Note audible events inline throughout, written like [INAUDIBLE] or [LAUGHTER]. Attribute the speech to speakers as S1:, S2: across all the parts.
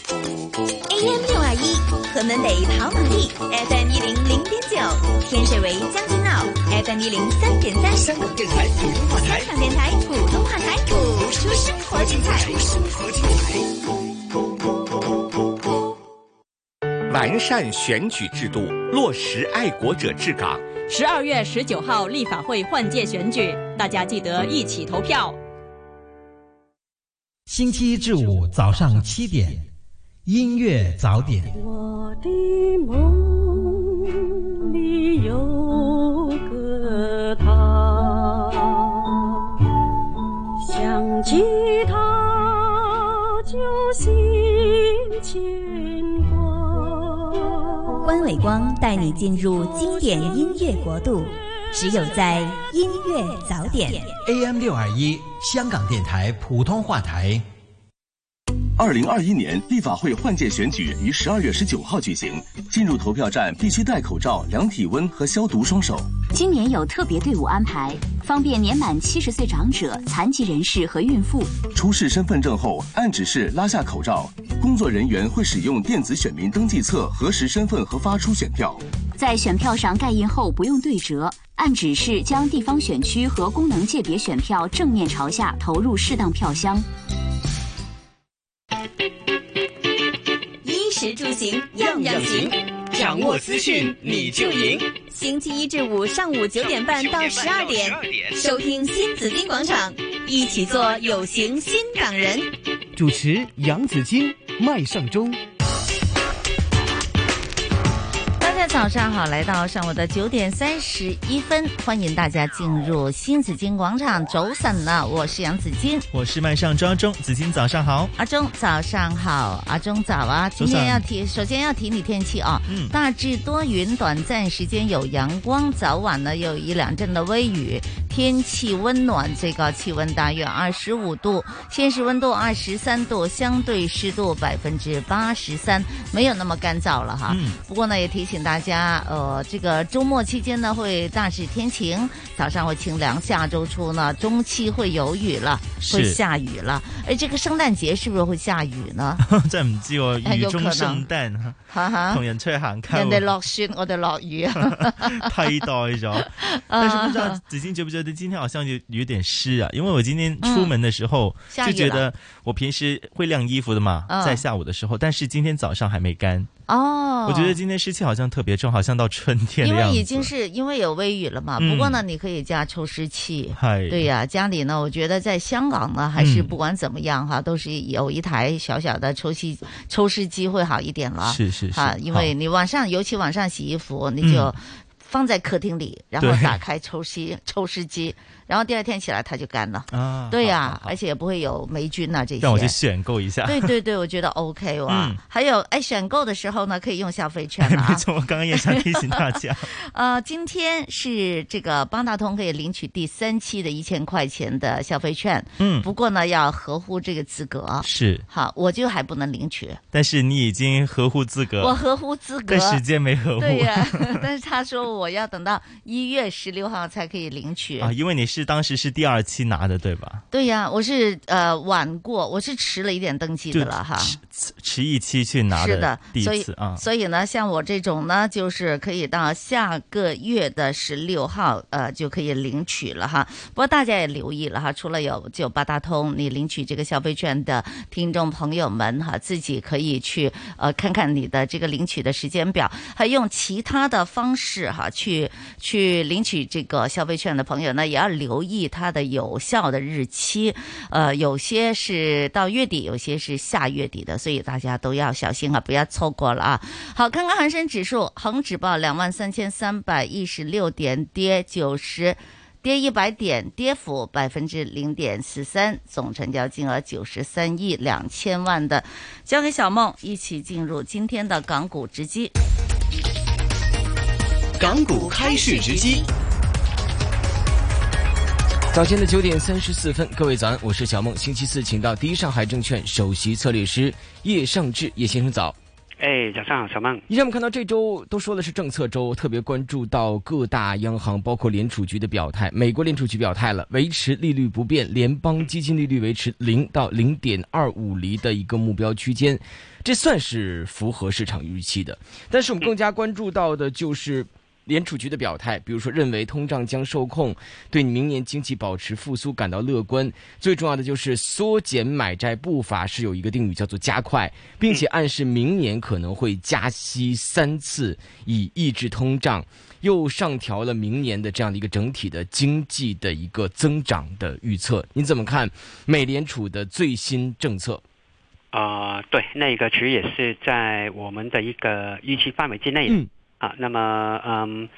S1: AM 六二一，河门北跑马地；FM 一零零点九，天水围将军澳；FM 一零三点三。
S2: 香港电台普通话台，
S1: 香港电台普通话台，播出生活精彩。
S2: 生活精彩。
S3: 完善选举制度，落实爱国者治港。
S4: 十二月十九号立法会换届选举，大家记得一起投票。
S5: 星期一至五早上七点，音乐早点。
S6: 我的梦里有个他，想起他就心牵挂。
S1: 关伟光带你进入经典音乐国度，只有在音乐早点。
S5: AM 六二一，香港电台普通话台。
S7: 二零二一年立法会换届选举于十二月十九号举行，进入投票站必须戴口罩、量体温和消毒双手。
S8: 今年有特别队伍安排，方便年满七十岁长者、残疾人士和孕妇。
S7: 出示身份证后，按指示拉下口罩，工作人员会使用电子选民登记册核实身份和发出选票。
S8: 在选票上盖印后不用对折，按指示将地方选区和功能界别选票正面朝下投入适当票箱。
S1: 衣食住行样样行，
S2: 掌握资讯你就赢。
S1: 星期一至五上午九点半到十二点，收听新紫金广场，一起做有型新港人。
S9: 主持杨紫金、麦尚中。
S10: 大家早上好，来到上午的九点三十一分，欢迎大家进入新紫金广场。走散了，我是杨紫金。
S11: 我是麦上庄中，紫金早上好。 [LAUGHS]
S10: 阿忠，早上好，阿忠早啊！今天要提，首先要提你天气啊、
S11: 嗯
S10: 大致多云，短暂时间有阳光，早晚呢有一两阵的微雨，天气温暖，最高气温大约二十五度，现实温度二十三度，相对湿度百分之八十三，没有那么干燥了哈。
S12: 嗯
S10: 不过呢，也提醒大家，呃，这个周末期间呢会大致天晴，早上会清凉，下周初呢中期会有雨了，会
S11: 是
S10: 下雨了，而这个圣诞节是不是会下雨
S11: [LAUGHS]
S10: 呢？
S11: 真係唔知喎，
S10: 係
S11: 雨
S10: 有可
S11: 中
S10: 能
S11: 聖
S10: [LAUGHS]
S11: 誕，
S10: 哈哈
S11: 同人出去行街，
S10: 啊人哋落雪，我哋落雨啊！
S11: [LAUGHS] 替代
S10: [LAUGHS]
S11: 咗。 [LAUGHS] 但是不知道子欣觉不觉得今天好像有有点湿啊？因为我今天出门的时候、
S10: 嗯下雨
S11: 就
S10: 了
S11: 觉得我平时会晾衣服的嘛，
S10: 嗯
S11: 在下午的时候，但是今天早上还没干。
S10: [LAUGHS] 哦，
S11: 我觉得今天湿气好像特别重，好像到春天
S10: 因
S11: 的
S10: 为
S11: 样子。
S10: 已经是因为有微雨了嘛，
S11: 嗯
S10: 不过呢，你可以加抽湿器。
S11: 嗨
S10: 对呀、家里呢，我觉得在香港呢，还是
S11: 嗯
S10: 不管怎么样哈，都是有一台小小的抽湿抽湿机会好一点了。
S11: 是是是
S10: 啊，因为
S11: 好
S10: 你晚上，尤其晚上洗衣服，你就
S11: 嗯
S10: 放在客厅里，然后
S11: 对
S10: 打开抽湿抽湿机，然后第二天起来它就干了。
S11: 啊
S10: 对呀、而且也不会有霉菌啊这些。
S11: 让我去选购一下。
S10: 对对对，我觉得 OK 哇。
S11: 嗯
S10: 还有，哎，选购的时候呢，可以用消费券
S11: [LAUGHS]
S10: 了
S11: 没
S10: 啊。
S11: 错，我刚刚也想提醒大
S10: [LAUGHS]
S11: 家，
S10: 呃，今天是这个八达通可以领取第三期的一千块钱的消费券，
S11: 嗯
S10: 不过呢，要合乎这个资格。
S11: 是
S10: 好，我就还不能领取，
S11: 但是你已经合乎资格，
S10: 我合乎资格。
S11: 但时间没合乎。
S10: 对呀、 [LAUGHS] 但是他说我要等到一月十六号才可以领
S11: [LAUGHS]
S10: 取。
S11: 啊，因为你是当时是第二期拿的，对吧？
S10: 对呀、我是呃晚过，我是迟了一点登记的了哈。
S11: 迟一期去拿
S10: 是的，
S11: 第
S10: 所
S11: 一
S10: 以
S11: 次啊，
S10: 所以呢，像我这种呢，就是可以到下个月的十六号，呃，就可以领取了哈。不过大家也留意了哈，除了有就八达通，你领取这个消费券的听众朋友们哈，自己可以去呃看看你的这个领取的时间表，还用其他的方式哈去去领取这个消费券的朋友呢，也要留意它的有效的日期，呃，有些是到月底，有些是下月底的，所以大家都要小心啊，不要错过了啊。好，看看恒生指数，恒指报两万三千三百一十六点，跌九十。跌一百点，跌幅百分之零点四三，总成交金额九十三亿两千万的，交给小梦一起进入今天的港股直击。
S2: 港股开市直击。
S13: 早间的九点三十四分，各位早安，我是小梦。星期四请到第一上海证券首席策略师叶尚志叶先生早。哎，早上好，小孟。
S14: 你让我们看到这周都说的是政策周，特别关注到各大央行包括联储局的表态。美国联储局表态了，维持利率不变，联邦基金利率维持零到零点二五厘的一个目标区间，这算是符合市场预期的。但是我们更加关注到的就是。联储局的表态，比如说认为通胀将受控，对明年经济保持复苏感到乐观。最重要的就是缩减买债步伐是有一个定语叫做加快，并且暗示明年可能会加息三次以抑制通胀，又上调了明年的这样的一个整体的经济的一个增长的预测。你怎么看美联储的最新政策？
S13: 啊、对，那个其实也是在我们的一个预期范围之内的、啊。那么，嗯，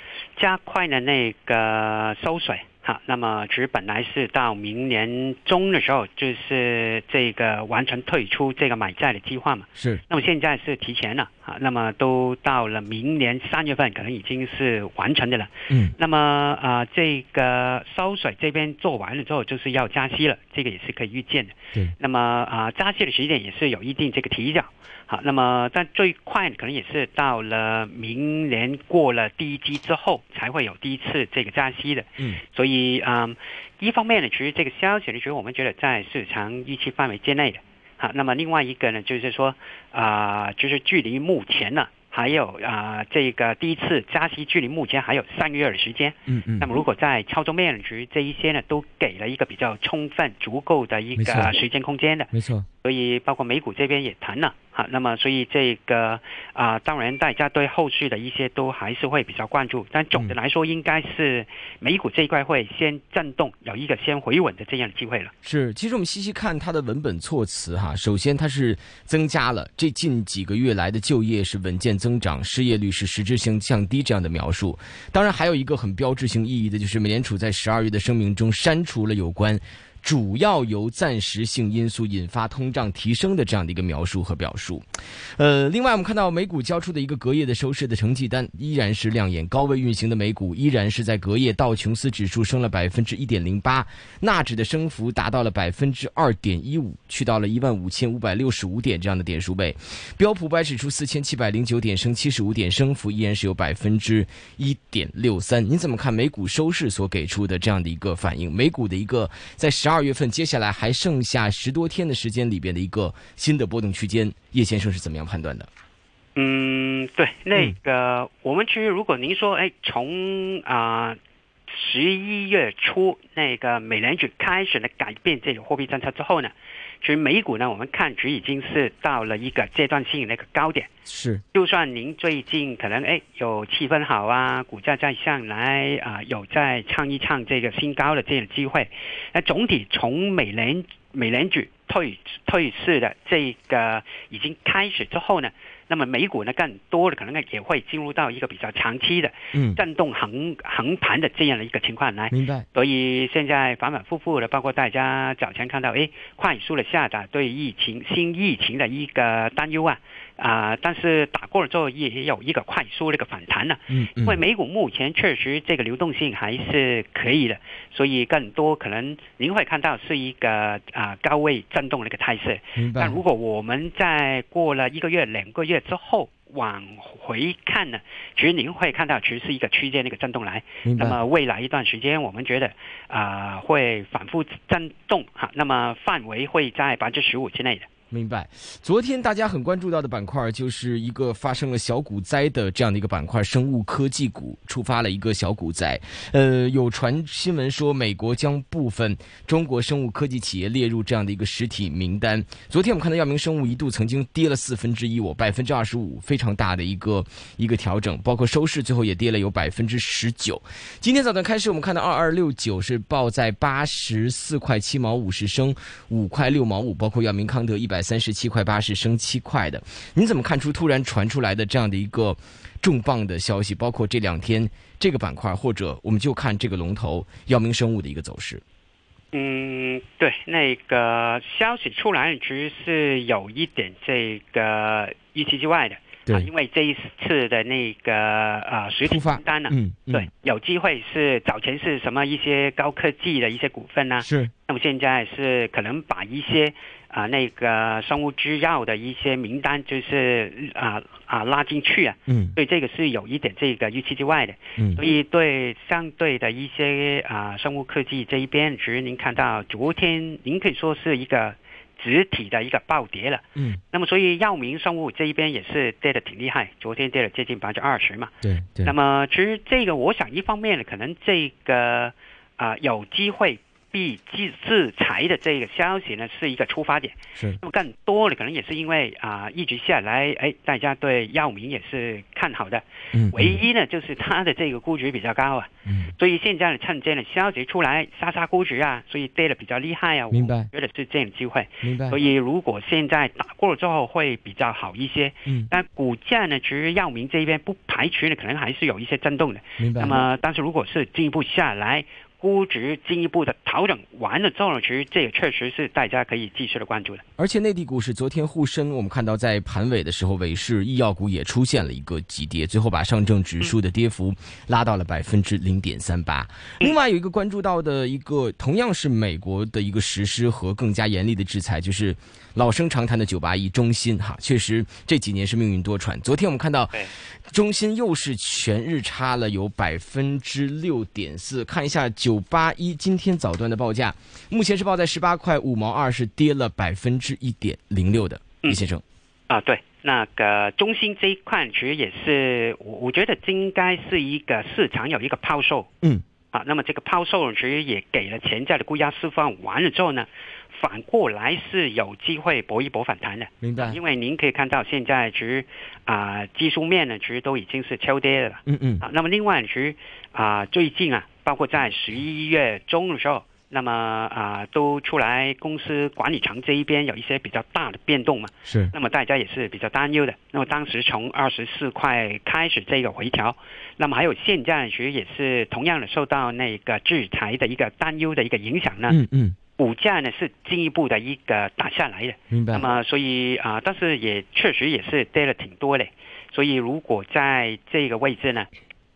S13: 加快了那个收水哈、那么其实本来是到明年中的时候，就是这个完全退出这个买债的计划嘛。
S14: 是
S13: 那么现在是提前了啊，那么都到了明年三月份，可能已经是完成的了。
S14: 嗯
S13: 那么啊、呃这个烧水这边做完了之后，就是要加息了，这个也是可以预见的。
S14: 对，
S13: 那么啊、加息的时间也是有一定这个提早。好，那么但最快可能也是到了明年过了第一季之后，才会有第一次这个加息的。
S14: 嗯
S13: 所以，嗯，一方面呢，其实这个消息呢，其实我们觉得在市场预期范围之内的。好，那么另外一个呢，就是说，啊、就是距离目前呢，还有啊、这个第一次加息距离目前还有三个月的时间。
S14: 嗯嗯
S13: 那么如果在操作面呢，其实这一些呢，都给了一个比较充分、足够的一
S14: 没错
S13: 个时间空间的。
S14: 没错，
S13: 所以包括美股这边也谈了哈，那么所以这个啊、当然大家对后续的一些都还是会比较关注，但总的来说应该是美股这一块会先震动，有一个先回稳的这样的机会了。
S14: 是，其实我们细细看它的文本措辞哈，首先它是增加了这近几个月来的就业是稳健增长，失业率是实质性降低这样的描述。当然，还有一个很标志性意义的就是美联储在十二月的声明中删除了有关。主要由暂时性因素引发通胀提升的这样的一个描述和表述。呃，另外我们看到美股交出的一个隔夜的收市的成绩单依然是亮眼，高位运行的美股依然是在隔夜，道琼斯指数升了百分之一点零八，纳指的升幅达到了百分之二点一五，去到了一万五千五百六十五点这样的点数位，标普五百指数四千七百零九点升七十五点，升幅依然是有百分之一点六三。您怎么看美股收市所给出的这样的一个反应？美股的一个在十二月份接下来还剩下十多天的时间里边的一个新的波动区间，叶先生是怎么样判断的？
S13: 嗯，对，那个、我们其实如果您说，哎，从啊十一月初那个美联储开始呢改变这个货币政策之后呢，其实美股呢我们看其实已经是到了一个阶段性的一个高点。
S14: 是
S13: 就算您最近可能哎有气氛好啊，股价再上来啊、有再唱一唱这个新高的这样的机会，那总体从美联美联储退退市的这个已经开始之后呢，那么美股呢更多的可能也会进入到一个比较长期的
S14: 嗯
S13: 震动横横盘的这样的一个情况来。
S14: 明白。
S13: 所以现在反反复复的，包括大家早前看到，哎，快速的下达对疫情新疫情的一个担忧啊，啊、但是打过了之后也也有一个快速的一个反弹呢、
S14: 嗯
S13: 因为美股目前确实这个流动性还是可以的，所以更多可能您会看到是一个啊、高位震动的一个态势。
S14: 明白
S13: 但如果我们在过了一个月、两个月之后往回看呢，其实您会看到其实是一个区间的一个震动来。
S14: 明白
S13: 那
S15: 啊
S13: 么未来一段时间，我们觉得啊、会反复震动哈，那么范围会在百分之十五之内的。
S14: 明白。昨天大家很关注到的板块，就是一个发生了小股灾的这样的一个板块——生物科技股触发了一个小股灾。呃，有传新闻说，美国将部分中国生物科技企业列入这样的一个实体名单。昨天我们看到药明生物一度曾经跌了四分之一，我百分之二十五，非常大的一个一个调整，包括收市最后也跌了有百分之十九。今天早段开始，我们看到二二六九是报在八十四块七毛五十升，五块六毛五，包括药明康德一百三十七块八是升七块的。您怎么看出突然传出来的这样的一个重磅的消息？包括这两天这个板块，或者我们就看这个龙头药明生物的一个走势。
S13: 嗯，对，那个消息出来其实是有一点这个预期之外的。
S14: 对
S13: 啊，因为这一次的那个呃实体清单呢、
S14: 嗯嗯
S13: 对，有机会是早前是什么一些高科技的一些股份呢、啊
S14: 是，
S13: 那么现在是可能把一些啊、那个生物制药的一些名单，就是啊啊、拉进去啊，
S14: 嗯
S13: 所以这个是有一点这个预期之外的，
S14: 嗯
S13: 所以对相对的一些啊、生物科技这一边，其实您看到昨天您可以说是一个集体的一个暴跌了。
S14: 嗯，
S13: 那么所以药明生物这一边也是跌的挺厉害，昨天跌了接近百分之二十嘛。
S14: 对对。
S13: 那么其实这个，我想一方面呢，可能这个啊、有机会避制制裁的这个消息呢是一个出发点。
S14: 是
S13: 那么更多的可能也是因为啊、一直下来，哎，大家对药明也是看好的。
S14: 嗯
S13: 唯一呢就是它的这个估值比较高啊。
S14: 嗯。
S13: 所以现在呢，趁这样的消息出来杀杀估值啊，所以跌的比较厉害啊。
S14: 明白
S13: 我觉得是这样的机会。
S14: 明白
S13: 所以如果现在打过了之后会比较好一些。
S14: 嗯
S13: 但股价呢，其实药明这边不排除呢，可能还是有一些震动的。
S14: 明白
S13: 那么，但是如果是进一步下来，估值进一步的调整完了之后呢，其实这也确实是大家可以继续的关注的。
S14: 而且内地股市昨天沪深，我们看到在盘尾的时候，尾市医药股也出现了一个急跌，最后把上证指数的跌幅拉到了百分之零点三八。另外有一个关注到的一个，同样是美国的一个实施和更加严厉的制裁，就是老生常谈的九八一中心哈，确实这几年是命运多舛。昨天我们看到，中心又是全日差了有百分之六点四，看一下九八一今天早段的报价，目前是报在十八块五毛二，是跌了百分之一点零六的，李先生。
S13: 啊，对，那个中兴这一块其实也是，我我觉得这应该是一个市场有一个抛售
S14: 嗯
S13: 啊，那么这个抛售其实也给了潜在的估价释放完了之后呢，反过来是有机会搏一搏反弹的。啊
S14: 明白
S13: 因为您可以看到现在其实啊、技术面呢其实都已经是超跌的了。
S14: 嗯嗯
S13: 啊，那么另外其实啊、最近啊，包括在十一月中的时候，那么啊、都出来公司管理层这一边有一些比较大的变动嘛。
S14: 是
S13: 那么大家也是比较担忧的。那么当时从二十四块开始这个回调，那么还有现在其实也是同样的受到那个制裁的一个担忧的一个影响呢。
S14: 嗯嗯，
S13: 股价呢是进一步的一个打下来的。
S14: 明白
S13: 那么所以啊、但是也确实也是跌了挺多嘞。所以如果在这个位置呢，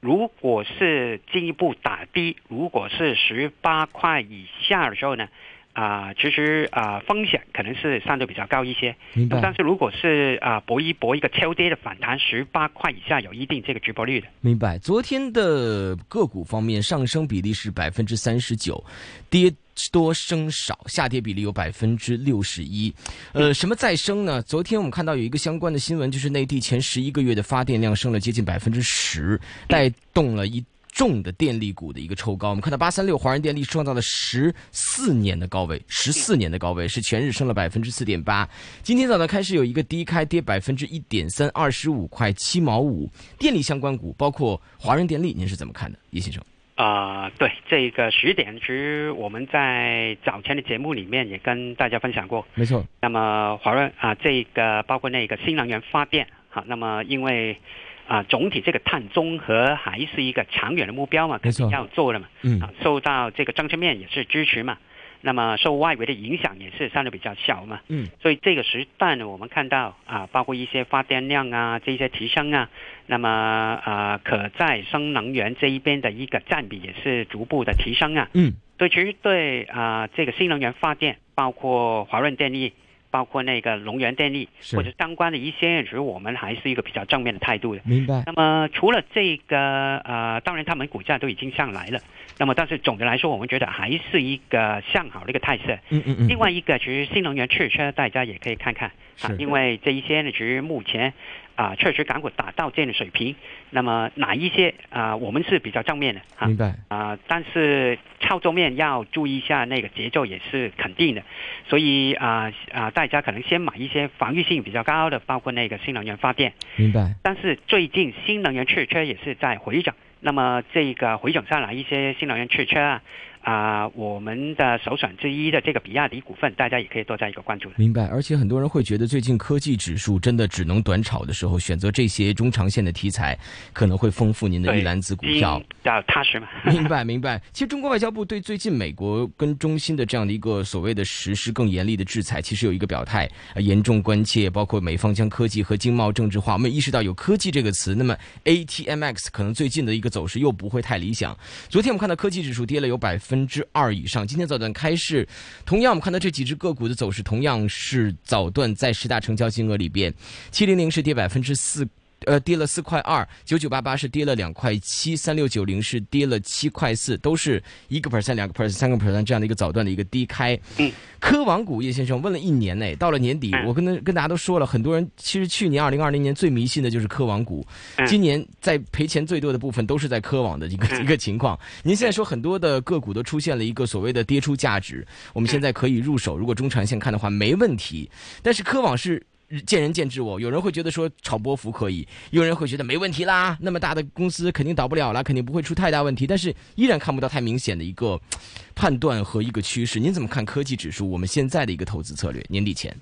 S13: 如果是进一步打低，如果是十八块以下的时候呢，啊、其实啊、风险可能是相对比较高一些。
S14: 明
S13: 那
S14: 白
S13: 么但是如果是啊、搏一搏一个超跌的反弹，十八块以下有一定这个直播率的。
S14: 明白。昨天的个股方面，上升比例是百分之三十九，跌多升少，下跌比例有百分之六十一。呃，什么再生呢？昨天我们看到有一个相关的新闻，就是内地前十一个月的发电量升了接近百分之十，带动了一。重的电力股的一个抽高，我们看到八三六华润电力创造了十四年的高位，十四年的高位是全日升了百分之四点八。今天早上开始有一个低开跌百分之一点三，二十五块七毛五。电力相关股包括华润电力，您是怎么看的，叶先生？
S13: 啊、对，这个十点其实我们在早前的节目里面也跟大家分享过。
S14: 没错，
S13: 那么华润啊，这个包括那个新能源发电哈、那么因为啊，总体这个碳中和还是一个长远的目标嘛，
S14: 没
S13: 肯
S14: 错
S13: 定要做的嘛。
S14: 嗯
S13: 啊，受到这个政策面也是支持嘛，那么受外围的影响也是相对比较小嘛。
S14: 嗯
S13: 所以这个时段呢，我们看到啊，包括一些发电量啊，这些提升啊，那么啊，可再生能源这一边的一个占比也是逐步的提升啊。
S14: 嗯，
S13: 对，其实对啊、这个新能源发电，包括华润电力，包括那个龙源电力，
S14: 是
S13: 或者相关的一些，其实我们还是一个比较正面的态度的。
S14: 明白
S13: 那么除了这个呃，当然他们股价都已经上来了，那么但是总的来说，我们觉得还是一个向好的一个态势。
S14: 嗯嗯嗯
S13: 另外一个，其实新能源汽车大家也可以看看啊
S14: 是，
S13: 因为这一些呢，其实目前啊、确实港股达到这样的水平，那么哪一些啊、我们是比较正面的啊。
S14: 明白。
S13: 啊、但是操作面要注意一下那个节奏也是肯定的，所以啊啊、大家可能先买一些防御性比较高的，包括那个新能源发电。
S14: 明白。
S13: 但是最近新能源汽车也是在回涨，那么这个回涨上来一些新能源汽车啊，啊、啊、我们的首选之一的这个比亚迪股份，大家也可以多加一个关注的。
S14: 明白，而且很多人会觉得最近科技指数真的只能短炒的时候，选择这些中长线的题材，可能会丰富您的一篮子股票。
S13: 要踏实嘛。
S14: 明白，明白。其实中国外交部对最近美国跟中心的这样的一个所谓的实施更严厉的制裁，其实有一个表态，呃严重关切，包括美方将科技和经贸政治化。我们意识到有科技这个词，那么 ATMX 可能最近的一个走势又不会太理想。昨天我们看到科技指数跌了有百分之二以上，今天早段开市，同样我们看到这几只个股的走势，同样是早段在十大成交金额里边，七零零是跌百分之四。呃，跌了四块二，九九八八是跌了两块七，三六九零是跌了七块四，都是一个 percent、两个 percent、三个 percent 这样的一个早段的一个低开。嗯，科网股叶先生问了一年内，到了年底，我跟他跟大家都说了，很多人其实去年二零二零年最迷信的就是科网股，今年在赔钱最多的部分都是在科网的一个一个情况。您现在说很多的个股都出现了一个所谓的跌出价值，我们现在可以入手，如果中长线看的话没问题，但是科网是。见仁见智哦，有人会觉得说炒波幅可以，有人会觉得没问题啦，那么大的公司肯定倒不了啦，肯定不会出太大问题，但是依然看不到太明显的一个判断和一个趋势。您怎么看科技指数我们现在的一个投资策略？年底前，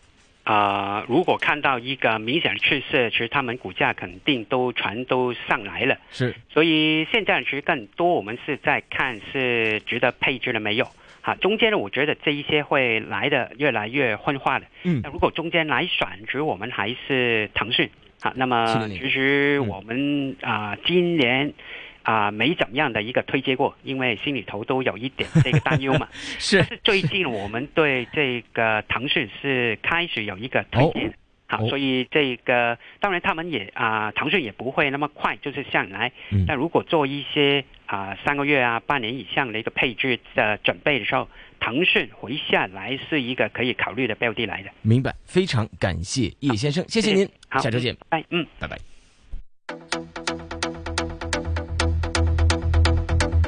S13: 啊、如果看到一个明显的趋势，其实他们股价肯定都全都上来了。
S14: 是
S13: 所以现在其实更多我们是在看是值得配置了没有。啊，中间呢，我觉得这一些会来的越来越混化的。
S14: 嗯
S13: 那如果中间来选，其实我们还是腾讯。啊，那么
S14: 700
S13: 其实我
S14: 嗯
S13: 们啊、今年啊、没怎么样的一个推介过，因为心里头都有一
S14: [LAUGHS]
S13: 点这个担忧嘛。
S14: 是，
S13: 但是最近我们对这个腾讯是开始有一个推荐。好，
S14: 哦
S13: 所以这个当然他们也啊、腾讯也不会那么快，就是向来。
S14: 嗯
S13: 但如果做一些啊、三个月啊、半年以上的一个配置的准备的时候，腾讯回下来是一个可以考虑的标的来的。
S14: 明白？非常感谢叶先生，谢谢您，
S13: 好
S14: 下周见，
S13: 哎，嗯，
S14: 拜拜。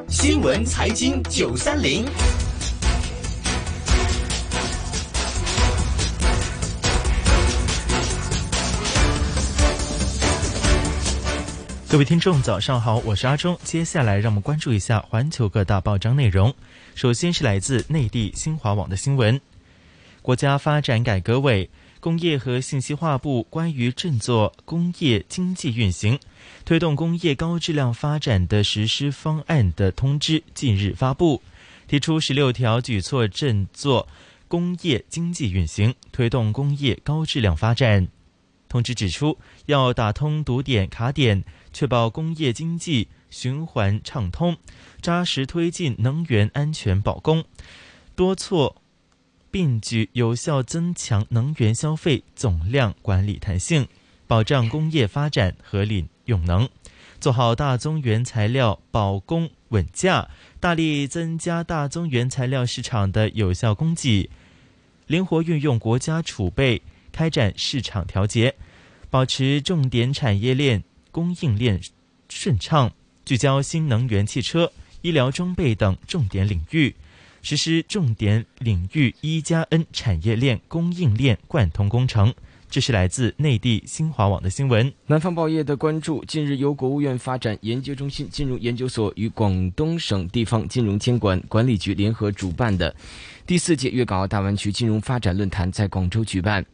S5: 新闻财经九三零，
S11: 各位听众，早上好，我是阿忠。接下来让我们关注一下环球各大报章内容。首先是来自内地新华网的新闻，国家发展改革委、工业和信息化部关于振作工业经济运行、推动工业高质量发展的实施方案的通知近日发布，提出十六条举措振作工业经济运行，推动工业高质量发展。通知指出，要打通堵点卡点，确保工业经济循环畅通，扎实推进能源安全保供，多措并举有效增强能源消费总量管理弹性，保障工业发展合理用能，做好大宗原材料保供稳价，大力增加大宗原材料市场的有效供给。灵活运用国家储备，开展市场调节，保持重点产业链供应链顺畅，聚焦新能源汽车、医疗装备等重点领域，实施重点领域“一加 N” 产业链供应链贯通工程。这是来自内地新华网的新闻。
S14: 南方报业的关注，近日由国务院发展研究中心金融研究所与广东省地方金融监管管理局联合主办的第四届粤港澳大湾区金融发展论坛在广州举办。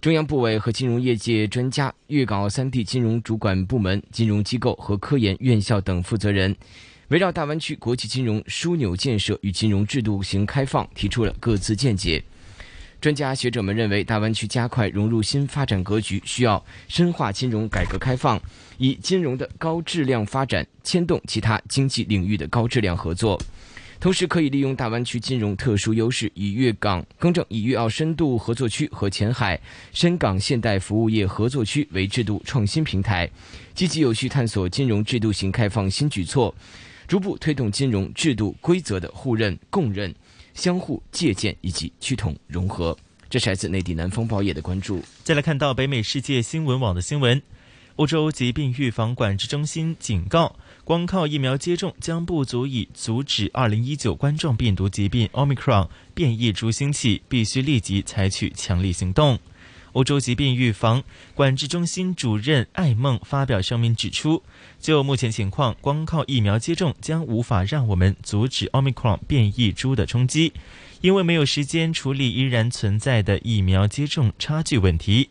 S14: 中央部委和金融业界专家、粤港澳三地金融主管部门、金融机构和科研院校等负责人，围绕大湾区国际金融枢纽建设与金融制度型开放提出了各自见解。专家学者们认为，大湾区加快融入新发展格局，需要深化金融改革开放，以金融的高质量发展牵动其他经济领域的高质量合作。同时，可以利用大湾区金融特殊优势，以粤港更正以粤澳深度合作区和前海深港现代服务业合作区为制度创新平台，积极有序探索金融制度型开放新举措，逐步推动金融制度规则的互认共认。相互借鉴以及趋同融合。这是来自内地南方报业的关注。
S11: 再来看到北美世界新闻网的新闻，欧洲疾病预防管制中心警告，光靠疫苗接种将不足以阻止2019冠状病毒疾病 Omicron 变异株兴起，必须立即采取强力行动。欧洲疾病预防管制中心主任艾梦发表声明指出，就目前情况，光靠疫苗接种将无法让我们阻止 Omicron 变异株的冲击，因为没有时间处理依然存在的疫苗接种差距问题。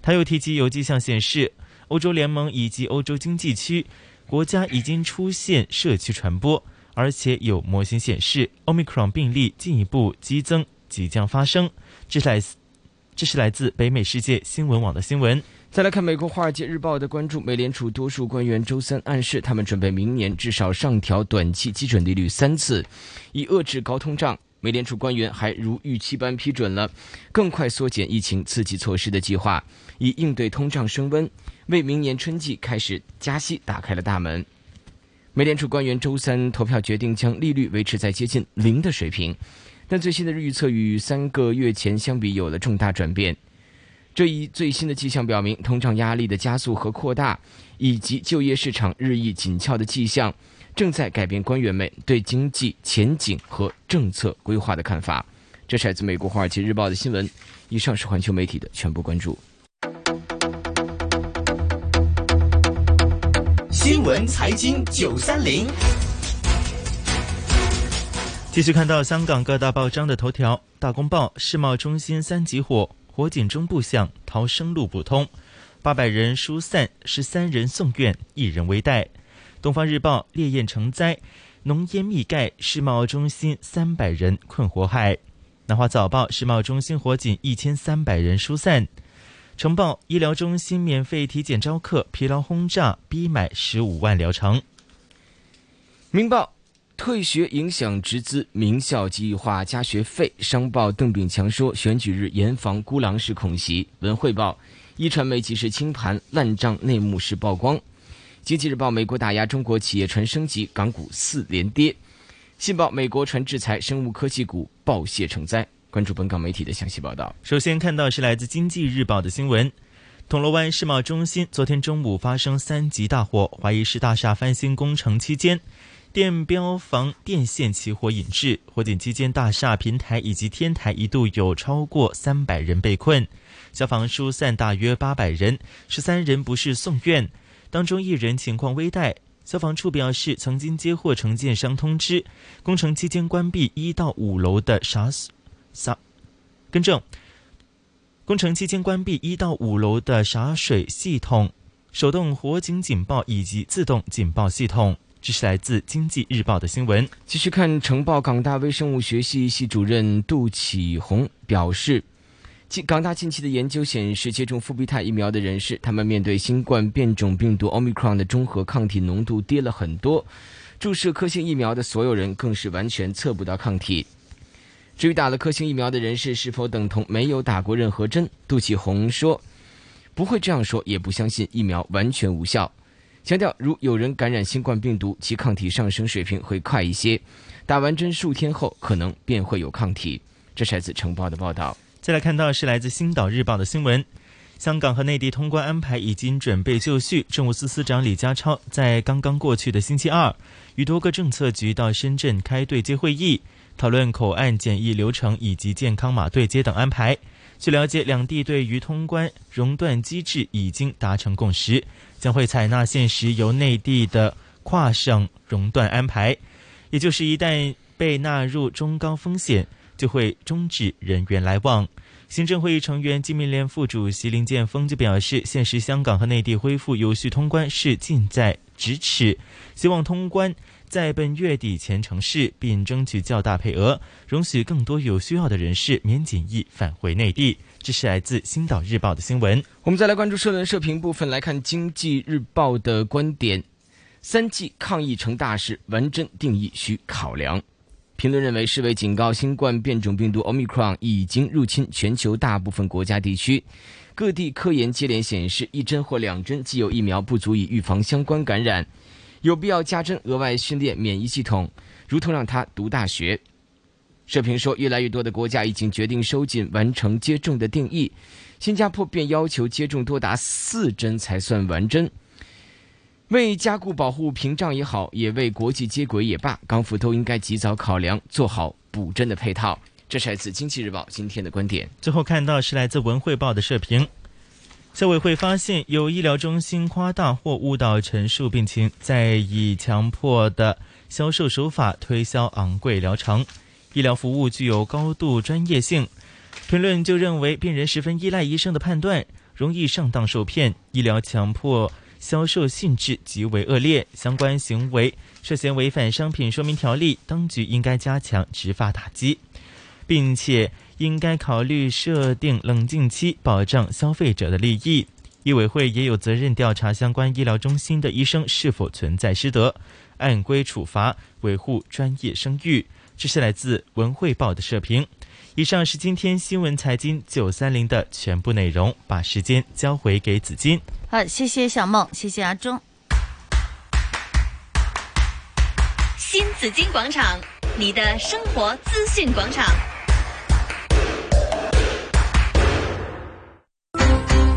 S11: 他又提及有迹象显示，欧洲联盟以及欧洲经济区国家已经出现社区传播，而且有模型显示 Omicron 病例进一步激增即将发生。这是来自这是来自北美世界新闻网的新闻。
S14: 再来看美国《华尔街日报》的关注，美联储多数官员周三暗示，他们准备明年至少上调短期基准利率三次，以遏制高通胀。美联储官员还如预期般批准了更快缩减疫情刺激措施的计划，以应对通胀升温，为明年春季开始加息打开了大门。美联储官员周三投票决定将利率维持在接近零的水平，但最新的预测与三个月前相比有了重大转变。这一最新的迹象表明，通胀压力的加速和扩大，以及就业市场日益紧俏的迹象，正在改变官员们对经济前景和政策规划的看法。这是来自美国《华尔街日报》的新闻。以上是环球媒体的全部关注。
S5: 新闻财经九三零，
S11: 继续看到香港各大报章的头条，《大公报》世贸中心三级火，火警中部巷逃生路不通，八百人疏散，十三人送院，一人危殆。《东方日报》烈焰成灾，浓烟密盖世贸中心三百人困火海。《南华早报》世贸中心火警一千三百人疏散。呈报医疗中心免费体检招客，疲劳轰炸逼买十五万疗程。
S14: 明报，退学影响直资名校计划加学费。商报邓炳强说，选举日严防孤狼式恐袭。文汇报，一传媒及时清盘烂账内幕式曝光。经济日报，美国打压中国企业传升级，港股四连跌。信报，美国传制裁生物科技股暴泻成灾。关注本港媒体的详细报道。
S11: 首先看到是来自《经济日报》的新闻：铜锣湾世贸中心昨天中午发生三级大火，怀疑是大厦翻新工程期间电标房电线起火引致。火警期间，大厦平台以及天台一度有超过三百人被困，消防疏散大约八百人，十三人不适送院，当中一人情况危殆。消防处表示，曾经接获承建商通知，工程期间关闭一到五楼的啥洒，更正，工程期间关闭一到五楼的洒水系统、手动火警警报以及自动警报系统。这是来自《经济日报》的新闻。
S14: 继续看呈报，港大微生物学系系主任杜启红表示，近港大近期的研究显示，接种复必泰疫苗的人士，他们面对新冠变种病毒 Omicron 的中和抗体浓度跌了很多，注射科兴疫苗的所有人更是完全测不到抗体。至于打了科兴疫苗的人士是否等同没有打过任何针，杜启红说：“不会这样说，也不相信疫苗完全无效。”强调，如有人感染新冠病毒，其抗体上升水平会快一些，打完针数天后可能便会有抗体。这是来自《晨报》的报道。
S11: 再来看到是来自《星岛日报》的新闻。香港和内地通关安排已经准备就绪。政务司司长李家超在刚刚过去的星期二，与多个政策局到深圳开对接会议，讨论口岸检疫流程以及健康码对接等安排。据了解，两地对于通关熔断机制已经达成共识，将会采纳现时由内地的跨省熔断安排，也就是一旦被纳入中高风险，就会终止人员来往。行政会议成员、金民联副主席林建峰就表示，现时香港和内地恢复有序通关是近在咫尺，希望通关在本月底前成事，并争取较大配额，容许更多有需要的人士免检疫返回内地。这是来自《星岛日报》的新闻。
S14: 我们再来关注社论社评部分，来看《经济日报》的观点：三季抗疫成大事，完真定义需考量。评论认为，世卫警告新冠变种病毒 Omicron 已经入侵全球大部分国家地区，各地科研接连显示，一针或两针既有疫苗不足以预防相关感染，有必要加针额外训练免疫系统，如同让它读大学。社评说，越来越多的国家已经决定收紧完成接种的定义，新加坡便要求接种多达四针才算完针。为加固保护屏障也好，也为国际接轨也罢，港府都应该及早考量，做好补针的配套。这是来自《经济日报》今天的观点。
S11: 最后看到是来自《文汇报》的社评。消委会发现，有医疗中心夸大或误导陈述病情，再以强迫的销售手法推销昂贵疗程。医疗服务具有高度专业性，评论就认为病人十分依赖医生的判断，容易上当受骗。医疗强迫销售性质极为恶劣，相关行为涉嫌违反商品说明条例，当局应该加强执法打击，并且。应该考虑设定冷静期，保障消费者的利益。医委会也有责任调查相关医疗中心的医生是否存在失德，按规处罚，维护专业声誉。这是来自《文汇报》的社评。以上是今天新闻财经九三零的全部内容，把时间交回给紫金。
S10: 好，谢谢小梦，谢谢阿忠。
S1: 新紫金广场，你的生活资讯广场。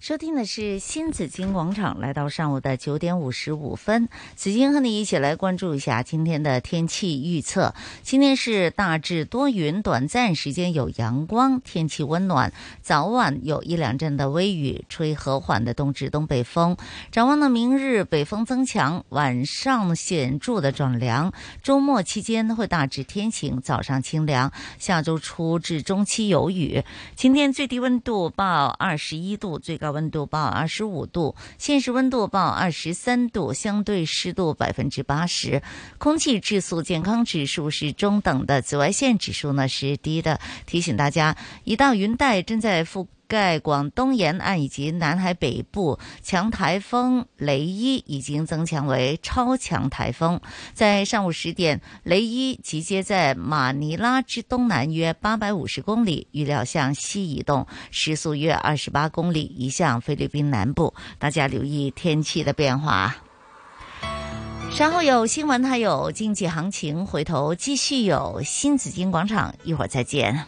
S10: 收听的是新紫金广场，来到上午的九点五十五分，紫金和你一起来关注一下今天的天气预测。今天是大致多云，短暂时间有阳光，天气温暖，早晚有一两阵的微雨，吹和缓的东至东北风。展望呢，明日北风增强，晚上显著的转凉，周末期间会大致天晴，早上清凉。下周初至中期有雨。今天最低温度报二十一度，最高。温度报二十五度，现实温度报二十三度，相对湿度百分之八十，空气质素健康指数是中等的，紫外线指数呢是低的。提醒大家，一道云带正在覆。盖广东沿岸以及南海北部，强台风雷伊已经增强为超强台风。在上午十点，雷伊集结在马尼拉之东南约八百五十公里，预料向西移动，时速约二十八公里，移向菲律宾南部。大家留意天气的变化。啊稍后有新闻，还有经济行情，回头继续有新紫金广场，一会儿再见。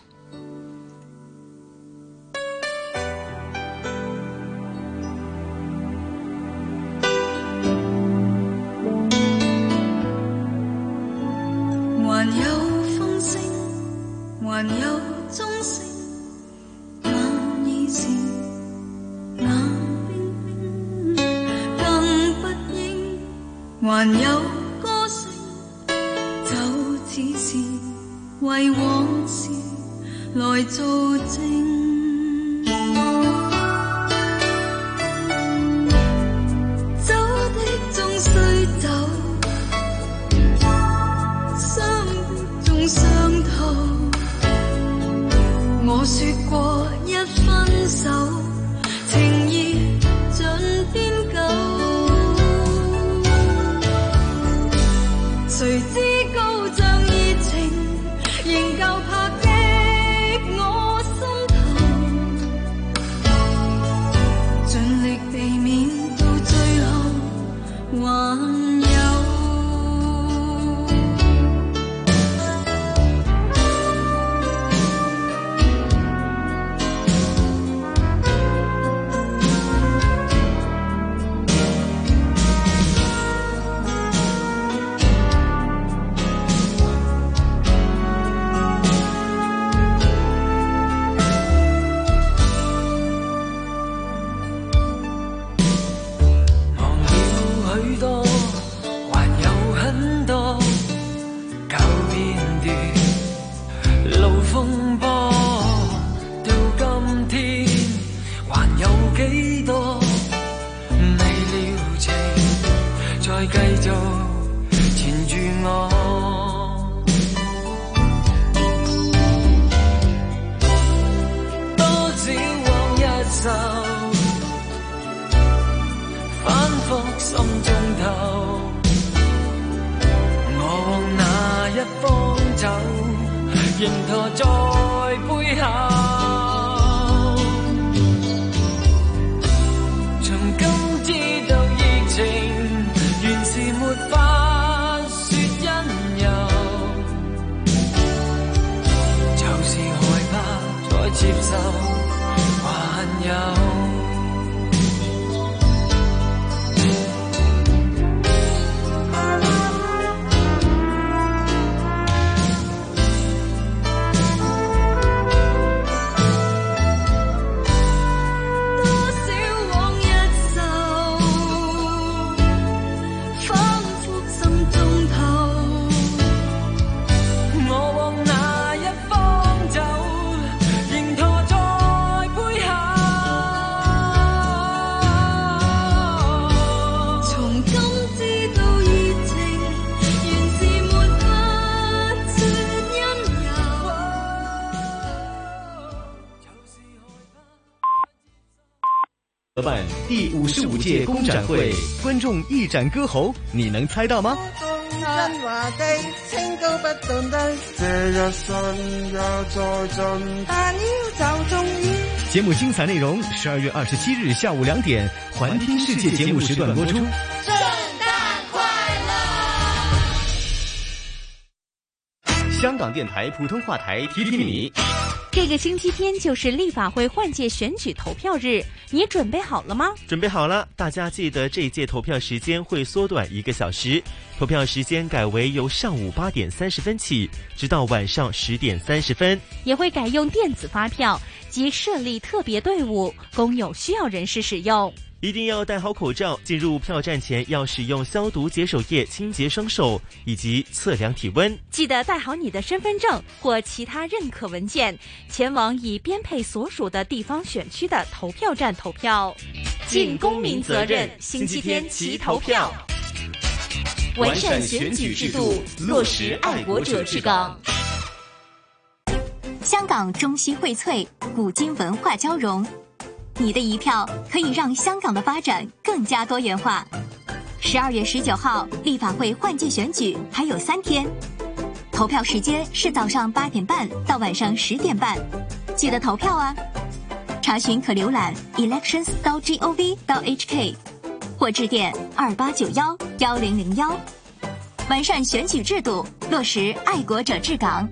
S6: 還有風聲，還有鐘聲，眼已是冷冰冰，更不應。還有歌聲，就似是為往事來做證。走的終須走。中傷透。我說過一分手，情意盡變舊。誰知高漲熱情，仍舊拍擊我心頭，盡力避免到最後還有。
S16: 忘了許多，還有很多舊片段、路風波，到今天還有幾多未了情，再繼續纏住我。多少往日愁。反覆心中透。我往哪一方走，仍陀在背後。從今知道，
S5: 合办第五十五届工展会，观众一展歌喉，你能猜到吗？
S6: 新華記，清高不斷低，
S17: 這一生也在盡，
S6: 但要就重要。
S5: 节目精彩内容，十二月二十七日下午两点，环听世界节目时段播出。
S9: 香港电台普通话台提提你，
S4: 这个星期天就是立法会换届选举投票日，你准备好了吗？
S11: 准备好了，大家记得这一届投票时间会缩短一个小时，投票时间改为由上午八点三十分起，直到晚上十点三十分。
S4: 也会改用电子发票及设立特别队伍，供有需要人士使用。
S11: 一定要戴好口罩，进入票站前要使用消毒洁手液清洁双手，以及测量体温。
S4: 记得带好你的身份证或其他认可文件，前往已编配所属的地方选区的投票站投票，尽公民责任。星期天齐投票，完善选举制度，落实爱国者治港。
S18: 香港中西荟萃，古今文化交融。你的一票可以让香港的发展更加多元化。十二月十九号，立法会换届选举还有三天，投票时间是早上八点半到晚上十点半，记得投票啊！查询可浏览 elections 到 gov 到 hk，或致电二八九幺幺零零幺。完善选举制度，落实爱国者治港。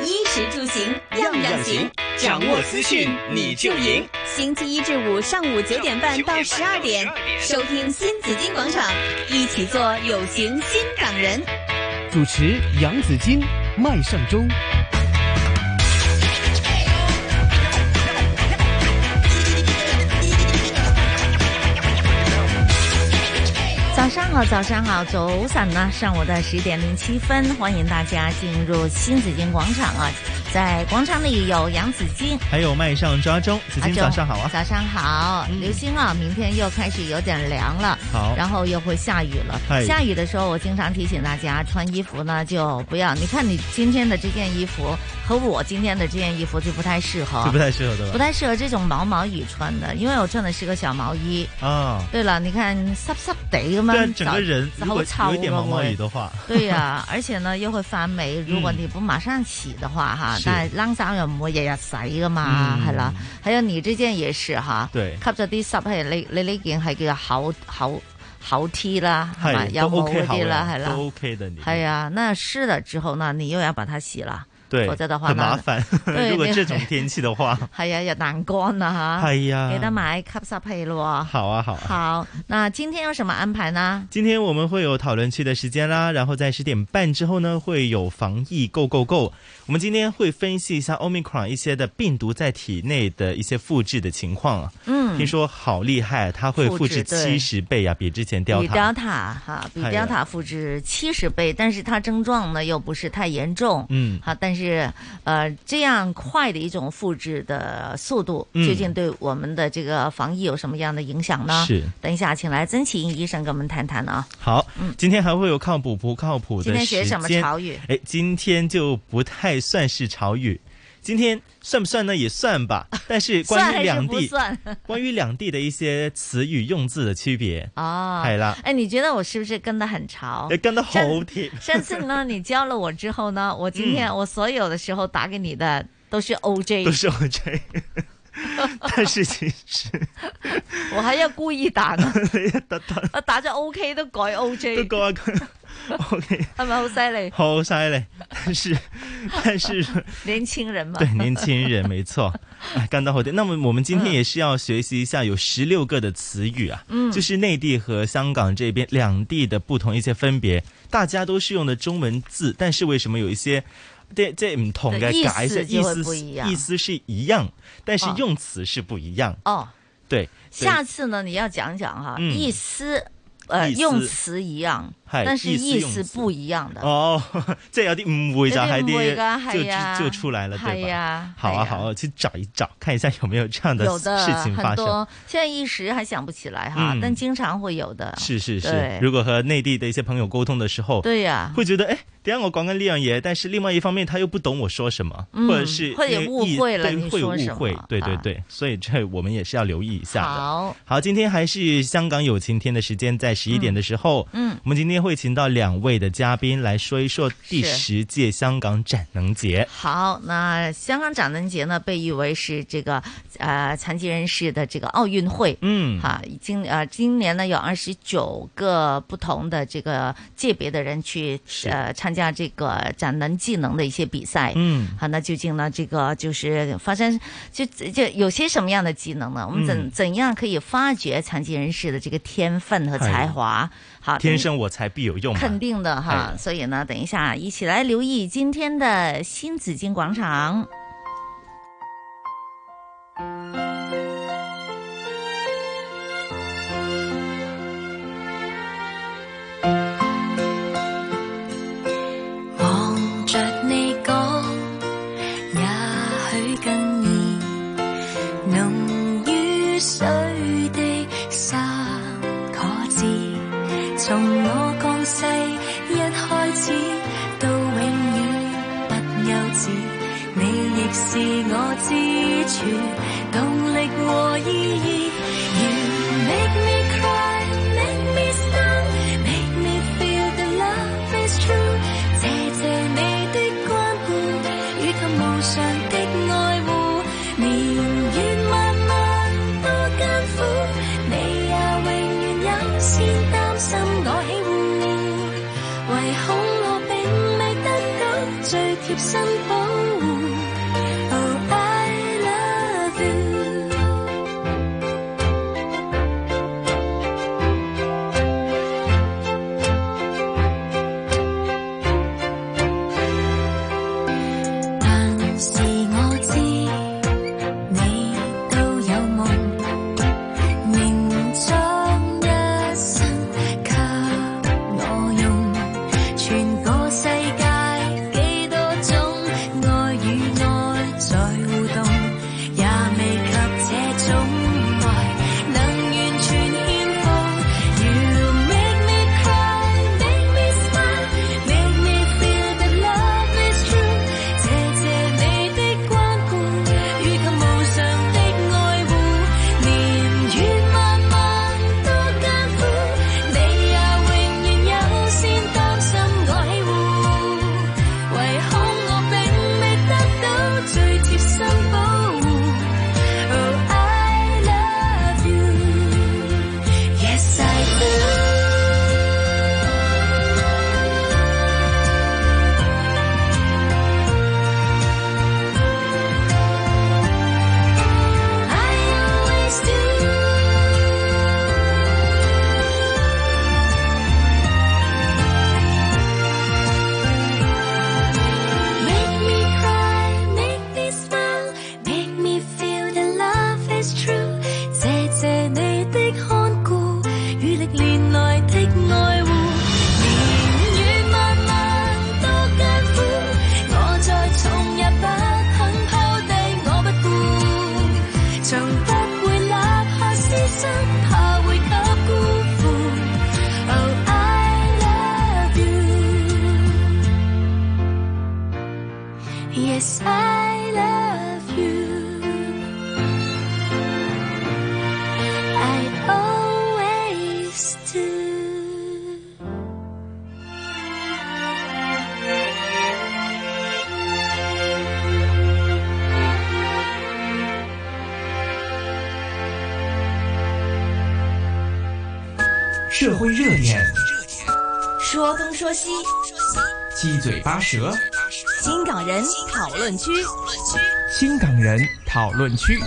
S1: 衣食住行样
S19: 样行
S1: 样行，
S19: 掌握资讯你就赢。
S1: 星期一至五上午九点半到十二点，收听新紫金广场，一起做有型新港人。
S5: 主持杨紫金，麦上中。
S10: 早上好，早上好，走散呢！上午的十点零七分，欢迎大家进入新紫金广场啊，在广场里有杨紫金。
S11: 还有麦上抓中，紫
S10: 阿
S11: 金
S10: 忠
S11: 早上好啊！嗯
S10: 早上好，刘星啊，明天又开始有点凉了，
S11: 好
S10: 然后又会下雨了
S11: 嗨。
S10: 下雨的时候，我经常提醒大家穿衣服呢就不要，你看你今天的这件衣服和我今天的这件衣服就不太适合，
S11: 这不太适合对吧？
S10: 啊不太适合这种毛毛雨穿的，因为我穿的是个小毛衣。
S11: 啊，
S10: 对了，你看湿湿地
S11: 对啊
S10: 咁样，
S11: 整个人
S10: 早
S11: 如
S10: 好
S11: 果
S10: 臭
S11: 有一点毛毛雨
S10: 咯
S11: 的话，嗯
S10: 会对呀、
S11: [LAUGHS]
S10: 而且呢又会发霉。如果你不马上洗的话哈，
S11: 是
S10: 但系冷衫又唔會日日洗噶嘛，
S11: 嗯
S10: 係啦。还有你呢件也是哈，
S11: 對
S10: 吸咗啲濕氣，你你呢件係叫做厚厚厚 T 啦，係嘛？
S11: 系
S10: 有
S11: 都
S10: 冇
S11: OK
S10: 嗰
S11: 好
S10: 啲啦，
S11: 了，
S10: 係啦
S11: 都。OK 的你。
S10: 係啊，那濕了之後呢，你又要把它洗了，
S11: 对，
S10: 否則的話
S11: 很
S10: 呢
S11: 麻烦。[LAUGHS]
S10: 對
S11: 如果
S10: 你
S11: 这种天气的话，
S10: 係啊，又難乾啦吓。
S11: 係啊
S10: 記得買吸濕器咯。
S11: 好啊，好啊。
S10: 好，那今天有什么安排呢？
S11: 今天我们会有讨论区的时间啦，然后在十点半之后呢，会有防疫 Go Go Go。我们今天会分析一下 Omicron 一些的病毒在体内的一些复制的情况啊。
S10: 嗯
S11: 听说好厉害，它会复
S10: 复
S11: 制七
S10: 制对
S11: 十倍啊，比之前
S10: 比
S11: Delta。
S10: Delta 哈，比
S11: 哎呀
S10: Delta 复制七十倍，但是它症状呢又不是太严重，
S11: 嗯
S10: 好，但是呃这样快的一种复制的速度，
S11: 嗯
S10: 究竟对我们的这个防疫有什么样的影响呢？
S11: 是
S10: 等一下请来曾启英医生跟我们谈谈啊。
S11: 好，今天还会有靠谱不靠谱的时
S10: 今
S11: 间。
S10: 天学什么潮语
S11: 哎，今天就不太算是潮语，今天算不算呢？也算吧。但是
S10: 算
S11: 哎关于
S10: 还是
S11: 两
S10: 不
S11: 地，
S10: 算？ [LAUGHS]
S11: 关于两地的一些词语用字的区别。
S10: 哦，
S11: 系啦
S10: 哎，你觉得我是不是跟得很潮？
S11: 哎 [LAUGHS] 跟得好
S10: 上
S11: 贴
S10: 上次呢，你教了我之后呢，我今天
S11: 嗯
S10: 我所有的时候打给你的都是 OJ，
S11: 都是 OJ。但是其实
S10: 我还要故意
S11: [LAUGHS]
S10: 打呢，我打咗 OK 都改 OJ，
S11: 都改 OK，
S10: 系咪好犀利？
S11: 好犀利，但
S10: [LAUGHS]
S11: 是但是
S10: 年轻人嘛，
S11: 对年轻
S10: [LAUGHS]
S11: 人没错，哎，干到后天。那么我们今天也是要学习一下，有十六个的词语啊，
S10: 嗯
S11: 就是内地和香港这边两地的不同一些分别，大家都是用的中文字，但是为什么有一些？这这唔同嘅
S10: 对意
S11: 解释
S10: 思
S11: 意
S10: 就会
S11: 思
S10: 不一样
S11: 意思是一样，但是
S10: 哦
S11: 用词是不一样。
S10: 哦，
S11: 对，对
S10: 下次呢你要讲讲哈，
S11: 嗯
S10: 意思呃
S11: 意思
S10: 用词一样，
S11: 係
S10: 但是
S11: 意思
S10: 意
S11: 用
S10: 思
S11: 字
S10: 不一樣的。
S11: 哦， [LAUGHS] 即係有啲誤會就喺
S10: 有啲誤會㗎
S11: 啲就
S10: 係啊
S11: 就就出來了，對
S10: 係
S11: 吧？
S10: 啊
S11: 好啊，好啊，去找一找，看一下有沒有這樣
S10: 有
S11: 事
S10: 的
S11: 情
S10: 很
S11: 發生
S10: 多。，现在一时还想不起来哈，
S11: 嗯
S10: 但经常会有的。
S11: 是是是
S10: 对，
S11: 如果和內地的一些朋友溝通的時候，
S10: 对呀
S11: 會覺得哎，等一下我講緊呢樣嘢，但是另外一方面他又不懂我說什麼，
S10: 嗯
S11: 或者是
S10: 會有
S11: 那
S10: 誤
S11: 意
S10: 會了
S11: 對
S10: 你
S11: 會有
S10: 說什
S11: 誤會
S10: 麼，
S11: 對對
S10: 啊
S11: 對，所以這我們也是要留意一下的。
S10: 好，
S11: 好，今天还是香港有晴天的时间，在十一点的时候，
S10: 嗯嗯
S11: 我们今天会请到两位的嘉宾来说一说第
S10: 是
S11: 十届香港展能节。
S10: 好，那香港展能节呢，被誉为是这个呃残疾人士的这个奥运会。
S11: 嗯，
S10: 哈，今呃今年呢有二十九个不同的这个界别的人去呃参加这个展能技能的一些比赛。
S6: 嗯
S10: 好，那究竟呢这个就是发生就就有些什么样的技能呢？我们怎、
S11: 嗯
S10: 怎样可以发掘残疾人士的这个天分和才华？好，
S11: 天生我材必有用嘛。
S10: 肯定的哈，
S11: 哎
S10: 所以呢，等一下一起来留意今天的新紫金广场。
S6: 望着你講，也許更易濃於水的三個字，從我降世一開始到永遠不休止，你亦是我支柱、動力和意義。You make me cry, make me stand, make me feel the love is true。謝謝你的關顧，以及無常的愛護。年月漫漫多艱苦，你也永遠有先擔心我起護。唯恐我並未得到最貼身保護。Oh, I love you. 但是我知你都有夢，仍將一生給我用，全個世界幾多種愛與愛在互動，也未及這種愛能完全獻奉。You make me cry, make me smile, make me feel that love is true。謝謝你的關顧，以及無常的愛護。年月漫漫多艱苦，你也永遠有先擔心我起護。唯恐我並未得到最貼身保護。Oh, I love you. Yes, I do. I always do. Make me cry, make me smile, make me feel the love is true。謝謝你的看顧與歷年來的愛護。年月漫漫多艱苦，我再重也不肯拋低我不顧，從不會立下私心，怕會給辜負。Oh, I love you. Yes, I love you. I always do.
S5: 社会热点，
S1: 说东说西，
S5: 七嘴八舌，
S1: 新港人讨论区。
S5: 新港人讨论区。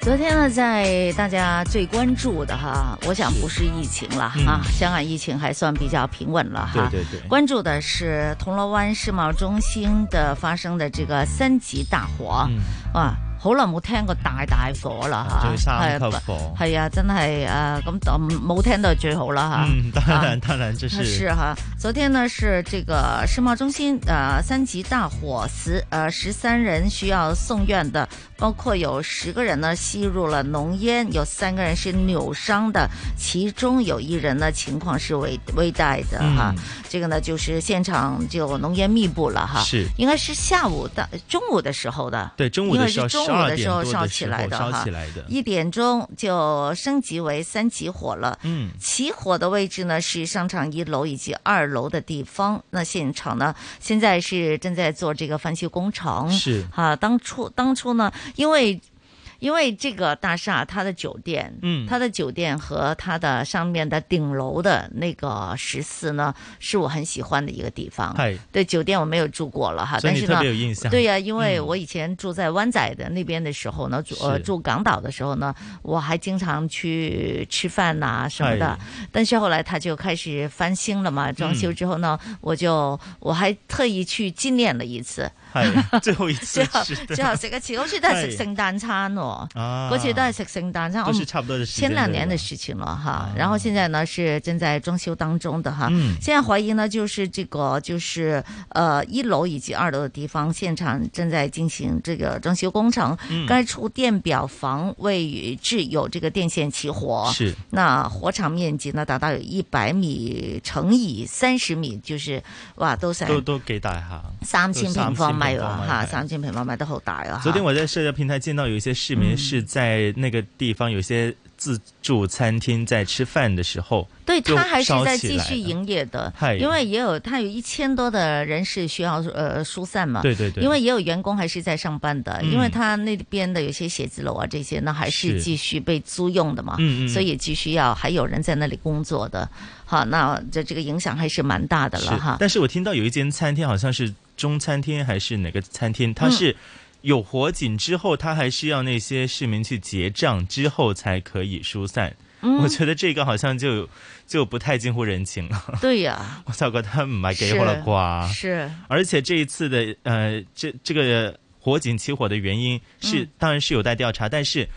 S10: 昨天呢，在大家最关注的哈，我想不是疫情了哈、
S11: 嗯
S10: 啊，香港疫情还算比较平稳了哈。
S6: 对
S5: 啊
S6: 对对
S10: 关注的是
S11: 嗯
S10: 铜锣湾世贸中心的发生的这个三级大火，哇、好耐冇聽過大大火啦嚇，
S11: 對三級
S10: 係啊
S11: 火
S10: 係啊，真係啊咁就冇聽到最好啦嚇。
S11: 嗯，当然，
S10: 啊
S11: 当然，这是
S10: 是哈，昨天呢是这个世贸中心呃三级大火，十呃十三人需要送院的，包括有十个人呢吸入了浓烟，有三个人是扭伤的，其中有一人呢情况是危危殆的哈。
S6: 嗯
S10: 这个呢就是现场就浓烟密布了哈，
S11: 是
S10: 应该是下午到中午的时候的，
S11: 对中午
S10: 应
S11: 的
S10: 该
S11: 时候
S10: 是中午
S11: 12
S10: 的时
S11: 点
S10: 候
S11: 多
S10: 烧
S11: 的
S10: 起
S11: 时
S10: 来
S11: 候
S10: 的
S11: 烧
S10: 哈
S11: 起来的
S10: 一点钟就升级为三级火了。
S11: 嗯
S10: 起火的位置呢是商场一楼以及二楼的地方。那现场呢，现在是正在做这个翻修工程。
S6: 是
S10: 啊，当初当初呢，因为。因为这个大厦，它的酒店，
S6: 嗯
S10: 它的酒店和它的上面的顶楼的那个十四呢，是我很喜欢的一个地方。
S6: 嗨
S10: 对酒店我没有住过了哈，
S6: 所以
S10: 但
S6: 你
S10: 是
S6: 特
S10: 呢，
S6: 别有印象
S10: 对呀、因为
S6: 嗯
S10: 我以前住在湾仔的那边的时候呢，住呃
S6: 是
S10: 住港岛的时候呢，我还经常去吃饭呐、什么的
S6: 哎。
S10: 但是后来他就开始翻新了
S11: 嗯
S10: 嘛，装修之后呢，我就我还特意去纪念了一次。 [LAUGHS]
S11: 系哎最后一次
S10: 最後
S11: 吃的
S10: 最後食一次，好似都係食
S11: 係
S10: 聖誕餐喎。
S11: 啊
S10: 嗰次都係食聖誕餐，
S11: 都是差不多的時間
S10: 前兩年的事情了
S11: 啊
S10: 哈。然後現在呢是正在裝修當中的哈。
S6: 嗯
S10: 現在懷疑呢就是這個就是呃一樓以及二樓的地方現場正在進行這個裝修工程
S6: 嗯，
S10: 該處電表房位置有這個電線起火，
S6: 是
S10: 那火場面積呢達到有一百米乘以三十米，就是哇都成
S11: 都都幾大下，
S10: 三千平方
S11: 都
S10: 米
S11: 三
S10: 喎
S11: 千
S10: 嚇，
S11: 係
S10: 三千平方米都好大啊！嗯
S11: 昨天
S10: 嚇
S11: 我在社交平台见到有一些市民是在那个地方有一些自助餐厅在吃饭的时候，
S10: 对
S11: 就
S10: 他还是
S11: 烧
S10: 在
S11: 起
S10: 继
S11: 来
S10: 续
S11: 了
S10: 营业的
S11: 嗨，
S10: 因为也有他有一千多的人是需要呃疏散嘛，
S6: 对对对
S10: 因为也有员工还是在上班的，
S6: 嗯
S10: 因为他那边的有些写字楼啊这些呢还是
S6: 是
S10: 继续被租用的嘛，
S6: 嗯嗯
S10: 所以继续要还有人在那里工作的，好，那这这个影响还是蛮大的了
S11: 是
S10: 哈，
S11: 但是我听到有一间餐厅，好像是中餐厅还是哪个餐厅，它
S10: 嗯
S11: 是有火警之后，它还是要那些市民去结账之后才可以疏散。
S10: 嗯
S11: 我觉得这个好像就就不太近乎人情了。 [LAUGHS]
S10: 对呀，
S11: 我就觉得唔系几好啦啩。
S10: 是
S11: 而且这一次的呃，这这个火警起火的原因是，
S10: 嗯
S11: 当然是有待调查，但是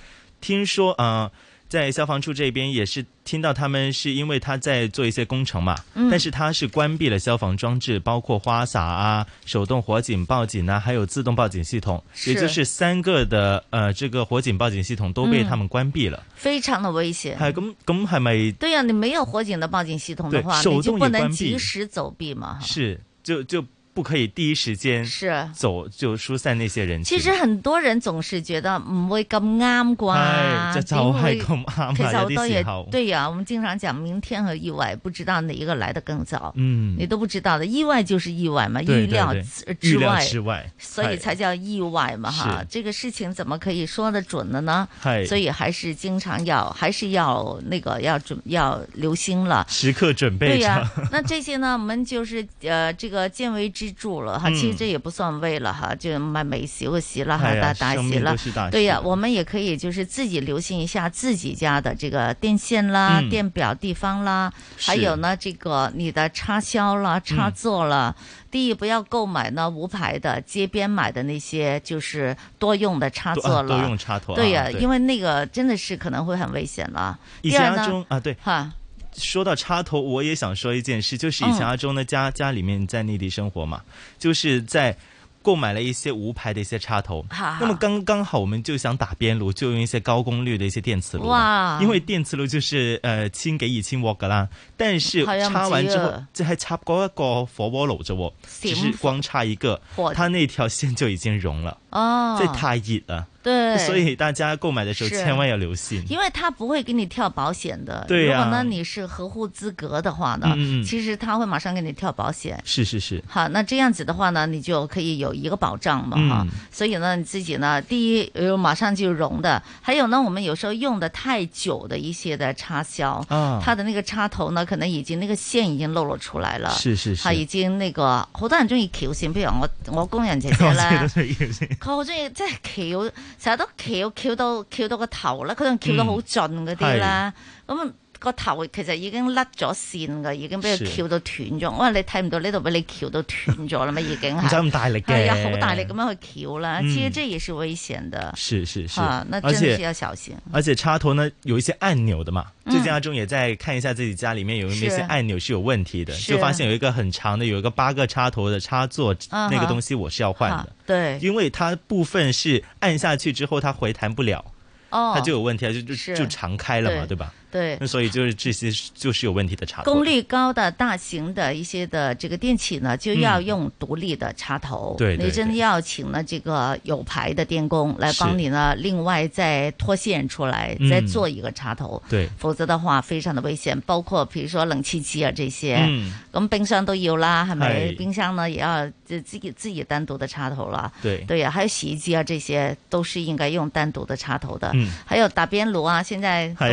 S11: 听说呃，在消防处这边也是听到他们是因为他在做一些工程嘛，
S4: 嗯
S11: 但是他是关闭了消防装置，包括花洒啊、手动火警报警啊，还有自动报警系统，
S10: 是
S11: 也就是三个的呃这个火警报警系统都
S10: 嗯
S11: 被他们关闭了。
S10: 非常的危险
S11: 系。咁咁系咪
S10: 对呀，你没有火警的报警系统的
S11: 对
S10: 话，
S11: 手
S10: 你就
S11: 动
S10: 不
S11: 也
S10: 能
S11: 关闭
S10: 及时走避嘛，哈
S11: 是就就不可以第一时间
S10: 啊是
S11: 走就疏散那些人群？
S10: 其實很多人總是覺得唔會咁啱
S11: 唉
S10: 啩，
S11: 就就
S10: 點會
S11: 係咁啱啊
S10: 其實好
S11: 有
S10: 多
S11: 啲時候
S10: 嘢對呀、我們經常講明天和意外，不知道哪一個來得更早。
S11: 嗯
S10: 你都不知道的，意外就是意外嘛，
S11: 对
S10: 預料
S11: 对
S10: 之
S11: 对
S10: 之
S11: 预料
S10: 外，
S11: 之外
S10: 所以
S11: 係
S10: 才叫意外嘛哈
S11: 是。
S10: 這個事情怎麼可以說得準的呢？
S11: 係
S10: 所以還是經常要，還是要那個要准要留心了。
S11: 时刻准备着。
S10: 对呀、 [LAUGHS] 那这些呢，我们就是呃，这个见微知著了哈。
S11: 嗯
S10: 其实这也不算微了哈，就买美小嘅事啦哈，
S6: 哎呀
S10: 大大
S6: 生
S10: 喜
S6: 命
S10: 啦
S6: 都是大。事
S10: 对呀、我们也可以就是自己留心一下自己家的这个电线啦、
S6: 嗯
S10: 电表地方啦，还
S6: 是
S10: 有呢这个你的插销
S11: 嗯
S10: 啦、插座啦。第一，不要购买呢无牌的、街边买的那些就是多用的插
S11: 多
S10: 座
S11: 啊
S10: 了。
S11: 多用插头啊
S10: 对呀、
S11: 对
S10: 因为那个真的是可能会很危险了。
S11: [LAUGHS] 以
S10: 第
S11: 前阿
S10: 二呢
S11: 忠，啊，对，
S10: 哈，
S11: 说到插头，我也想说一件事，就是以前
S10: 嗯
S11: 阿忠呢家家里面在内地生活嘛，就是在。购买了一些无牌的一些插头，
S10: 哈哈
S11: 那么刚刚好，我们就想打边炉，就用一些高功率的一些电磁炉嘛。
S10: 哇
S11: 因为电磁炉就是呃千几二千瓦噶啦，但是
S10: 係啊唔
S11: 插完
S10: 止
S11: 之後
S10: 啊
S11: 就係插嗰一個火鍋爐啫喎，只是
S10: 閃
S11: 光插一個
S10: 火，
S11: 它那條線就已經融了，
S10: 哦，
S11: 这太热了。
S10: 对
S11: 所以大家购买的时候
S10: 是
S11: 千万要留心。
S10: 因为他不会给你跳保险的。
S11: 对呀
S10: 如果呢你是合乎资格的话呢，
S11: 嗯嗯嗯
S10: 其实他会马上给你跳保险。
S11: 是是是，
S10: 好，那这样子的话呢，你就可以有一个保障嘛哈、
S11: 嗯
S10: 所以呢，你自己呢，第一呃马上就融的，还有呢，我们有时候用的太久的一些的插销，
S6: 啊
S10: 它的那个插头呢，可能已经那个线已经露了出来了，
S6: 是是是
S10: 它已经那个好多人中意翹線，譬如我我工人
S20: [LAUGHS]
S10: 姐姐
S6: 我知道
S10: 咧，
S6: 需
S10: [LAUGHS] 佢好中意即係翹，成日都翹翹到翹到個頭啦，佢仲翹到
S6: 嗯
S10: 好盡嗰啲啦，咁、個頭其實已經甩咗線㗎，已經俾佢
S11: 是
S10: 翹到斷咗。我話你睇唔到呢度俾你翹到斷咗啦咩？已經係
S11: [LAUGHS] 唔使咁大力嘅
S10: 係啊，好大力咁樣去翹啦。
S11: 嗯
S10: 其實這也是危險的。
S11: 是是是
S10: 啊，那
S11: 而
S10: 真的
S11: 且
S10: 是要小心。
S11: 而且插头呢有一些按钮的嘛，
S10: 嗯
S11: 最近阿忠也在看一下自己家里面有没有那
S10: 是
S11: 些按钮是有问题的，
S10: 是
S11: 就发现有一个很长的，有一个八个插头的插座，
S10: 嗯哼
S11: 那个东西我是要换
S10: 啊
S11: 的，
S10: 对，
S11: 因为它部分是按下去之后它回弹不了，
S10: 哦，
S11: 它就有问题啊，就就是就常开了嘛，
S10: 对
S11: 对吧？
S10: 对
S11: 那所以就是这些是就是有问题的插头
S10: 功，率高的大型的一些的这个电器呢，就要用独立的插头。
S11: 嗯对对
S10: 你真的要请呢这个有牌的电工来帮你呢，另外再脱线出来，
S11: 嗯
S10: 再做一个插头。
S11: 对
S10: 否则的话非常的危险。包括譬如说冷气机啊这些，
S11: 嗯
S10: 咁冰箱都要啦，系咪？
S11: 是
S10: 冰箱呢也要自自己自己单独的插头啦。
S11: 对
S10: 对呀、还有洗衣机啊这些都是应该用单独的插头的。
S11: 嗯
S10: 还有打边炉啊，现在
S11: 还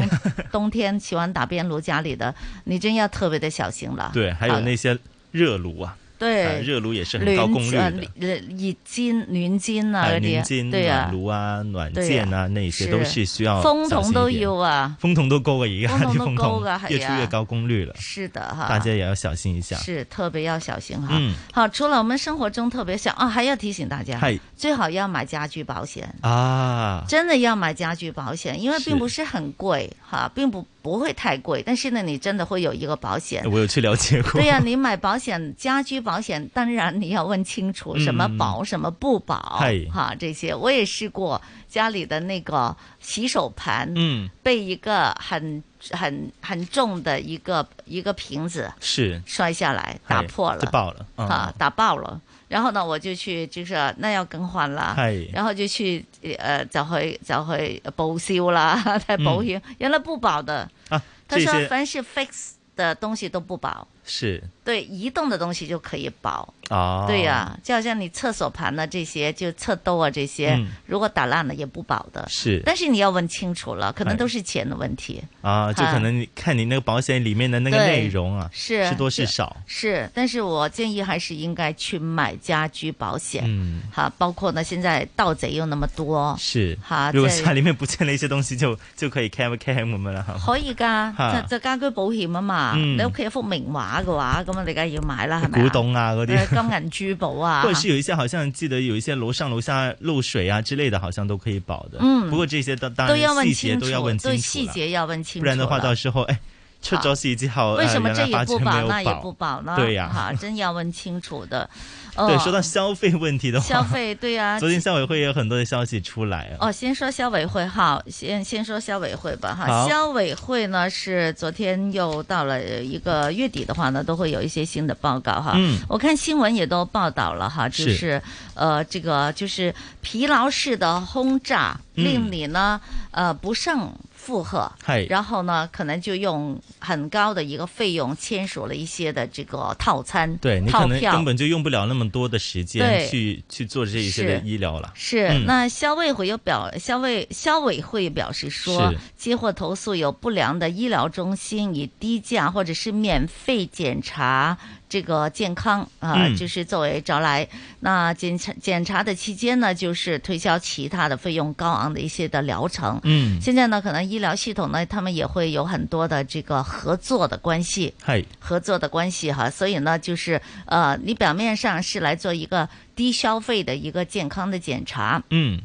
S10: 冬冬天喜欢打边炉，家里的你真要特别的小心了。
S11: 对，还有那些热炉啊，
S10: 啊对
S11: 呃热炉也是
S10: 暖
S11: 很高功率
S10: 呃
S11: 的。
S10: 热热煎、暖煎啊
S11: 还有
S10: 嗰啲
S11: 宁
S10: 啊，
S11: 津、
S10: 对呀
S11: 哎暖、炉啊、暖
S10: 对
S11: 件
S10: 呀
S11: 啊，那些都是需要
S10: 风
S11: 小
S10: 筒
S11: 心
S10: 都
S11: 一点
S10: 要啊，
S11: 风筒都高啊，而家 [LAUGHS]
S10: 風筒
S11: 啲
S10: 都
S11: 風
S10: 高㗎係
S11: 筒越出
S10: 啊
S11: 越高功率了，
S10: 是的哈，
S11: 大家也要小心一下。
S10: 是特别要小心哈。
S11: 嗯
S10: 好，除了我们生活中特别小啊，还要提醒大家
S11: 嗨，
S10: 最好要买家居保险。
S11: 啊，
S10: 真的要买家居保险，因为并
S11: 是
S10: 不是很贵哈，并不不会太贵，但是呢，你真的会有一个保险。
S11: 我有去了解过。
S10: 对呀、你买保险，家居保险，当然你要问清楚
S11: 嗯
S10: 什么保、什么不保
S11: 嗨，
S10: 哈，这些我也试过，家里的那个洗手盘，
S11: 嗯，
S10: 被一个很很很重的一个一个瓶子
S11: [LAUGHS] 是
S10: 摔下来，
S11: 嗨
S10: 打破了，
S11: 就爆了嗯
S10: 啊，打爆了。然后呢，我就去就是那要更换啦
S11: 係，
S10: 然後就去呃就去就去報銷啦，睇保險，原來不保的。
S11: 嗯啊，
S10: 他
S11: 这
S10: 說
S11: 些
S10: 凡是 fix 的東西都不保，
S11: 是
S10: 對移動的東西就可以保。
S11: 啊，
S10: 对呀、就好像你厕所盘呢，这些，就厕兜啊这些，
S11: 嗯
S10: 如果打烂了也不保的。
S11: 是
S10: 但是你要问清楚了，可能
S11: 哎
S10: 都是钱的问题。
S11: 啊，就可能你看你那个保险里面的那个
S10: 对
S11: 内容啊，
S10: 是
S11: 多是
S10: 对
S11: 少，
S10: 是，但是我建议还是应该去买家居保险。
S11: 嗯，
S10: 哈，包括呢，现在盗贼又那么多，
S11: 是
S10: 哈，
S11: 如果
S10: 即係
S11: 家里面不见了一些东西，就就可以 cam cam 我们了哈。
S10: 可以噶，
S11: 嚇
S10: 就就家居保險啊嘛。
S11: 嗯
S10: 你屋企有幅名畫嘅話，咁啊，你梗係要買啦，係咪
S11: 古
S10: 啊？
S11: 董啊嗰
S10: 誒
S11: 啲。
S10: 金銀珠寶
S11: [LAUGHS]
S10: 啊，
S11: 或者是有一些好像记得有一些楼上楼下漏水啊之类的，好像都可以保的。
S10: 嗯
S11: 不过这些当当
S10: 都要
S11: 然
S10: 問
S11: 细节
S10: 清楚，
S11: 都要问清
S10: 對
S11: 楚
S10: 細
S11: 啦，
S10: 節要問清楚啦。啊
S11: 不然的话到时候哎出咗事之后，
S10: 为
S11: 呃
S10: 什么
S11: 原
S10: 这
S11: 来
S10: 也
S11: 发
S10: 不
S11: 现没
S10: 保
S11: 有
S10: 那也
S11: 保
S10: 不保呢？
S11: 对呀
S10: 哈，真要问清楚的。
S11: [LAUGHS]
S10: 哦、
S11: 对，说到消费问题的话，
S10: 消费，啊
S11: [LAUGHS]
S10: 对呀、
S11: 昨天消委会也有很多的消息出来啊。
S10: 哦，先说消委会哈，先先说消委会吧哈。
S11: 好
S10: 消委会呢是昨天又到了一个月底的话呢，都会有一些新的报告哈。
S6: 嗯
S10: 我看新闻也都报道了哈，就是呃这个就是疲劳式的轰炸
S6: 嗯
S10: 令你呢、呃不胜负荷
S6: 嗨，
S10: 然后呢可能就用很高的一个费用签署了一些的这个套餐，
S11: 对你
S10: 套
S11: 可能
S10: 票
S11: 根本就用不了那么多的时间
S10: 对
S11: 去去做这一些的
S10: 是
S11: 医疗了。
S10: 是，
S11: 嗯
S10: 那消委会有表消委消委会表示说
S11: 是，
S10: 接获投诉有不良的医疗中心以低价或者是免费检查这个健康啊、
S6: 嗯
S10: 就是作为招来。那检查检查的期间呢，就是推销其他的费用高昂的一些的疗程。
S6: 嗯
S10: 现在呢，可能医疗系统呢，他们也会有很多的这个合作的关系。
S11: 嗨，
S10: 合作的关系哈，所以呢，就是呃，你表面上是来做一个低消费的一个健康的检查，
S11: 嗯，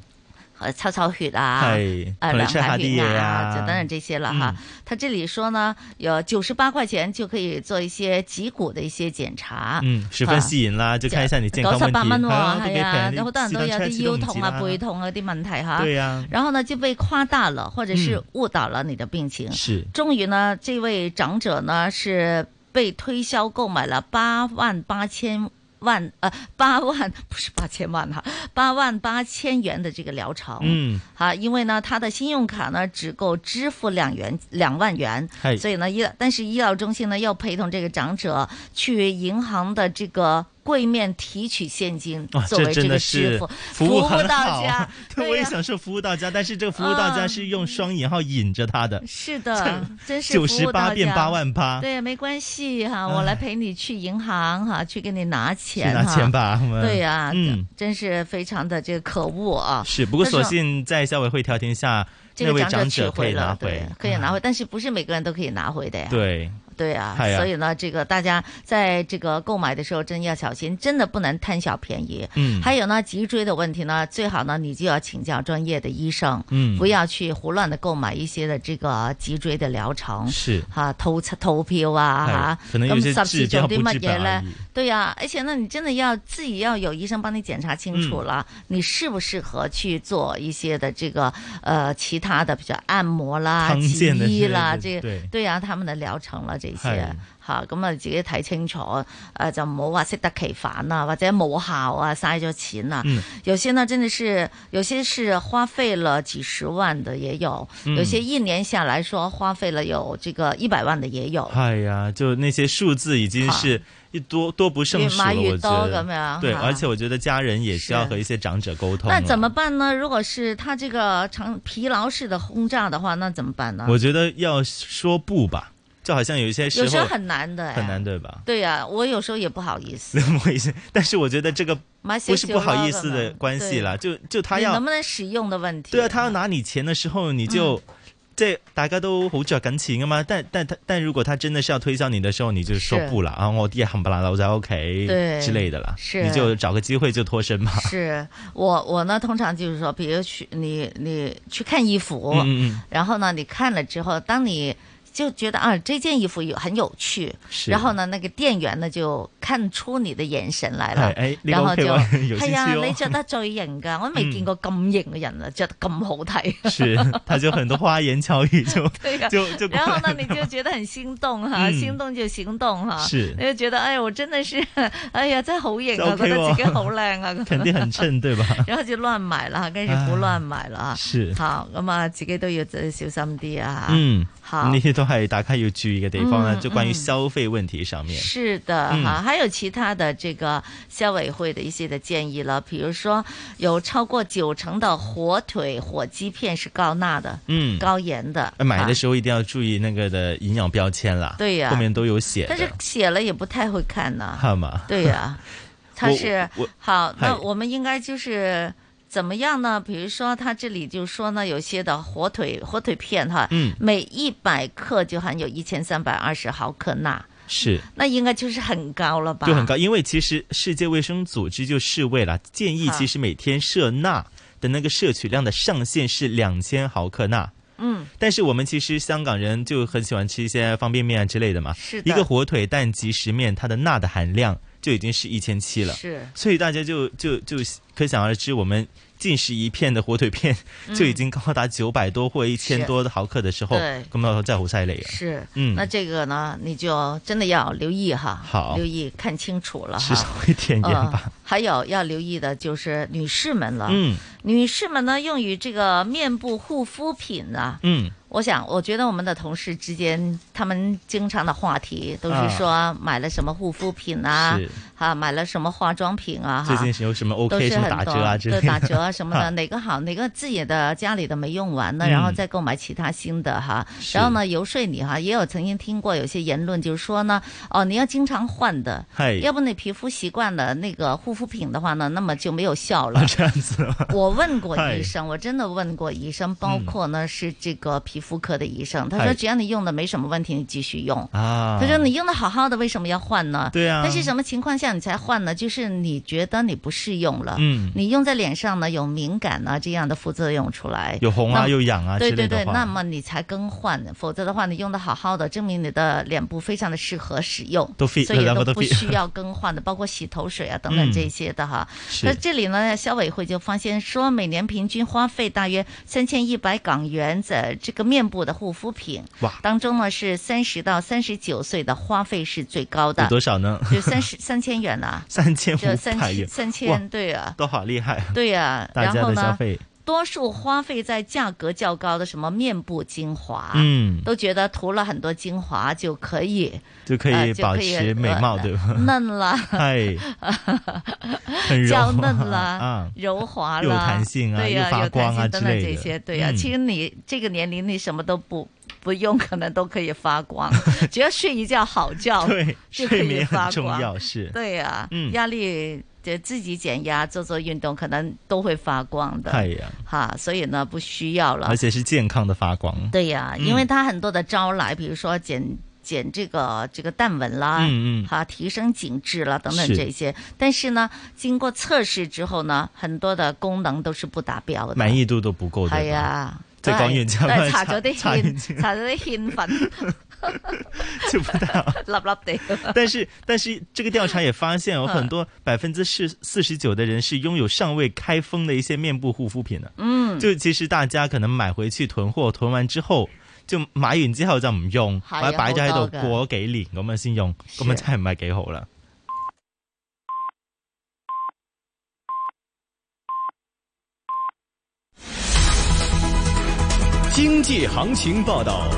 S10: 呃，抽抽血啊，
S11: 系
S10: 呃，
S11: 同你
S10: 量
S11: check 下
S10: 排
S11: 啲
S10: 血
S11: 嘢
S10: 啊，
S11: 啊嗯
S10: 就等等这些了哈。他这里说呢，有九十八块钱就可以做一些脊骨的一些检查，
S11: 嗯，十分吸引啦，就看一下你健康
S10: 九
S11: 问题。
S10: 十八蚊
S11: 係啊
S10: 喎，
S11: 都幾
S10: 係啊，
S11: 平
S10: 有好多人
S11: 是
S10: 都
S11: 但
S10: 有
S11: check 一次
S10: 啲
S11: 都
S10: 腰
S11: 唔止
S10: 痛啊、
S11: 啦
S10: 背痛嗰啲問題哈。
S11: 對啊
S10: 然後呢就被誇大了，或者是
S11: 嗯
S10: 誤導了你的病情。
S11: 是
S10: 终于呢，这位长者呢是被推销购买了八万八千。万呃八万不是八千万哈、八万八千元的这个疗程，
S6: 嗯，
S10: 啊，因为呢他的信用卡呢只够支付两元两万元
S6: 是，
S10: 所以呢医但是医疗中心呢要陪同这个长者去银行的这个柜面提取现金
S11: 哇，
S10: 作为
S11: 真
S10: 个
S11: 的
S10: 师
S11: 是
S10: 傅，
S11: 服
S10: 务
S11: 很
S10: 到
S11: 好。
S10: 家
S11: [LAUGHS] 对，我也想说服务到家，但是这个服务到家是用双引号引着他的。
S10: 嗯是
S11: [LAUGHS]
S10: 的，真是
S11: 九
S10: 服
S11: 十
S10: 务
S11: 八
S10: 到
S11: 变
S10: 家
S11: 八万八
S10: 对，没关系哈，我来陪你去银行哈，去给你拿钱
S11: 拿
S10: 哈
S11: 钱吧我们
S10: 对呀，
S11: 嗯
S10: 真是非常的这个可恶啊。
S11: 是，不过
S10: 但
S11: 所幸在消委会调停下，
S10: 这
S11: 那
S10: 个
S11: 位
S10: 长
S11: 长
S10: 取
S11: 者可以
S10: 回
S11: 拿
S10: 了，
S11: 回
S10: 对，。可以拿回，但是不是每个人都可以拿回的呀？。
S11: 对，
S10: 对啊，
S11: 系啊
S10: 所以呢，这个大家在这个购买的时候真要小心，真的不能贪小便宜。
S6: 嗯
S10: 还有呢，脊椎的问题呢，最好呢你就要请教专业的医生，
S6: 嗯
S10: 不要去胡乱的购买一些的这个脊椎的疗程，
S6: 是
S10: 哈，投投票啊，
S6: 系
S10: 吓，
S6: 可能有些
S10: 咁
S6: 治
S10: 十時做啲
S6: 標不
S10: 乜
S6: 治
S10: 嘢
S6: 本而
S10: 咧
S6: 已？
S10: 对呀、而且呢，你真的要自己要有医生帮你检查清
S6: 嗯
S10: 楚了，你适不适合去做一些的这个呃其他的，比如按摩啦、
S6: 康
S10: 脊
S6: 健的
S10: 医
S6: 之
S10: 啦，
S6: 類
S10: 这
S6: 嘅
S10: 個
S6: 對
S10: 對啊，他們嘅療程啦，這
S6: 係
S10: 些嚇，咁啊自己睇清楚，誒、就唔好話適得其反啊，或者冇效啊，嘥咗錢啊。
S6: 嗯
S10: 有些呢真的是，有些是花費了幾十萬的也有，
S11: 嗯
S10: 有些一年下來說花費了有這個一百萬的也有。
S11: 哎呀，就那些数字已经是一多多不胜
S10: 越
S11: 数
S10: 买
S11: 了，
S10: 越
S11: 我觉
S10: 多
S11: 得
S10: 咁样
S11: 对，
S10: 哈
S11: 而且我觉得家人也需要
S10: 是
S11: 和一些长者沟通啊了。
S10: 那怎么办呢？如果是他这个长疲劳式的轰炸的话，那怎么办呢？
S11: 我觉得要说不吧，就好像有一些时
S10: 有
S11: 候
S10: 时候很难的、哎，
S11: 很难，对吧？ [LAUGHS]
S10: 对呀、我有时候也不好意思。
S11: 那么一些，但是我觉得这个
S10: 买
S11: 不
S10: 小
S11: 是
S10: 小
S11: 不好
S10: 包
S11: 意
S10: 的
S11: 思
S10: 嘛
S11: 的关系
S10: 对
S11: 啦，就就他
S10: 你
S11: 要
S10: 能不能使用的问题。
S11: 对啊，他要拿你钱的时候，你就、
S10: 嗯
S11: 这大家都好着紧钱噶嘛，但但他但如果他真的是要推销你的时候，你就说
S10: 是
S11: 不了啊，我爹冚巴拉我在 OK
S10: 对
S11: 之类的啦，
S10: 是
S11: 你就找个机会就脱身 [LAUGHS] 吧。
S10: 是我我呢，通常就是说，比如去你你去看衣服，
S11: 嗯嗯嗯
S10: 然后呢，你看了之后，当你就觉得啊，这件衣服有很有趣，
S11: 是
S10: 然后呢，那个店员呢就看出你的眼神来了，
S11: 哎哎呢個
S10: 然后就
S11: OK [LAUGHS] 喎有
S10: 哎
S11: 興
S10: 呀，
S11: 趣哦嗯
S10: 你着得最型噶，我都未見過咁型嘅人啊，着得咁好睇。
S11: 是，他就很多花言巧语就，
S10: [LAUGHS] 对呀、
S11: 就就过
S10: 啊然后
S11: 来
S10: 呢，
S11: 了
S10: 你就觉得很心动哈，
S11: 嗯
S10: 心动就行动哈，
S11: 是
S10: 你就觉得哎呀，我真的是， [LAUGHS] 哎呀，真係好型
S11: 真
S10: 啊，
S11: OK
S10: 覺得自己
S11: 喎
S10: 好
S11: [LAUGHS]
S10: 靚啊，咁
S11: [LAUGHS]
S10: 樣
S11: 肯定很襯對吧 [LAUGHS]
S10: 然後就亂買啦，跟住好亂買啦，
S11: 是
S10: 好咁啊，自己都要小心啲 [LAUGHS] 啊，
S11: 嗯，
S10: 好
S11: 呢。啲都系大家要注意嘅地方啦，
S10: 嗯
S11: 就关于
S10: 嗯
S11: 消费问题上面。
S10: 是的
S11: 嗯
S10: 哈，还有其他的这个消委会的一些的建议了，比如说有超过九成的火腿、火鸡片是高钠的，
S11: 嗯
S10: 高盐的，
S11: 买的
S10: 啊
S11: 时候一定要注意那个的营养标签啦，
S10: 对呀
S11: 后面都有写
S10: 但是
S11: 的，
S10: 写了也不太会看呐、
S11: 好 [LAUGHS] 吗？
S10: 对呀、它
S11: 我
S10: 是
S11: 我
S10: 好，
S11: 嗨
S10: 那我们应该就是怎么样呢？比如说，它这里就说呢，有些的火腿火腿片哈，
S6: 嗯
S10: 每一百克就含有一千三百二十毫克钠，
S11: 是。
S10: 那应该就是很高了吧？
S11: 就很高，因为其实世界卫生组织就世卫了，建议
S10: 啊
S11: 其实每天摄钠的那个摄取量的上限是两千毫克钠。
S10: 嗯，
S11: 但是我们其实香港人就很喜欢吃一些方便面啊之类的嘛，
S10: 是的
S11: 一个火腿蛋即食面，它的钠的含量就已经是一千七了，
S10: 是
S11: 所以大家就就就可想而知，我们进食一片的火腿片
S10: 嗯
S11: 就已经高达九百多或一千多的毫克的时候，
S10: 对
S11: 咁啊真係好犀利啊！
S10: 是，
S11: 嗯
S10: 那这个呢，你就真的要留意哈，
S11: 好
S10: 留意看清楚了
S11: 吃
S10: 啊哈
S11: 少。一点盐吧。
S10: 嗯还有要留意的就是女士们了，
S11: 嗯，
S10: 女士们呢用于这个面部护肤品呢，
S11: 嗯，
S10: 我想，我觉得我们的同事之间，他们经常的话题都是说买了什么护肤品啊
S11: 啊是，
S10: 哈、买了什么化妆品啊，哈
S11: 最，近是有什么
S10: 都
S11: OK
S10: 是
S11: 什么
S10: 很
S11: 打折
S10: 多
S11: 啊之类
S10: 对
S11: 的，
S10: 打
S11: [LAUGHS]
S10: 折啊什么的，
S11: 哈
S10: 哪个好，哪个自己的家里的没用完呢，
S11: 嗯
S10: 然后再购买其他新的哈。
S11: 是
S10: 然后呢，游说你哈，也有曾经听过有些言论就是说呢，哦，你要经常换的
S11: 嗨，
S10: 要不你皮肤习惯了那个护肤品的话呢，那么就没有效了。
S11: 啊这样子
S10: [LAUGHS]
S11: 吗？
S10: 我问过
S11: 嗨嗯
S10: 医生，我真的问过医生，包括呢是这个皮肤科的医生，他说
S11: 嗨
S10: 只要你用的没什么问题，你继续用。
S11: 啊，
S10: 他说你用的好好的，为什么要换呢？
S11: 对啊
S10: 但是什么情况下你才换呢？就是你觉得你不适用了，
S11: 嗯
S10: 你用在脸上呢有敏感啊这样的副作用出来，
S11: 有红啊
S10: 那
S11: 有痒啊
S10: 对
S11: 之
S10: 对
S11: 类的
S10: 对，
S11: 话
S10: 那么你才更换，否则的话你用的好好的，证明你的脸部非常的适合使用，
S11: 都 fit，
S10: 所以
S11: 两个
S10: 都
S11: 都
S10: 不
S11: fit
S10: 需要更换的，包括洗头水啊等等
S11: 嗯
S10: 这些的哈。
S11: 是
S10: 那这里呢，消委会就发现说，每年平均花费大约三千一百港元在这个面部的护肤品，
S11: 哇，
S10: 当中呢是三十到三十九岁的花费是最高的，
S11: 有多少呢
S10: 就三十三千元呐、
S11: [LAUGHS]
S10: 啊，
S11: 三千
S10: 就
S11: 五
S10: 三
S11: 百元，
S10: 三
S11: 哇
S10: 千，对啊，
S11: 都好厉害，
S10: 对啊，
S11: 大
S10: 然
S11: 家
S10: 后
S11: 的
S10: 呢
S11: 消费
S10: 多数花费在价格较高的什么面部精华，
S11: 嗯
S10: 都觉得涂了很多精华就可以，
S11: 就可
S10: 呃
S11: 以保持美貌，对吧？
S10: 嫩了， [LAUGHS]
S11: 哎， [LAUGHS] 很柔
S10: 娇嫩了，
S11: 啊，
S10: 柔滑了，
S11: 又有弹性啊
S10: 对呀、
S11: 又发光啊
S10: 有弹性等等
S11: 之类
S10: 这
S11: 的
S10: 些，对呀、
S11: 嗯
S10: 其实你这个年龄，你什么都不不用，可能都可以发
S11: [LAUGHS]
S10: 光，只要睡一觉好觉，
S11: 对，
S10: 就可
S11: 睡
S10: 以
S11: 眠
S10: 发
S11: 很重
S10: 光，
S11: 要，是，
S10: 对呀、
S11: 嗯
S10: 压力就自己减压，做做运动，可能都会发光的，
S11: 哎呀，
S10: 哈，所以呢，不需要了
S11: 而。且是健康的发光，
S10: 对呀、
S11: 嗯
S10: 因为它很多的招来，比如说减减这个这个淡纹啦，
S11: 嗯嗯
S10: 哈，提升紧致啦等等
S11: 是
S10: 这些。但是呢，经过测试之后呢，很多的功能都是不达标的。
S11: 满意度都不够的，
S10: 係啊，
S11: 即係講完之後
S10: 都係搽咗
S11: 搽
S10: 啲
S11: 搽完
S10: 芡，搽咗啲芡粉，粒粒地。
S11: [LAUGHS] 但是，但是这个调查也发现，有哦很多百分之四四十九的人是拥有尚未开封的一些面部护肤品的。
S10: 嗯
S11: 就其实大家可能买回去囤货，囤完之後就買完之後就唔用，
S10: 係啊
S11: 或者擺咗喺
S10: 好
S11: 度
S10: 多㗎
S11: 過幾年咁樣先用，咁
S10: 是
S11: 樣真係唔係幾好啦。
S9: 经济行情报道。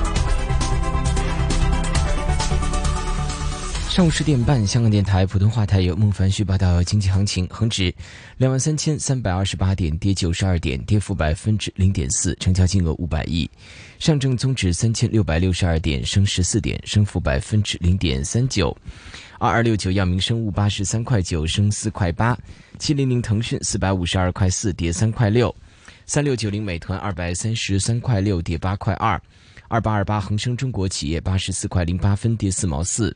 S14: 上午十点半，香港电台普通话台由孟凡旭报道经济行情。恒指两万三千三百二十八点，跌九十二点，跌幅百分之零点四，成交金额五百亿。上证综指三千六百六十二点，升十四点，升幅百分之零点三九。二二六九药明生物八十三块九，升四块八。七零零腾讯四百五十二块四，跌三块六。三六九零美团二百三十三块六，跌八块二。二八二八恒生中国企业八十四块零八分，跌四毛四。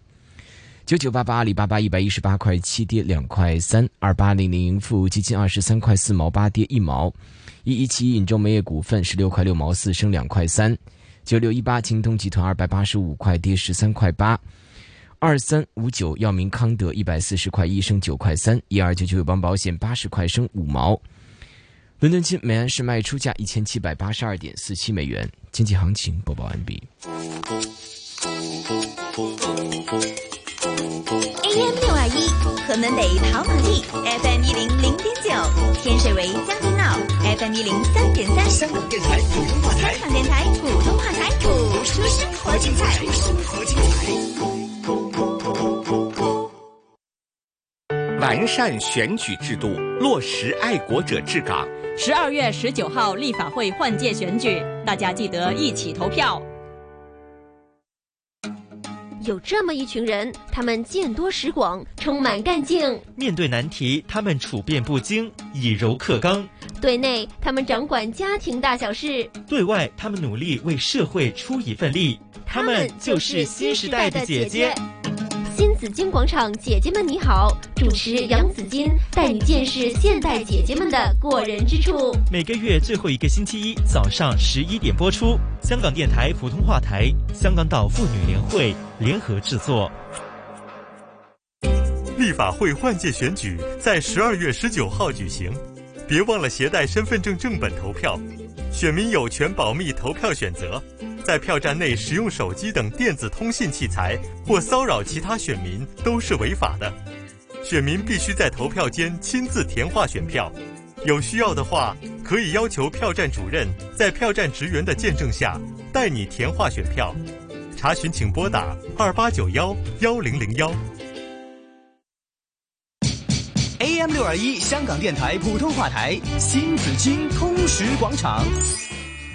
S14: 九九八八阿里巴巴一百一十八块七跌两块三，二八零零盈富基金二十三块四毛八跌一毛，一一七一尹州煤业股份十六块六毛四升两块三，九六一八京东集团二百八十五块跌十三块八。二三五九药明康德一百四十块一升九块三，一二九九友邦保险八十块升五毛。伦敦金每安士卖出价一千七百八十二点四七美元。经济行情播报完毕。
S1: AM 六二一，河门北跑马地，FM 一零零点九，天水围将军澳，FM 一零三点三。香港电台普通话台，香港电台普通话台，播出生活精彩，生活精彩。
S3: 完善选举制度，落实爱国者治港。
S4: 十二月十九号立法会换届选举，大家记得一起投票。
S21: 有这么一群人，他们见多识广，充满干劲。
S11: 面对难题，他们处变不惊，以柔克刚；
S21: 对内，他们掌管家庭大小事；
S11: 对外，他们努力为社会出一份力。他们就是新时代的姐姐。
S21: 新紫金广场，姐姐们你好，主持杨紫金带你见识现代姐姐们的过人之处。
S11: 每个月最后一个星期一早上十一点播出，香港电台普通话台、香港岛妇女联会联合制作。
S20: 立法会换届选举在十二月十九号举行，别忘了携带身份证正本投票。选民有权保密投票选择，在票站内使用手机等电子通信器材或骚扰其他选民都是违法的。选民必须在投票间亲自填话选票，有需要的话可以要求票站主任在票站职员的见证下带你填话选票。查询请拨打二八九幺幺零零幺。
S9: AM 六二一香港电台普通话台新紫金通识广场。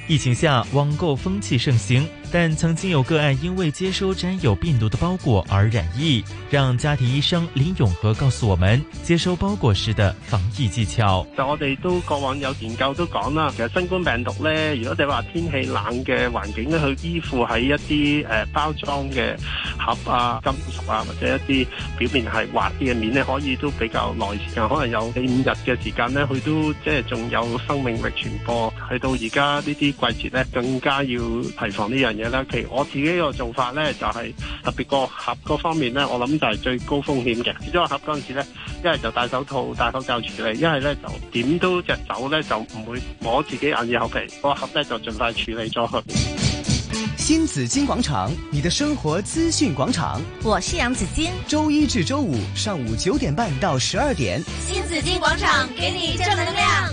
S11: 疫情下，网购风气盛行，但曾经有个案因为接收沾有病毒的包裹而染疫，让家庭医生林永和告诉我们接收包裹时的防疫技巧。
S22: 就我哋都過往有研究都講啦，其實新冠病毒咧，如果你話天氣冷嘅環境咧，佢依附喺一啲誒、呃包裝嘅盒啊、金屬啊，或者一啲表面係滑啲嘅面咧，可以都比較耐時間，可能有四五日嘅時間咧，佢都即係仲有生命力傳播。去到而家呢啲季節咧，更加要提防呢樣嘢啦。其實我自己個做法咧，就係、特別個盒嗰方面咧，我諗就係最高風險嘅。始終盒嗰陣時咧，一係就戴手套、戴口罩處理，一係咧就點都隻手咧就唔會摸自己眼耳口鼻，個盒咧就盡快處理咗佢。
S9: 新紫金广场，你的生活资讯广场。
S10: 我是杨子金。
S9: 周一至周五上午九点半到十二点，
S1: 新紫金广场给你正能量。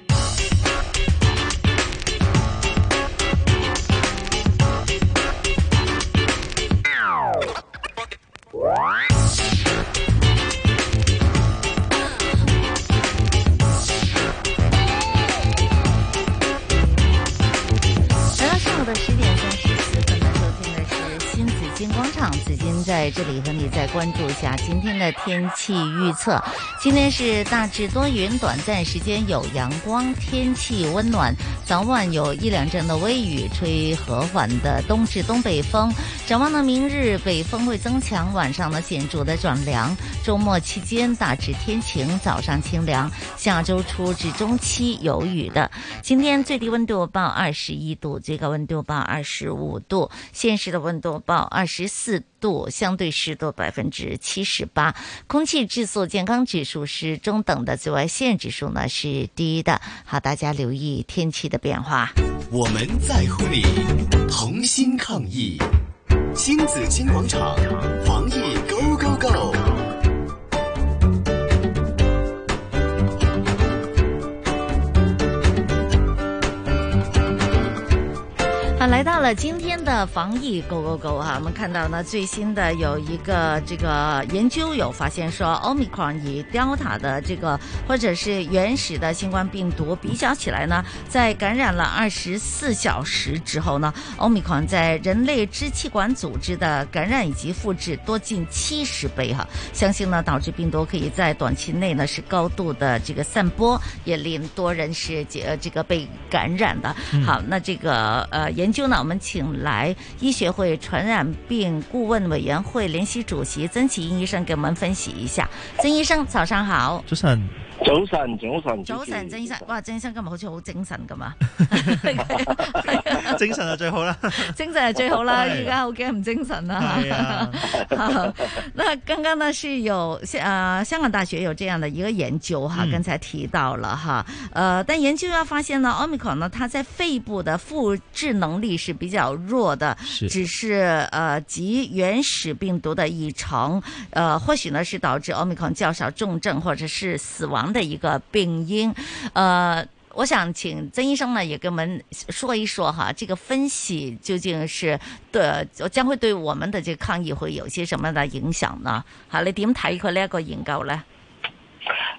S10: 来到上午的十点三十四分呢，收听的是新紫金广场，紫金在这里和你再关注一下今天的天气预测。今天是大致多云，短暂时间有阳光，天气温暖，早晚有一两阵的微雨，吹和缓的东至东北风。展望呢，明日北风会增强，晚上呢显著的转凉。周末期间大致天晴，早上清凉。下周初至中期有雨的。今天最低温度报二十一度，最高温度报二十五度，现实的温度报二十四度，相对湿度百分之七十八。空气质素健康指数是中等的，紫外线指数呢是低的。好，大家留意天气的变化。
S5: 我们在乎你，同心抗疫。新紫金广场，防疫 Go Go Go！
S10: 好，啊来到了今天的防疫 Go Go Go 哈、我们看到呢最新的有一个这个研究有发现说，Omicron 与 Delta 的这个或者是原始的新冠病毒比较起来呢，在感染了二十四小时之后呢，Omicron 在人类支气管组织的感染以及复制多近七十倍哈、相信呢导致病毒可以在短期内呢是高度的这个散播，也令多人是这呃这个被感染的。
S12: 嗯
S10: 好，那这个呃研究呢，我们请来医学会传染病顾问委员会联席主席曾启英医生给我们分析一下。曾医生，早上好。
S11: 早晨，
S15: 早晨，早晨，
S10: 早晨，曾醫生，哇，曾醫生今日好似好精神咁啊！
S11: 精神就最好啦。 [LAUGHS]
S10: 精神係最好啦，
S11: 係啊
S10: 而家好驚唔精神
S11: 係啊
S10: 啦。 [LAUGHS] 好那刚刚呢是有香呃香港大学有这样的一个研究哈，
S12: 嗯
S10: 刚才提到了哈，呃，但研究要发现呢，omicron 呢它在肺部的复制能力是比较弱的，
S12: 是
S10: 只是呃及原始病毒的一成，呃，或许呢是导致 omicron 较少重症或者是死亡的一个病因，呃。我想请曾医生呢，也跟我们说一说哈，这个分析究竟是对呃将会对我们的这个抗疫会有些什么样的影响呢？吓，你點睇佢呢一個研究呢？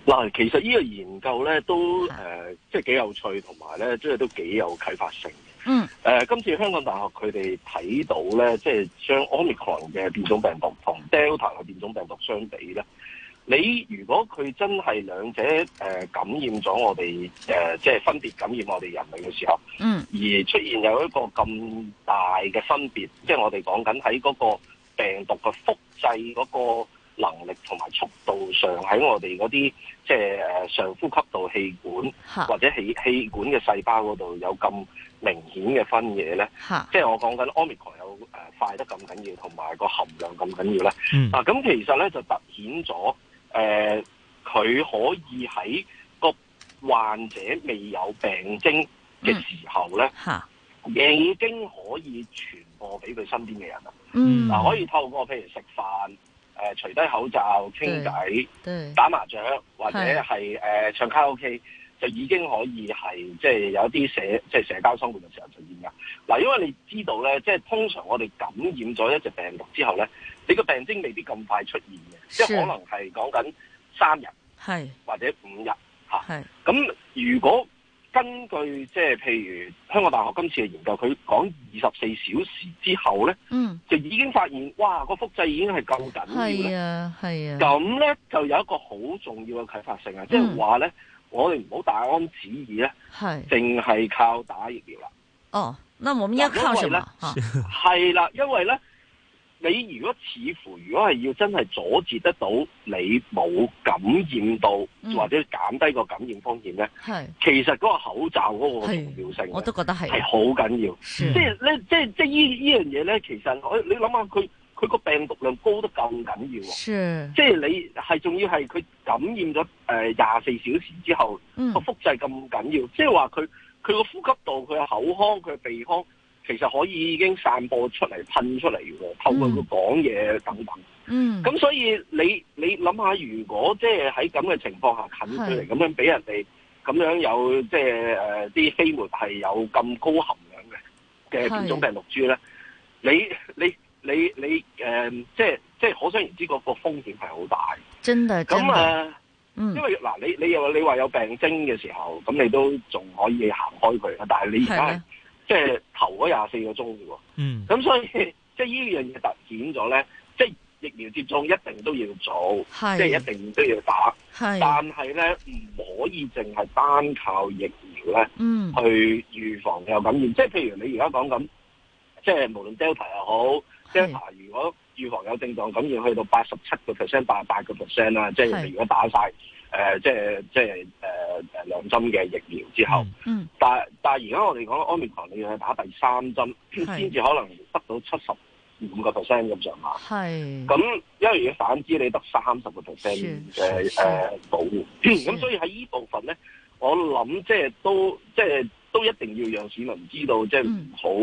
S15: 嗱，其實呢個研究咧都誒、
S14: 啊
S15: 呃即係幾有趣，同埋咧，即係都幾有啟發性。
S10: [LAUGHS] 嗯，
S15: 誒、今次香港大學佢哋睇到咧，即係將 Omicron 嘅變種病毒同 Delta 嘅變種病毒相比咧，你如果佢真係兩者誒、呃感染咗我哋誒、呃即係分別感染我哋人類嘅時候，
S10: 嗯
S15: 而出現有一個咁大嘅分別，即係我哋講緊喺嗰個病毒嘅複製嗰個能力同埋速度上，喺我哋嗰啲即係誒上呼吸道氣
S10: 嚇
S15: 管或者氣氣管嘅細胞嗰度有咁明顯嘅分野咧
S10: 嚇，
S15: 即係我講緊 omicron 有誒快得咁緊要，同埋個含量咁緊要咧。
S23: 嗯
S15: 啊，咁其實咧就突顯咗誒佢可以喺個患者未有病徵嘅時候咧，
S10: 嚇
S15: 已經可以傳播俾佢身邊嘅人啦。
S10: 嗯
S15: 嗱、可以透過譬如食飯、誒、除低口罩、傾偈、
S10: 對
S15: 打麻雀或者
S10: 係
S15: 係誒、呃唱卡拉 OK，就已經可以係即係有一啲社即係社交生活嘅時候出現㗎。嗱，因為你知道咧，即係通常我哋感染咗一隻病毒之後咧，你個病徵未必咁快出現嘅，即係
S10: 是
S15: 可能係講緊三日
S10: 係
S15: 或者五日嚇。
S10: 係
S15: 咁如果根據即係譬如香港大學今次嘅研究，佢講二十四小時之後咧，
S10: 嗯，
S15: 就已經發現哇個複製已經係咁緊要
S10: 係
S15: 咧。
S10: 啊，係啊，
S15: 咁咧就有一個好重要嘅啟發性啊，即係話咧，我哋唔好大安旨意咧，
S10: 嗯係
S15: 淨係靠打疫苗啦。
S10: 哦，那我們要靠什啊麼？哈，
S15: 係啦，因為咧，你如果似乎如果係要真係阻截得到你冇感染到，
S10: 嗯
S15: 或者減低個感染風險咧，
S10: 係
S15: 其實嗰個口罩嗰個重要性，
S10: 我都覺得係
S15: 係好緊要。即係咧，即係即係呢呢樣嘢咧，其實我你諗下佢。佢個病毒量高得咁緊要喎。
S10: 是
S15: 即係你係仲要係佢感染咗誒廿四小時之後，個、
S10: 嗯
S15: 複製咁緊要，即係話佢佢個呼吸道、佢嘅口腔、佢嘅鼻腔，其實可以已經散播出嚟、噴出嚟嘅喎，透過佢講嘢等等。
S10: 嗯
S15: 咁所以你你諗下，如果即係喺咁嘅情況下近距離
S10: 係
S15: 咁樣俾人哋咁樣有即係誒啲飛沫係有咁高含量嘅嘅
S22: 係
S15: 變種病毒株咧，你你你你誒、呃即係即係可想而知個個風險係好大。
S10: 真的嗯真
S15: 咁啊，
S10: 的，
S15: 呃因為嗱，你你又你話有病徵嘅時候，咁你都仲可以行開佢啦。但係你而家
S10: 係
S15: 係即係頭嗰廿四個鐘啫喎。
S11: 嗯
S15: 咁所以即係呢樣嘢突顯咗咧，即係疫苗接種一定都要做，
S10: 係
S15: 即係一定都要打。
S10: 係
S15: 但係咧唔可以淨係單靠疫苗咧，
S10: 嗯
S15: 去預防有感染。即係譬如你而家講緊，即係無論 Delta 又好，Delta 如果預防有症狀感染，去到八十七個 percent、八十八個 percent 啦，即係
S22: 係
S15: 你如果打晒誒、呃即係即係誒誒兩針嘅疫苗之後。
S10: 嗯
S15: 但但係而家我哋講 Omicron，你要去打第三針
S10: 係
S15: 先至可能得到七十五個 percent 咁上下。
S10: 係
S15: 咁因為如果反之，你得三十個 percent 嘅誒保護。咁所以喺呢部分咧，我諗即係都即係都一定要讓市民知道，
S10: 嗯
S15: 即係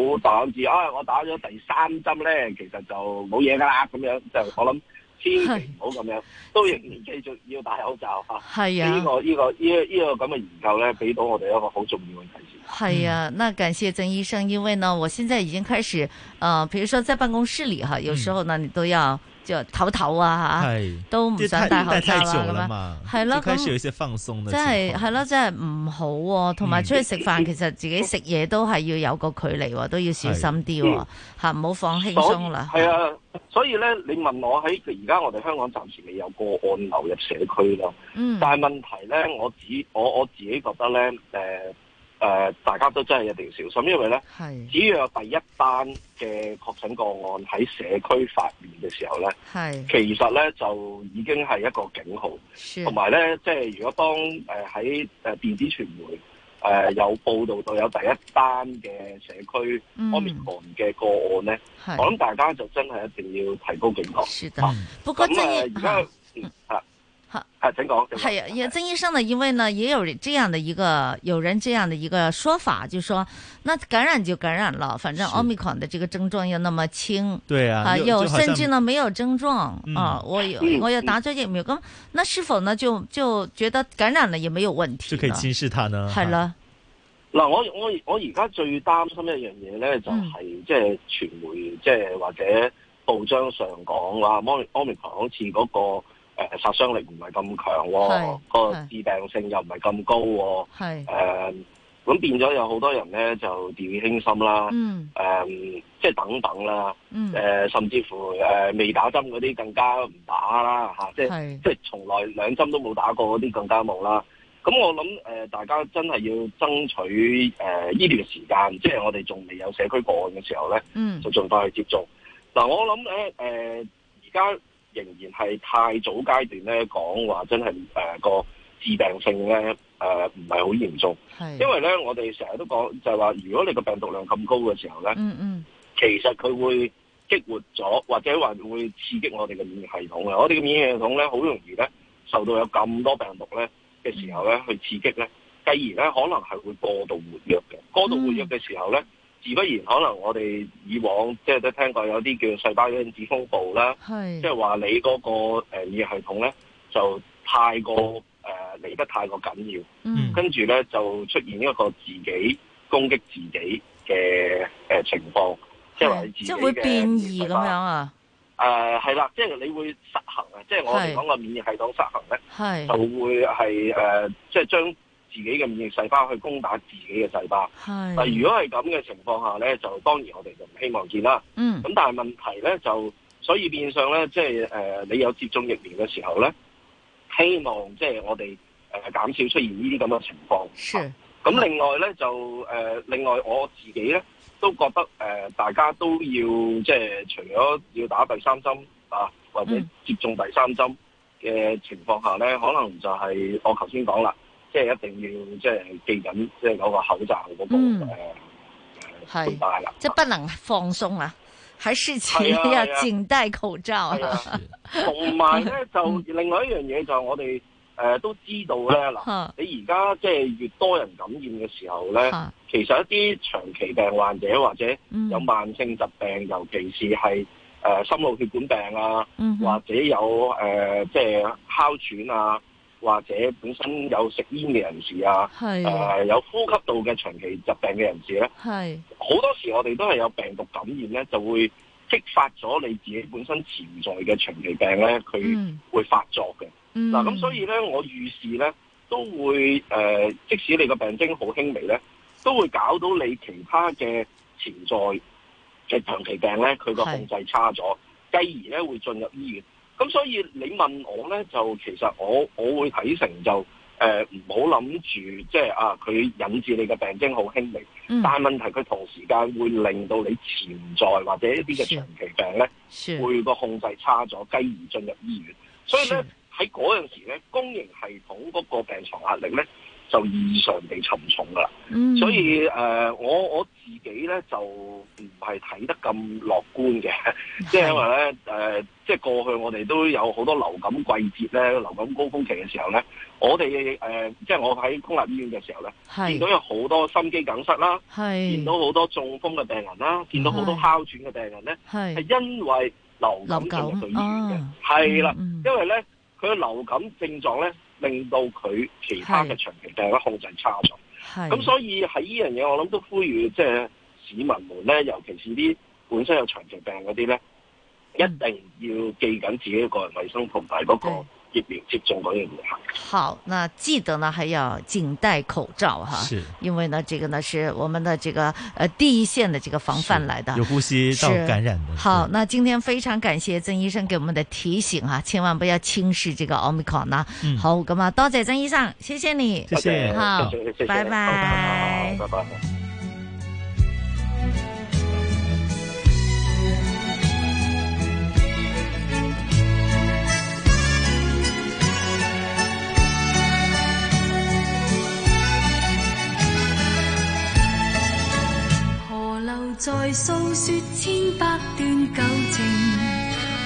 S15: 唔好大膽子啊！我打咗第三針咧，其實就冇嘢㗎啦，咁樣就我諗。千祈唔好咁樣，都仍然繼續要戴口罩嚇。
S10: 係啊
S15: 呢、個呢、個呢、個呢、個咁嘅研究咧，俾到我哋一個好重要嘅提
S11: 嗯
S15: 示。
S10: 哎呀，那感谢曾医生，因为呢，我现在已经开始，呃，比如说在办公室里
S11: 嗯
S10: 哈，有时候呢，你都要就唞唞啊，吓，
S11: 系
S10: 都唔想戴口
S11: 戴
S10: 罩
S11: 哎太
S10: 啦，
S11: 久
S10: 咁
S11: 了
S10: 樣
S11: 嘛，
S10: 係咯，
S11: 就开始有一
S10: 咁
S11: 些放松的
S10: 真
S11: 情嗯
S10: 係
S11: 況
S10: 係咯，真係唔好喎，同埋出去食飯，其實自己食嘢都係要有個距離喎，都要小心啲喎
S15: 嗯，
S10: 吓，唔好放輕鬆啦，
S15: 所以係啊，所以咧，你問我喺而家我哋香港暫時未有個案流入社區啦。
S10: 嗯
S15: 但係問題咧，我只我我自己覺得咧，誒、呃、誒，大家都真係一定要小心，因為咧，
S10: 係
S15: 只要有第一單嘅確診個案喺社區發現嘅時候咧，
S10: 係
S15: 其實咧就已經係一個警號，
S10: 是
S15: 同埋咧，即係如果當誒喺誒電子傳媒誒、呃有報道到有第一單嘅社區
S10: 嗯
S15: Omicron 嘅個案咧，
S10: 係
S15: 我諗大家就真係一定要提高警覺。
S10: 是的，不過啊
S15: 咁
S10: 曾
S15: 呃
S10: 醫
S15: 而家嗯嚇嚇請講。請講
S10: 还有也啊曾医生呢，因为呢也有这样的一个有人这样的一个说法，就说那感染就感染了，反正 omicron 的这个症状又那么轻，
S11: 对啊
S10: 啊、
S11: 又
S10: 有
S11: 就好像
S10: 甚至呢没有症状、
S11: 嗯
S10: 啊，我有
S11: 嗯
S10: 我有打咗疫苗，咁那是否呢就就觉得感染了也没有问题
S11: 就
S10: 呢？
S11: 可以轻视它呢。
S10: 系啦，
S15: 嗱，我我我而家最擔心一樣嘢咧，就
S22: 嗯
S15: 係即係傳媒，即係或者報章上講話，Omi- Omicron 好似嗰個誒殺傷力唔係咁強
S22: 係
S15: 喎，個
S22: 係
S15: 致病性又唔係咁高喎，
S22: 係
S15: 誒咁變咗有好多人咧就掉以輕心啦，
S22: 嗯
S15: 誒即係等等啦，
S22: 嗯
S15: 誒甚至乎誒未打針嗰啲更加唔打啦嚇，即係
S22: 係
S15: 即係從來兩針都冇打過嗰啲更加冇啦。咁我諗誒、呃大家真係要爭取誒、呃、醫療時間，即係我哋仲未有社區個案嘅時候咧，
S22: 嗯
S15: 就盡快去接種。嗱、我諗咧誒，而家仍然係太早階段咧講話，真係誒、呃、個致病性咧誒唔係好嚴重，因為咧我哋成日都講就係話，如果你個病毒量咁高嘅時候咧，
S10: 嗯嗯，
S15: 其實佢會激活咗，或者話會刺激我哋嘅免疫系統嘅。我哋嘅免疫系統咧，好容易咧受到有咁多病毒咧嘅時候咧去
S10: 嗯
S15: 刺激咧，繼而咧可能係會過度活躍嘅。過度活
S10: 嗯
S15: 躍嘅時候咧，自不然可能我哋以往即係都聽過有啲叫細胞因子風暴啦，
S10: 係
S15: 即係話你嗰個呃免疫系統咧就太過誒嚟得太過緊要。
S10: 嗯
S15: 跟住咧就出現一個自己攻擊自己嘅誒、呃情況，即係話你自
S10: 即
S15: 己
S10: 系会
S15: 嘅
S10: 变异咁样啊，
S15: 誒係啦，即係你會失衡啊！即係我哋
S10: 係
S15: 講個免疫系統失衡咧，
S10: 係
S15: 就會係誒、呃即係將自己嘅免疫細胞去攻打自己嘅細胞。
S10: 係
S15: 但如果係咁嘅情況下咧，就當然我哋就唔希望見啦。
S10: 嗯
S15: 咁但係問題咧就，所以變相咧，即係誒、呃你有接種疫苗嘅時候咧，希望即係我哋誒、呃、減少出現呢啲咁嘅情況。
S10: 是
S15: 咁另外咧就誒、呃另外我自己咧都覺得誒、呃大家都要即係除咗要打第三針啊，或者接種第三針嘅情況下咧，可能就係我頭先講啦，即係一定要即係記緊即係嗰個口罩嗰、個、
S10: 嗯
S15: 呃
S10: 係
S15: 佩戴啦
S10: 即系不能放松啊。还是请要颈戴口
S15: [LAUGHS]
S10: 罩啊。
S15: 同埋咧就
S10: 嗯
S15: 另外一樣嘢就係我哋誒、呃都知道咧嗱
S10: 嚇，
S15: 你而家即係越多人感染嘅時候咧
S10: 嚇，
S15: 其實一啲長期病患者或者
S10: 嗯
S15: 有慢性疾病，尤其是係誒、呃心腦血管病啊，
S10: 嗯哼
S15: 或者有誒、呃即係哮喘啊。或者本身有食煙嘅人士啊，
S10: 係
S15: 誒、有呼吸道嘅長期疾病嘅人士咧，
S10: 系，
S15: 好多時我哋都係有病毒感染咧，就會激發咗你自己本身潛在嘅長期病咧，佢
S10: 嗯
S15: 會發作嘅。嗱、
S10: 嗯
S15: 咁所以咧，我預示咧都會誒、呃即使你個病徵好輕微咧，都會搞到你其他嘅潛在嘅長期病咧，佢個控制差咗，繼而咧會進入醫院。咁所以你問我咧，就其實我我會睇成就誒唔好諗住即係啊，佢引致你嘅病徵好輕微，
S10: 嗯
S15: 但係問題佢同時間會令到你潛在或者一啲嘅長期病咧，
S10: 是
S15: 會個控制差咗，繼而進入醫院。所以咧喺嗰陣時咧，公營系統嗰個病床壓力咧就異常地沉重噶啦。
S10: 嗯
S15: 所以誒、呃我我自己咧就唔係睇得咁樂
S10: [LAUGHS]
S15: 觀嘅，即係因為咧誒、呃即係過去我哋都有好多流感季節咧，流感高峰期嘅時候咧，我哋誒、呃即係我喺公立醫院嘅時候咧，
S10: 係
S15: 見到有好多心肌梗塞啦，
S10: 係
S15: 見到好多中風嘅病人啦，見到好多
S10: 係
S15: 哮喘嘅病人咧，
S10: 嗯係
S15: 係因為流感
S10: 流
S15: 進
S10: 感
S15: 入到醫院
S10: 啊
S15: 嘅，係啦、因為咧佢嘅流感症狀咧令到佢其他嘅長期病咧控制差咗。
S10: 系，
S15: 咁所以喺呢樣嘢，我諗都呼籲即係市民們咧，尤其是啲本身有長期病嗰啲
S10: 嗯
S15: 咧，一定要記緊自己嘅個人衞生同埋嗰個疫苗接種嗰樣嘢係。
S10: 好，那记得呢还要谨戴口罩哈，
S11: 是
S10: 因为呢这个呢是我们的这个呃第一线的这个防范来的，
S11: 有呼吸道
S10: 是
S11: 感染的
S10: 好，那今天非常感谢曾医生给我们的提醒啊，千万不要轻视这个 omicron 啦、
S11: 嗯
S10: 好，咁啊，多谢曾医生，谢谢你，
S11: 谢谢
S10: 好
S11: 谢谢谢，谢
S10: 拜拜。
S15: 拜拜。
S6: 河流在訴說千百段舊情，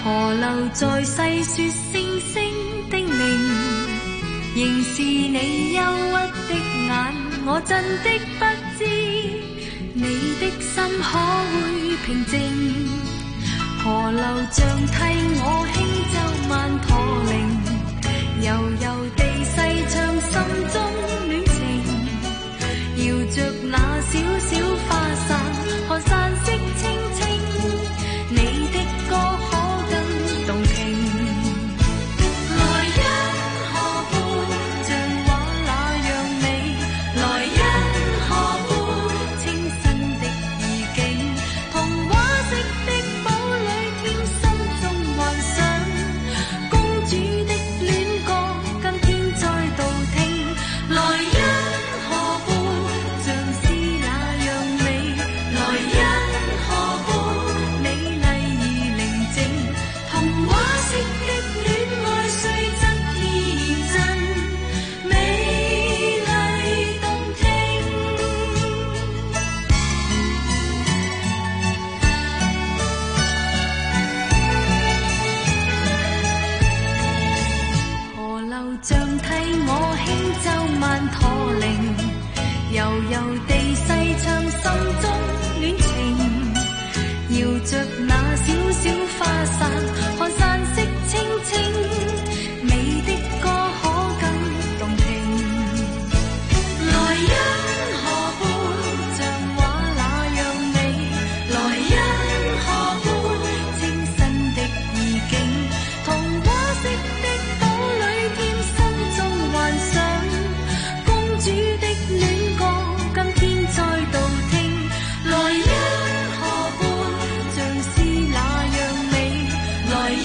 S6: 河流在細說星星的命，仍是你憂鬱的眼，我真的不知你的心可會平靜。河流像替我輕舟慢駝鈴，悠悠地細唱心中戀情。搖着那小小花傘，看山色青青，你的歌可更動聽。來因何故像畫那樣美？來因何故清新的意境？童話式的堡壘添心中幻想。公主的戀歌，今天再度聽，來因何故像詩那樣美？來因何故美麗而寧靜？童話式的戀愛雖則天真，美麗動聽。河流像替我輕舟慢駝鈴，悠悠地細唱心中戀情，搖着那小小花傘，看山色青青，你的歌可更動聽。來因何故像畫那樣美？來因何故清新的意境？童話式的堡壘添心中幻想，公主的戀歌今天再度聽。來因何故像詩那樣美？來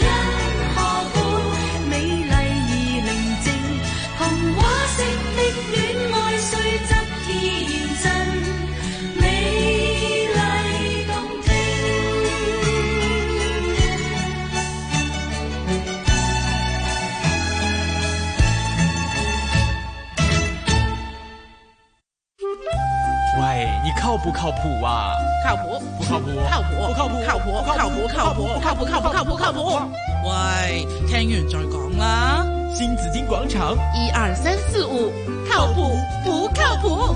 S23: 不靠谱啊？
S13: 靠谱，
S23: 不靠谱，
S13: 靠谱，
S23: 不靠谱，
S13: 靠谱，靠谱，靠谱，靠谱，靠谱，靠谱，靠谱。喂，聽完再講啦。
S23: 新紫金广场，
S13: 一二三四五，靠譜不靠譜？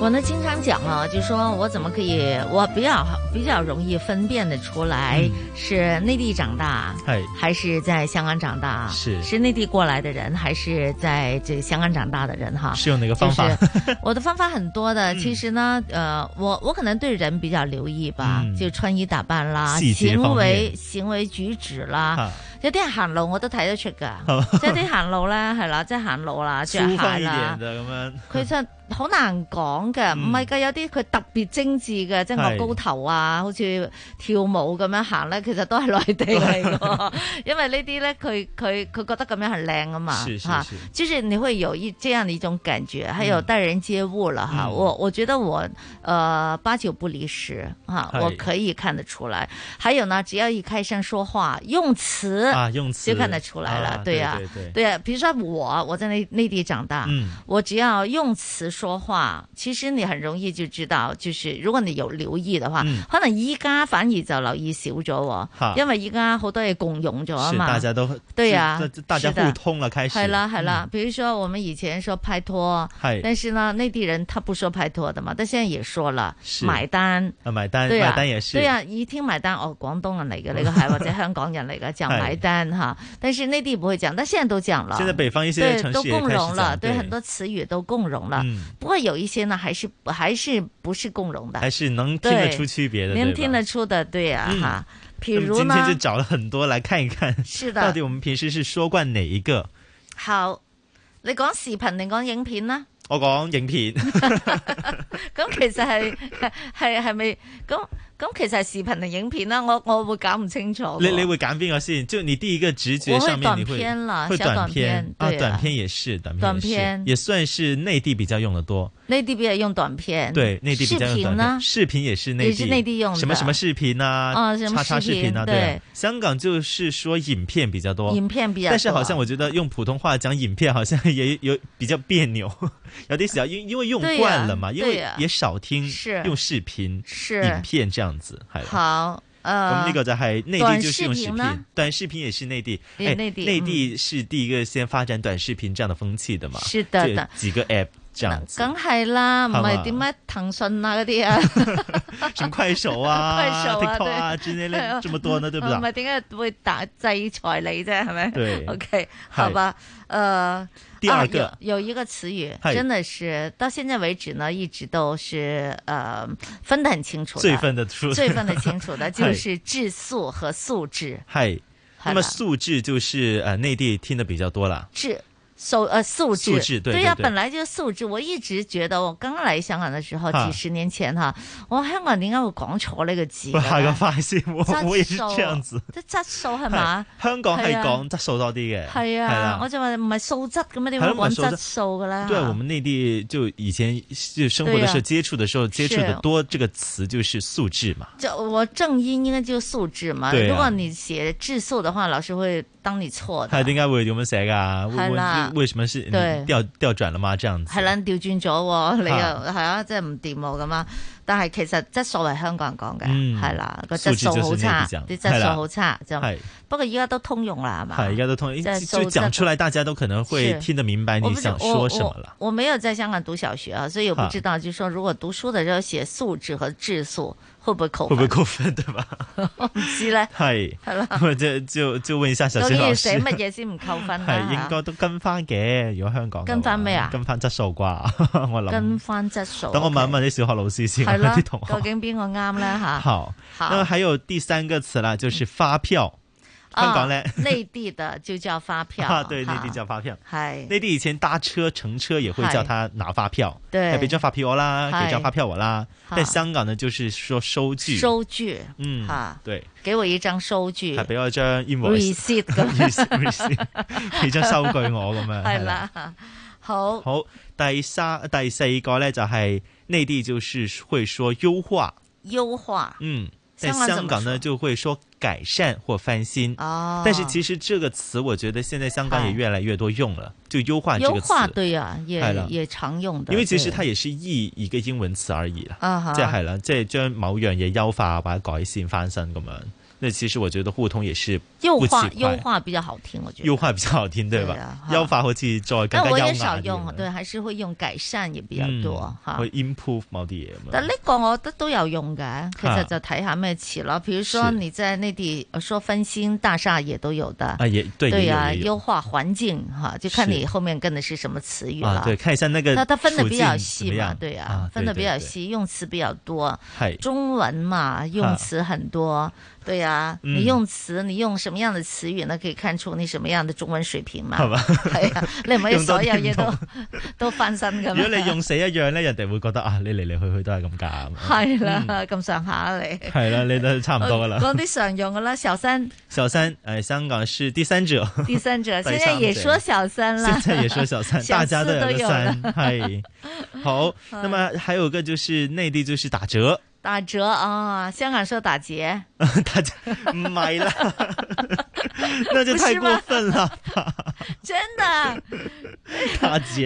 S10: 我呢经常讲啊，就说我怎么可以，我比较比较容易分辨得出来、
S11: 嗯
S10: 是内地长大，
S11: 系
S10: 还是在香港长大，
S11: 是
S10: 是内地过来的人，还是在这个香港长大的人哈？
S11: 是用哪个方法？
S10: 啊就是、 [LAUGHS] 我的方法很多
S23: 嗯
S10: 的，其实呢，呃，我我可能对人比较留意吧，
S23: 嗯
S10: 就穿衣打扮啦，
S23: 细节
S10: 行
S23: 方
S10: 为
S23: 面
S10: 行為舉止
S11: [LAUGHS]
S10: 啦 [LAUGHS]
S23: 啊，
S10: 有啲人行路我都睇得出
S23: [LAUGHS]
S10: 㗎，即係啲行路咧係啦，即係行
S11: [LAUGHS]
S10: 路啦，着
S23: 粗放
S10: 鞋
S23: 一
S10: 啦
S23: 点。的，咁样
S10: 佢真係好難
S23: 嗯
S10: 講嘅，唔係㗎，有啲佢特別精緻嘅，即係
S23: 係
S10: 昂高頭啊，好似跳舞咁樣行咧，其實都係內地嚟
S23: [LAUGHS]
S10: 嘅，因為呢啲咧，佢佢佢覺得咁樣係靚啊嘛，
S23: 是是
S10: 嚇
S23: 是
S10: 就是你會有一這樣的一種感覺，還有
S23: 嗯
S10: 待人接物了哈，
S23: 嗯
S10: 我我覺得我呃八九不離十哈，
S23: 係
S10: 我可以看得出來。還有呢，只要一開聲說話，用詞
S23: 啊用詞
S10: 就看得出來了
S23: 啊，
S10: 對呀
S23: 對對對，
S10: 对呀，比如說我我在內內地長大，
S23: 嗯
S10: 我只要用詞說話，其實你很容易就知道，就是如果你有留意的話，
S11: 嗯
S10: 可能依家反而就留意少咗喎
S11: 嚇，
S10: 因為依家好多嘢共用咗啊
S11: 是
S10: 嘛，
S11: 大家都
S10: 對呀
S11: 是大大
S10: 是
S11: 家
S10: 的
S11: 互通了，开始
S10: 系啦系啦，比如说我们以前说拍拖，
S11: 嗯嗨
S10: 但是呢，内地人他不说拍拖的嘛，但现在也说了
S11: 是
S10: 买单。
S11: 啊买单
S10: 對啊
S11: 买单也是
S10: 對啊，一聽埋單，哦，廣東
S11: [LAUGHS]
S10: 人嚟嘅呢個係，或者香港人嚟嘅講
S11: 係
S10: 埋單哈，但是內地不會講，但現在都講了。
S11: 現在北方一些
S10: 對
S11: 城市
S10: 都
S11: 也
S10: 共
S11: 開始
S10: 融了，
S11: 講
S10: 對
S11: 對
S10: 很多詞語都共融了
S11: 嗯。
S10: 不過有一些呢，還是還是不是共融的，
S11: 还是能听得
S10: 对
S11: 出区别的，
S10: 能
S11: 对
S10: 聽
S11: 吧？
S10: 得出的，对啊
S11: 嗯
S10: 哈。譬
S11: 那么
S10: 如
S11: 今
S10: 呢，
S11: 天就找了很多来看一看，
S10: 是的
S11: 到底我们平时是说惯哪一个？
S10: 好，你講視頻定講影片啦？
S11: 我讲影片，
S10: [LAUGHS] 咁其實係 [LAUGHS] 係係咪咁咁其實係視頻定影片啦？我我會搞唔清楚
S11: 你
S10: 喎。
S11: 你会感病而信，就你第一个直觉
S10: 我会
S11: 上面你
S10: 短
S11: 会
S10: 片啦
S11: 会
S10: 小
S11: 短
S10: 短
S11: 片
S10: 片
S11: 啊，
S10: 对啊
S11: 短片也是，短片也
S10: 短
S11: 是
S10: 片
S11: 也算是内地比较用的多，
S10: 內地比較用短片，
S11: 对，内地比
S10: 視
S11: 较用
S10: 頻
S11: 短
S10: 呢
S11: 片，？视频也是内
S10: 也
S11: 地
S10: 是内地用的
S11: 什么什么视频啊，
S10: 啊什么
S11: 叉叉
S10: 视
S11: 视频啊，
S10: 频
S11: 啊
S10: 对
S11: 香港就是说影片比较多，
S10: 影片比较多
S11: 但是好像我觉得用普通话讲影片好像也有比较别扭， [LAUGHS] 有点小，因因为用
S10: 对呀
S11: 惯了嘛，因
S10: 对
S11: 为
S10: 呀
S11: 也少听
S10: 是
S11: 用视频、
S10: 是
S11: 影片这样子，系啦
S10: 好，
S11: 咁
S10: 呃，
S11: 呢個就係內地就是用視
S10: 短視頻
S11: 頻
S10: 呢，
S11: 短視頻也是內地，
S10: 也
S11: 哎
S10: 內地嗯
S11: 內地是第一個先發展短視頻這樣的風氣的嘛？
S10: 是的
S11: 就有
S10: 的
S11: 幾個 app 這樣子，
S10: 梗係啦，唔
S11: 係嘛
S10: 係點解騰訊啊嗰
S11: [LAUGHS]
S10: 啲啊，
S11: 什麼快手啊、
S10: [LAUGHS] 快手啊嗯
S11: TikTok
S10: 對
S11: 啊之類的，
S10: [LAUGHS]
S11: 這麼多呢，對不
S10: 唔
S11: 對？
S10: 係點解會打制裁你啫？係咪？ [LAUGHS]
S11: 對
S10: o k
S11: 嗨
S10: 好吧，呃。
S11: 第二個
S10: 啊、有有一个词语，
S11: 嗨
S10: 真的是到现在为止呢，一直都是呃分得很清楚的，
S11: 最分得出
S10: 最分得清楚
S11: [LAUGHS]
S10: 的
S11: 嗨
S10: 就是质素和素质，
S11: 嗨，那
S10: 好
S11: 麼
S10: 了
S11: 素質就是呃內地聽得比較多啦。
S10: 质素呃素质，
S11: 素质对
S10: 呀、
S11: 对对
S10: 本来就是素质。我一直觉得我刚来香港的时候，
S11: 啊
S10: 几十年前哈，我香港人点解会讲错呢个字
S11: [LAUGHS] 我下個
S10: 嘅
S11: 發現我
S10: 質素
S11: 我也是這樣子，
S10: 咧？即质素系嘛？
S11: 係香港係
S10: 係啊
S11: 講質素多啲嘅，
S10: 系
S11: 係
S10: 啊
S11: 啦，
S10: 我就话唔系素质咁啊，点
S11: 係
S10: 解
S11: 咯唔係素質
S10: 揾质素嘅咧？
S11: 对，我们内地就以前就生活的时候
S10: 对呀啊
S11: 接触的时候接触的
S10: 是
S11: 多，这个词就是素质嘛。
S10: 就我正音应该就是素质嘛。
S11: 对啊
S10: 如果你写质素的话，老师会当你错
S11: 他
S10: 的。
S11: 应该会有没有写噶？
S10: 係啊啦
S11: 为为什么是
S10: 對
S11: 你调调转了吗？这样子
S10: 系啦，調轉咗喎，你又
S11: 啊
S10: 係啊，即係唔掂喎咁啊！但係其實質素係香港人講
S11: 嗯
S10: 嘅，係啦，個
S11: 素
S10: 質
S11: 質
S10: 素好差，
S11: 就是內地講係
S10: 啲質素
S11: 啦
S10: 好差就
S11: 係。
S10: 不過依家都通用啦，係嘛？
S11: 好，应该哎都通，
S10: 即係素
S11: 就
S10: 質
S11: 讲出来，大家都可能会
S10: 是
S11: 听得明白
S10: 我
S11: 你
S10: 不知
S11: 想说
S10: 我
S11: 什么了。
S10: 我。我没有在香港读小学啊，所以我不
S11: 啊
S10: 知道，就是说如果讀書的時候寫素質和質素，會不會扣
S11: 会不
S10: 分？
S11: 会扣分？对吧？
S10: 我唔知咧， [LAUGHS]
S11: 系，
S10: 係啦
S11: 我就就就问一下小
S10: 究
S11: 学
S10: 竟
S11: 老
S10: 要
S11: 师，
S10: 寫乜
S11: [LAUGHS]
S10: 嘢先唔扣分啊
S11: 系应该都跟翻嘅。如果香港嘅話
S10: 跟翻咩啊
S11: 跟翻质素啩？ [LAUGHS] 我
S10: 跟
S11: 谂，
S10: 翻質素。
S11: 啊等我问一问啲小学老师先，
S10: 係啦，
S11: 啲同
S10: 究
S11: 学。
S10: 竟邊個啱咧吓？
S11: 好，
S10: 好
S11: 那么还有第三个词啦，就是发票。香港
S10: 啊
S11: 咧，
S10: 內地的就叫發
S11: [LAUGHS]
S10: 票
S11: 啊，对，
S10: 哈
S11: 内地叫发票。
S10: 係
S11: 内地以前搭車乘車也會叫他拿發票，
S10: 對
S11: 俾張發票我啦，
S10: 係
S11: 給張發票我啦。
S10: 嚇
S11: 但香港呢，就是說收據，
S10: 收據，
S11: 嗯
S10: 嚇，
S11: 對，
S10: 給我一張收據
S11: 係俾我張 invoice，
S10: ，receipt
S11: [LAUGHS]
S10: 咁
S11: receipt，receipt，俾張收據我
S10: [LAUGHS]
S11: 咁樣，
S10: 係
S11: 係啦。
S10: 啦，好，
S11: 好，第三、第四個呢，就係內地就是會說優化，
S10: 優化，
S11: 嗯，但
S10: 香港怎麼
S11: 香港呢就會說改善或翻新。
S10: 哦
S11: 但是其实这个词，我觉得现在香港也
S10: 嗨
S11: 越来越多用了，就优化这
S10: 优
S11: 个词。
S10: 化对呀、
S11: 係
S10: 也
S11: 啦
S10: 也常用的，
S11: 因為其實
S10: 對
S11: 它也是譯而嘅英文詞而已啦，
S10: 啊哈
S11: 即係啦，即係將某樣嘢優化或者改善翻身咁樣。那其實我覺得互通也是
S10: 优
S11: 不奇
S10: 化
S11: 怪
S10: 优化比较好听，我觉得。
S11: 優化比較好聽，對
S10: 對
S11: 吧
S10: 啊？
S11: 優化好似再更加
S10: 但我
S11: 優雅
S10: 也少
S11: 啲
S10: 用，對，還是會用改善也比較
S11: 嗯
S10: 多哈。
S11: 去 improve 某啲嘢嘛。
S10: 但呢個我覺得都有用嘅，其實就睇下咩詞咯。譬如說你在內地呃說翻新大廈也都有的，
S11: 啊也對也有
S10: 呀、
S11: 也有
S10: 優化環境哈，就看
S11: 是
S10: 你後面跟的是什麼詞語了。
S11: 啊，對，看一下那個
S10: 那它分的
S11: 處
S10: 比
S11: 境
S10: 較細
S11: 怎麼
S10: 嘛，
S11: 樣
S10: 對呀、
S11: 啊
S10: 分的比
S11: 對
S10: 較
S11: 對
S10: 細，用詞比較多
S11: 係。
S10: 中文嘛，用詞很多，對
S11: 嗯
S10: 呀、你用詞，你用什麼樣的詞語呢？可以看出你什麼樣的中文水平嘛。
S11: 係嘛
S10: 係啊，你唔可以
S11: [LAUGHS] 用多
S10: 所有
S11: 啲唔
S10: 嘢都
S11: 同
S10: [LAUGHS] 都翻身噶
S11: 如
S10: 嘛。
S11: 果你用死一樣咧，人哋會覺得啊，你嚟嚟去去都係咁
S10: [LAUGHS]
S11: 㗎。
S10: 係啦，咁上下嚟。
S11: 嗯係啦，你都差唔多㗎啦。
S10: 講啲常用嘅啦，小三、
S11: 小三，哎，香港是第三者，
S10: 第三
S11: [LAUGHS]
S10: 者，
S11: 第
S10: 現
S11: 三
S10: 在也
S11: 者
S10: 說小三啦，
S11: 现在也说小
S10: [LAUGHS]
S11: 三，
S10: 小
S11: 大家
S10: 四
S11: 都有
S10: 有
S11: 个三，
S10: [LAUGHS]
S11: 嗨，好。
S10: 嗯
S11: 那么还有个就是内地就是打折，
S10: 打折啊、香港說
S11: [LAUGHS]
S10: 打劫，
S11: 唔系啦，
S10: [LAUGHS]
S11: 那就
S10: 不
S11: 太
S10: 是
S11: 过
S10: 吗
S11: 分了，
S10: 真的
S11: 打折。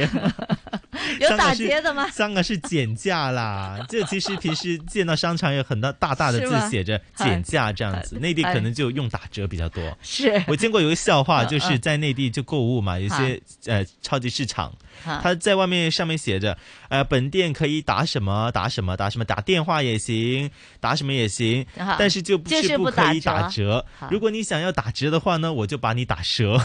S10: 有
S11: 香港
S10: 打
S11: 是
S10: 劫的吗？
S11: 香港是减价啦，这其实平时见到商场有很大大大的
S10: 是
S11: 字
S10: 吗
S11: 写着
S10: 哎
S11: 减价这样子，
S10: 哎
S11: 内地可
S10: 哎
S11: 能就用打折比较多。
S10: 是
S11: 我见过有一个笑话，
S10: [LAUGHS] 嗯
S11: 就是
S10: 嗯
S11: 在内地就购物嘛，有些呃超级市场，
S10: 啊
S11: 它在外面上面写着，呃本店可以打什么打什么打什么，打电话也行，打什么也行，
S10: 啊
S11: 但是就
S10: 就是是
S11: 不
S10: 不
S11: 可
S10: 打
S11: 以打折
S10: 折。
S11: 如果你想要打折的话呢，我就把你打
S10: [LAUGHS]
S11: 折，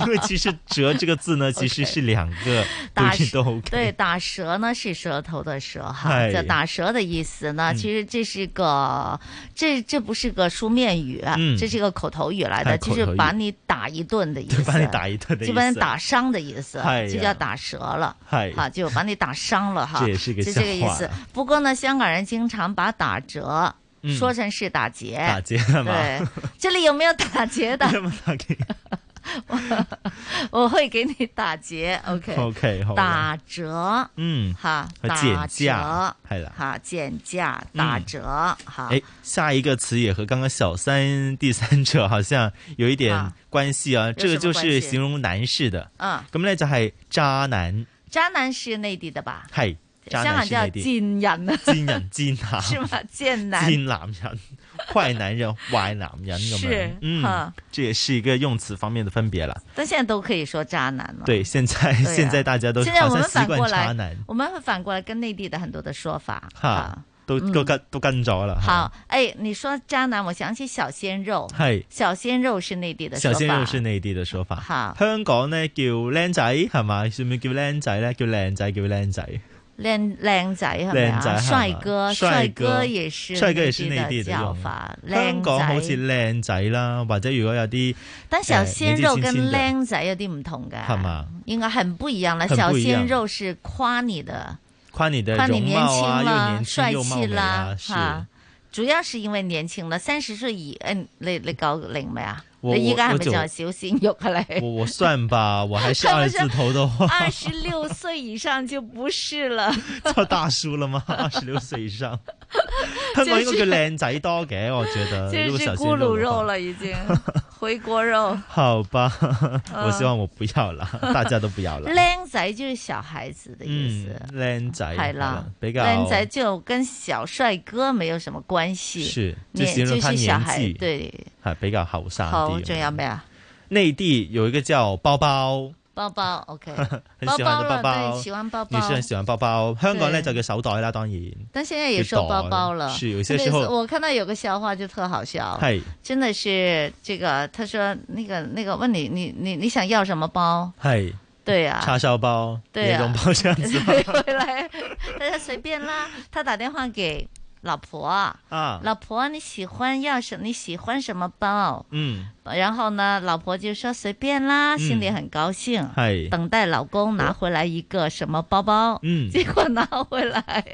S11: 因为其实折这个字呢，其实是两个都
S10: [LAUGHS] 打
S11: 是都 OK。
S10: 对，打蛇呢是舌头的蛇哈，
S11: 嗨
S10: 这打蛇的意思呢，
S11: 嗯
S10: 其实这是个这这不是个书面语，啊
S11: 嗯
S10: 这是个口头语来
S11: 哎
S10: 的，
S11: 口头
S10: 就
S11: 语
S10: 是把你打一顿的意思，
S11: 把你打一 [LAUGHS] 顿的意思啊
S10: 就把你打伤的意思
S11: 哎，呀
S10: 就叫打折了，
S11: 哎
S10: 哈，就把你打伤了
S11: [LAUGHS]
S10: 哈，
S11: 这也是个
S10: 就这个
S11: 笑
S10: 意
S11: 话
S10: 思。不过呢，香港人经常把打折
S11: 嗯
S10: 说成是打劫，
S11: 打劫嘛 [LAUGHS]
S10: 对，这里有没有打劫的？ [LAUGHS] 我我会给你打劫，OK
S11: OK，好的
S10: 打折，
S11: 嗯
S10: 哈，
S11: 和
S10: 打
S11: 减价
S10: 折
S11: 系啦
S10: 哈，减价
S11: 嗯
S10: 打折，哈，
S11: 哎，下一个词也和刚刚小三第三者好像有一点
S10: 啊
S11: 关系啊，
S10: 有
S11: 这个
S10: 什么
S11: 就
S10: 关
S11: 是
S10: 系
S11: 形容男士的。
S10: 嗯
S11: 咁咧就係渣男，
S10: 渣男是内地的吧？
S11: 係渣
S10: 香
S11: 男
S10: 港
S11: 是
S10: 叫
S11: 內地
S10: 贱人啊，
S11: 賤人賤男，
S10: [LAUGHS] 是吗？贱男，
S11: 賤男人、壞男
S10: [LAUGHS]
S11: 人、壞男人咁樣
S10: 是。
S11: 嗯
S10: 哈，
S11: 這也是一個用詞方面的分別啦。
S10: 但现在都可以说渣男了。
S11: 对，现在、
S10: 对啊
S11: 现在大家都
S10: 现在
S11: 好
S10: 我
S11: 像
S10: 们
S11: 习
S10: 反
S11: 惯
S10: 过
S11: 渣
S10: 来
S11: 男，，
S10: 我们会反过来跟内地的很多的说法。
S11: 哈，都
S10: 嗯
S11: 都跟都跟咗啦。哈
S10: 好，哎，你说渣男，我想起小鲜肉，
S11: 係
S10: 小鲜肉是内地的说
S11: 小
S10: 法，
S11: 鮮肉是內地的說法，
S10: 哈
S11: 香港呢叫僆仔係嘛？算唔算叫僆仔咧？叫靚仔叫僆仔，
S10: 靓靓仔系咪
S11: 靚仔係
S10: 啊？
S11: 嘛
S10: 帅哥，
S11: 帥
S10: 帅
S11: 哥
S10: 哥也是，
S11: 帥哥也是內地的
S10: 叫
S11: 用
S10: 法。
S11: 香
S10: 靓
S11: 港好似
S10: 仔，
S11: 靚仔啦，或者如果有啲
S10: 但小鲜
S11: 誒
S10: 肉
S11: 哎年紀
S10: 跟
S11: 輕輕
S10: 靓仔有啲唔同
S11: 的係
S10: 嘅，
S11: 嘛？
S10: 应该很不一样了。
S11: 很
S10: 小
S11: 不一樣
S10: 鲜肉是夸你的，
S11: 夸你的
S10: 夸你
S11: 容
S10: 年
S11: 貌
S10: 轻
S11: 啊，又
S10: 啦
S11: 年，轻
S10: 帅
S11: 又貌
S10: 气
S11: 美啊
S10: 啦，， [LAUGHS]
S11: 是。
S10: 吓。主要是因為年輕啦，三十歲以誒，你你九零未啊？
S11: 我
S10: 你依家
S11: 我我
S10: 係咪就係
S11: 就
S10: 小鮮肉啊？你
S11: 我我
S10: [LAUGHS]
S11: 算吧，我还是
S10: 他
S11: 二
S10: 们是
S11: 字头的话， [LAUGHS]
S10: 二十六岁以上就不是了。
S11: 叫大叔了吗？二十六岁以
S10: [LAUGHS]
S11: 上，香港應該
S10: 就是
S11: 叫靚仔多嘅，我覺得。如
S10: 就
S11: 果
S10: 是
S11: 小鮮
S10: 咕
S11: 肉
S10: 嚕
S11: 的話
S10: 肉了，已经回锅肉。
S11: 好吧，
S10: [LAUGHS] 嗯
S11: [LAUGHS] 我希望我不要啦，大家都 [LAUGHS] 不要啦。
S10: [LAUGHS] 靓仔就是小孩子的意
S11: 嗯哎
S10: 思，，
S11: 靓仔
S10: 系啦，
S11: 比較
S10: 靓仔就跟小帅哥没有什么关系，
S11: 是就
S10: 年
S11: 形容
S10: 就
S11: 他
S10: 是小
S11: 年
S10: 孩
S11: 紀
S10: 对。
S11: 係比較後生
S10: 好，
S11: 啲
S10: 仲
S11: 咁。
S10: 有咩啊？
S11: 內地有一個叫包
S10: [LAUGHS]
S11: 包，
S10: 包包
S11: [LAUGHS]
S10: ，OK，
S11: 很
S10: 包
S11: 喜歡
S10: 包
S11: 的
S10: 了，
S11: 包包，
S10: 对，喜欢包
S11: 女生
S10: 包
S11: 很。喜歡包包，香港咧就
S10: 對
S11: 叫手袋啦，當然。
S10: 但现在也
S11: 叫
S10: 说包
S11: 袋
S10: 包了，
S11: 是有些
S10: 那
S11: 時
S10: 次
S11: 候
S10: 我看到有个笑话就特好笑，
S11: 係
S10: 真的是这个，他说那个那个问你你你你想要什么包？
S11: 係
S10: 对啊，
S11: 叉燒包、
S10: 對
S11: 椰
S10: 啊
S11: 蓉包這樣
S10: [LAUGHS]
S11: 子。
S10: 回来，大家随便啦。他打电话给老婆，
S11: 啊
S10: 老婆你喜欢要什？你喜欢什么包？
S11: 嗯，
S10: 然后呢，老婆就说随便啦，
S11: 嗯
S10: 心里很高兴，
S11: 係
S10: 等待老公拿回来一个什么包包。
S11: 嗯
S10: 结果拿回
S11: [LAUGHS]
S10: 来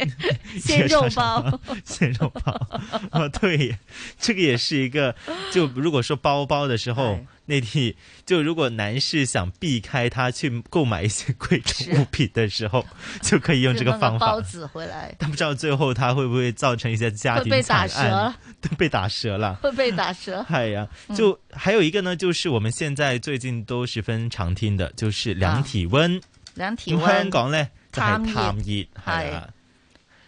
S10: 鲜肉包，，
S11: 鲜肉哦包啊，对，这个也是一个，就如果说包包的时候，内地就如果男士想避开它去购买一些贵重物品的时候，就可 [LAUGHS] 以用这个方法。
S10: 包子回来
S11: 但不知道最后它会不会造成一些家
S10: 会
S11: 庭
S10: 被
S11: 惨
S10: 打折
S11: 案
S10: 了，
S11: [LAUGHS] 对，被打折了。
S10: [LAUGHS] 会被打折。
S11: 哎呀，
S10: 嗯
S11: 就还有一个呢，就是我们现在最近都十分常聽嘅，就是量體温。
S10: 量體
S11: 咁
S10: 啊温，哎
S11: 香港咧就係探熱，
S10: 貪熱
S11: 係啊。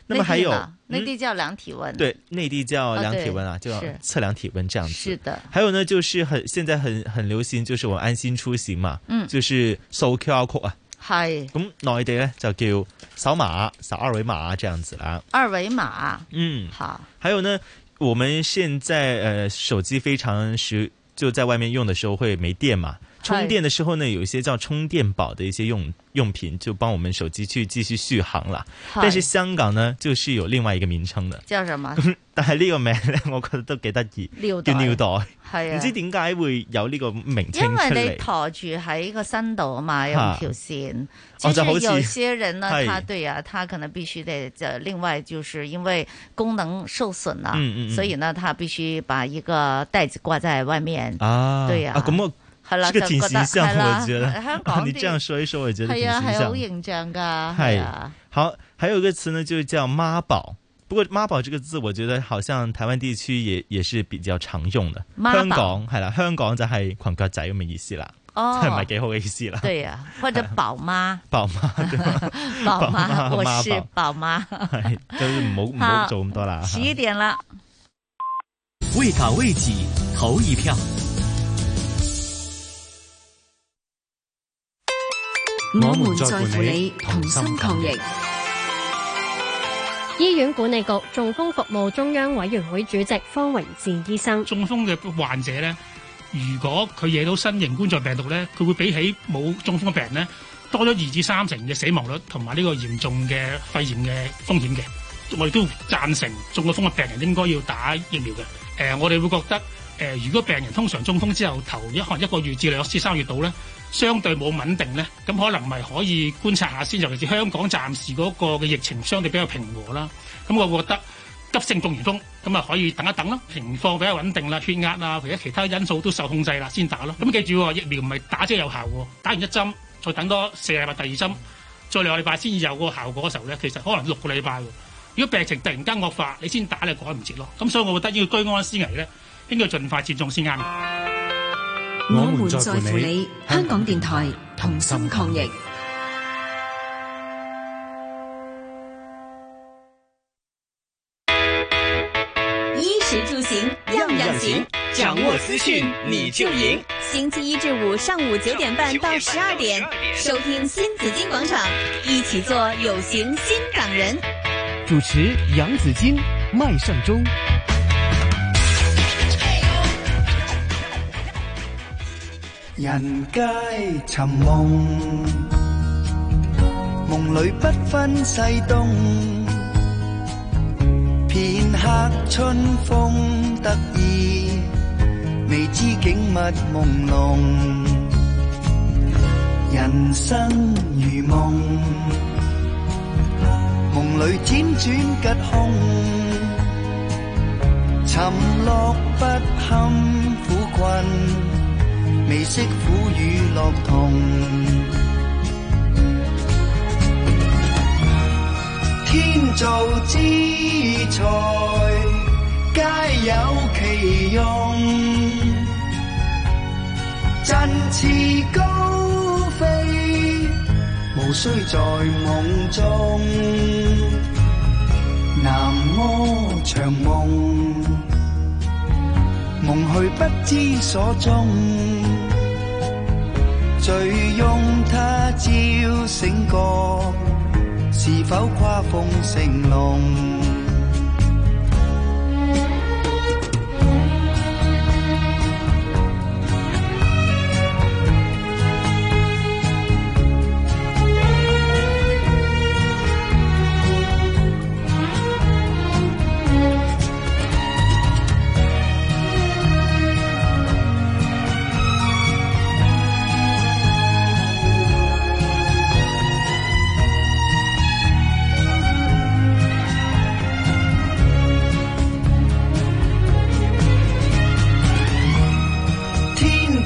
S11: 那
S10: 內
S11: 麼
S10: 地
S11: 還有嗯
S10: 呢內啊地叫量体温，
S11: 对，内地叫
S10: 啊
S11: 量体
S10: 对
S11: 温啊，就要
S10: 是
S11: 测量体温这样子。
S10: 是的，
S11: 还有呢，就是很现在很很流行，就是我们安心出行嘛，
S10: 嗯
S11: 就是扫 QR code 啊。
S10: 係
S11: 咁內地咧就叫扫碼、扫二維碼這樣子啦。
S10: 二維碼，
S11: 嗯，
S10: 好。
S11: 还有呢，我们现在呃手机非常时就在外面用的时候会没电嘛，充电的时候呢，有一些叫充电宝的一些用用品，就帮我们手机去继续续航啦。
S10: 嗨
S11: 但是香港呢，就是有另外一个名称的。
S10: 叫什麼？
S11: 咁 [LAUGHS] 但係呢個名咧，我覺得都幾得意，
S10: 尿袋
S11: 叫尿袋，
S10: 係啊
S11: 唔知點解會有呢個名稱出
S10: 因為你
S11: 嚟。
S10: 驮住喺個身度啊嘛，有
S11: 哈
S10: 條線。其
S11: 哦就好
S10: 實
S11: 似
S10: 有些人呢，
S11: 係
S10: 他對啊，他可能必須得，呃另外就是因為功能受損了，
S11: 嗯嗯嗯
S10: 所以呢，他必須把一個袋子掛在外面。
S11: 啊，
S10: 對啊
S11: 啊咁我
S10: 係啦
S11: 這
S10: 就
S11: 個挺
S10: 覺得
S11: 形象，
S10: 係啦
S11: 我覺得。
S10: 香
S11: 啊
S10: 港
S11: [LAUGHS] 你
S10: 啲
S11: 這樣說一說，我覺得挺
S10: 係
S11: 形
S10: 啊，係好
S11: 象。
S10: 形象㗎，
S11: 嗨
S10: 係啊，
S11: 好，还有一个词呢，就是叫妈宝。不过妈宝这个字，我觉得好像台湾地区也也是比较常用的。
S10: 媽寶
S11: 香港系啦，香港就系裙腳仔咁嘅意思啦，
S10: 哦
S11: 即系唔系几好嘅意思啦。
S10: 對啊，或者寶媽，
S11: 寶媽，對吧
S10: 寶
S11: [LAUGHS] 媽
S10: 媽，我
S11: 媽
S10: 是寶媽。
S11: 係就是唔好唔好
S10: 好
S11: 做咁多啦。
S10: 十一點啦。
S5: 为党为己投一票。
S24: 我们在乎你，同心抗疫。
S25: 醫院管理局中風服務中央委員會主席方榮志醫生，
S26: 中風嘅患者咧，如果佢惹到新型冠狀病毒咧，佢會比起冇中風嘅病人咧，多咗二至三成嘅死亡率同埋呢個嚴重嘅肺炎嘅風險嘅。我哋都贊成中咗風嘅病人應該要打疫苗嘅。誒、我哋會覺得誒、如果病人通常中風之後頭一可能一個月至兩至三個月度咧，相對冇穩定咧，咁可能咪可以觀察下先。尤其是香港暫時嗰個嘅疫情相對比較平和啦，咁我會覺得。急性中完風，咁啊可以等一等啦，情況比較穩定啦，血壓啊或者其他因素都受控制啦，先打咯。咁記住喎，疫苗唔係打即有效喎，打完一針再等多四個禮拜第二針，再兩個禮拜先至有個效果嘅時候咧，其實可能六個禮拜喎。如果病情突然間惡化，你先打你趕唔切咯。咁所以我覺得要居安思危咧，應該盡快接種先啱嘅。
S24: 我們在乎你，香港電台同心抗疫。
S1: 衣食住行样样行，
S5: 掌握资讯你就赢。
S1: 星期一至五上午九点半到十二点，收听新紫金广场，一起做有型新港人。
S5: 主持杨紫金、麦尚中。
S27: 人皆尋夢，夢裏不分西東。片刻春風得意，未知景物朦朧。人生如夢，夢裏輾轉吉凶，沉落不堪苦困。未識苦與樂同。天造之才，皆有其用。振翅高飛，無需在夢中。南柯長夢。夢去不知所蹤，醉擁他朝醒覺，是否跨鳳成龍？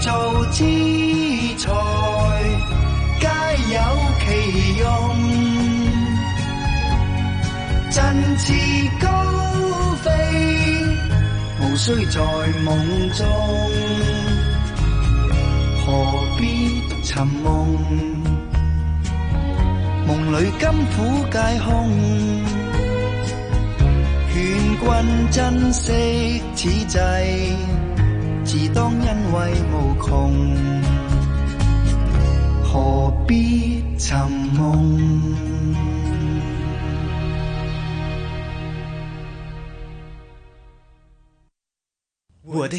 S27: 造之才，皆有其用。振翅高飛，無需在夢中，何必尋夢？夢裏甘苦皆空。勸君珍惜此際，自當恩惠無窮，何必尋夢？
S5: 我的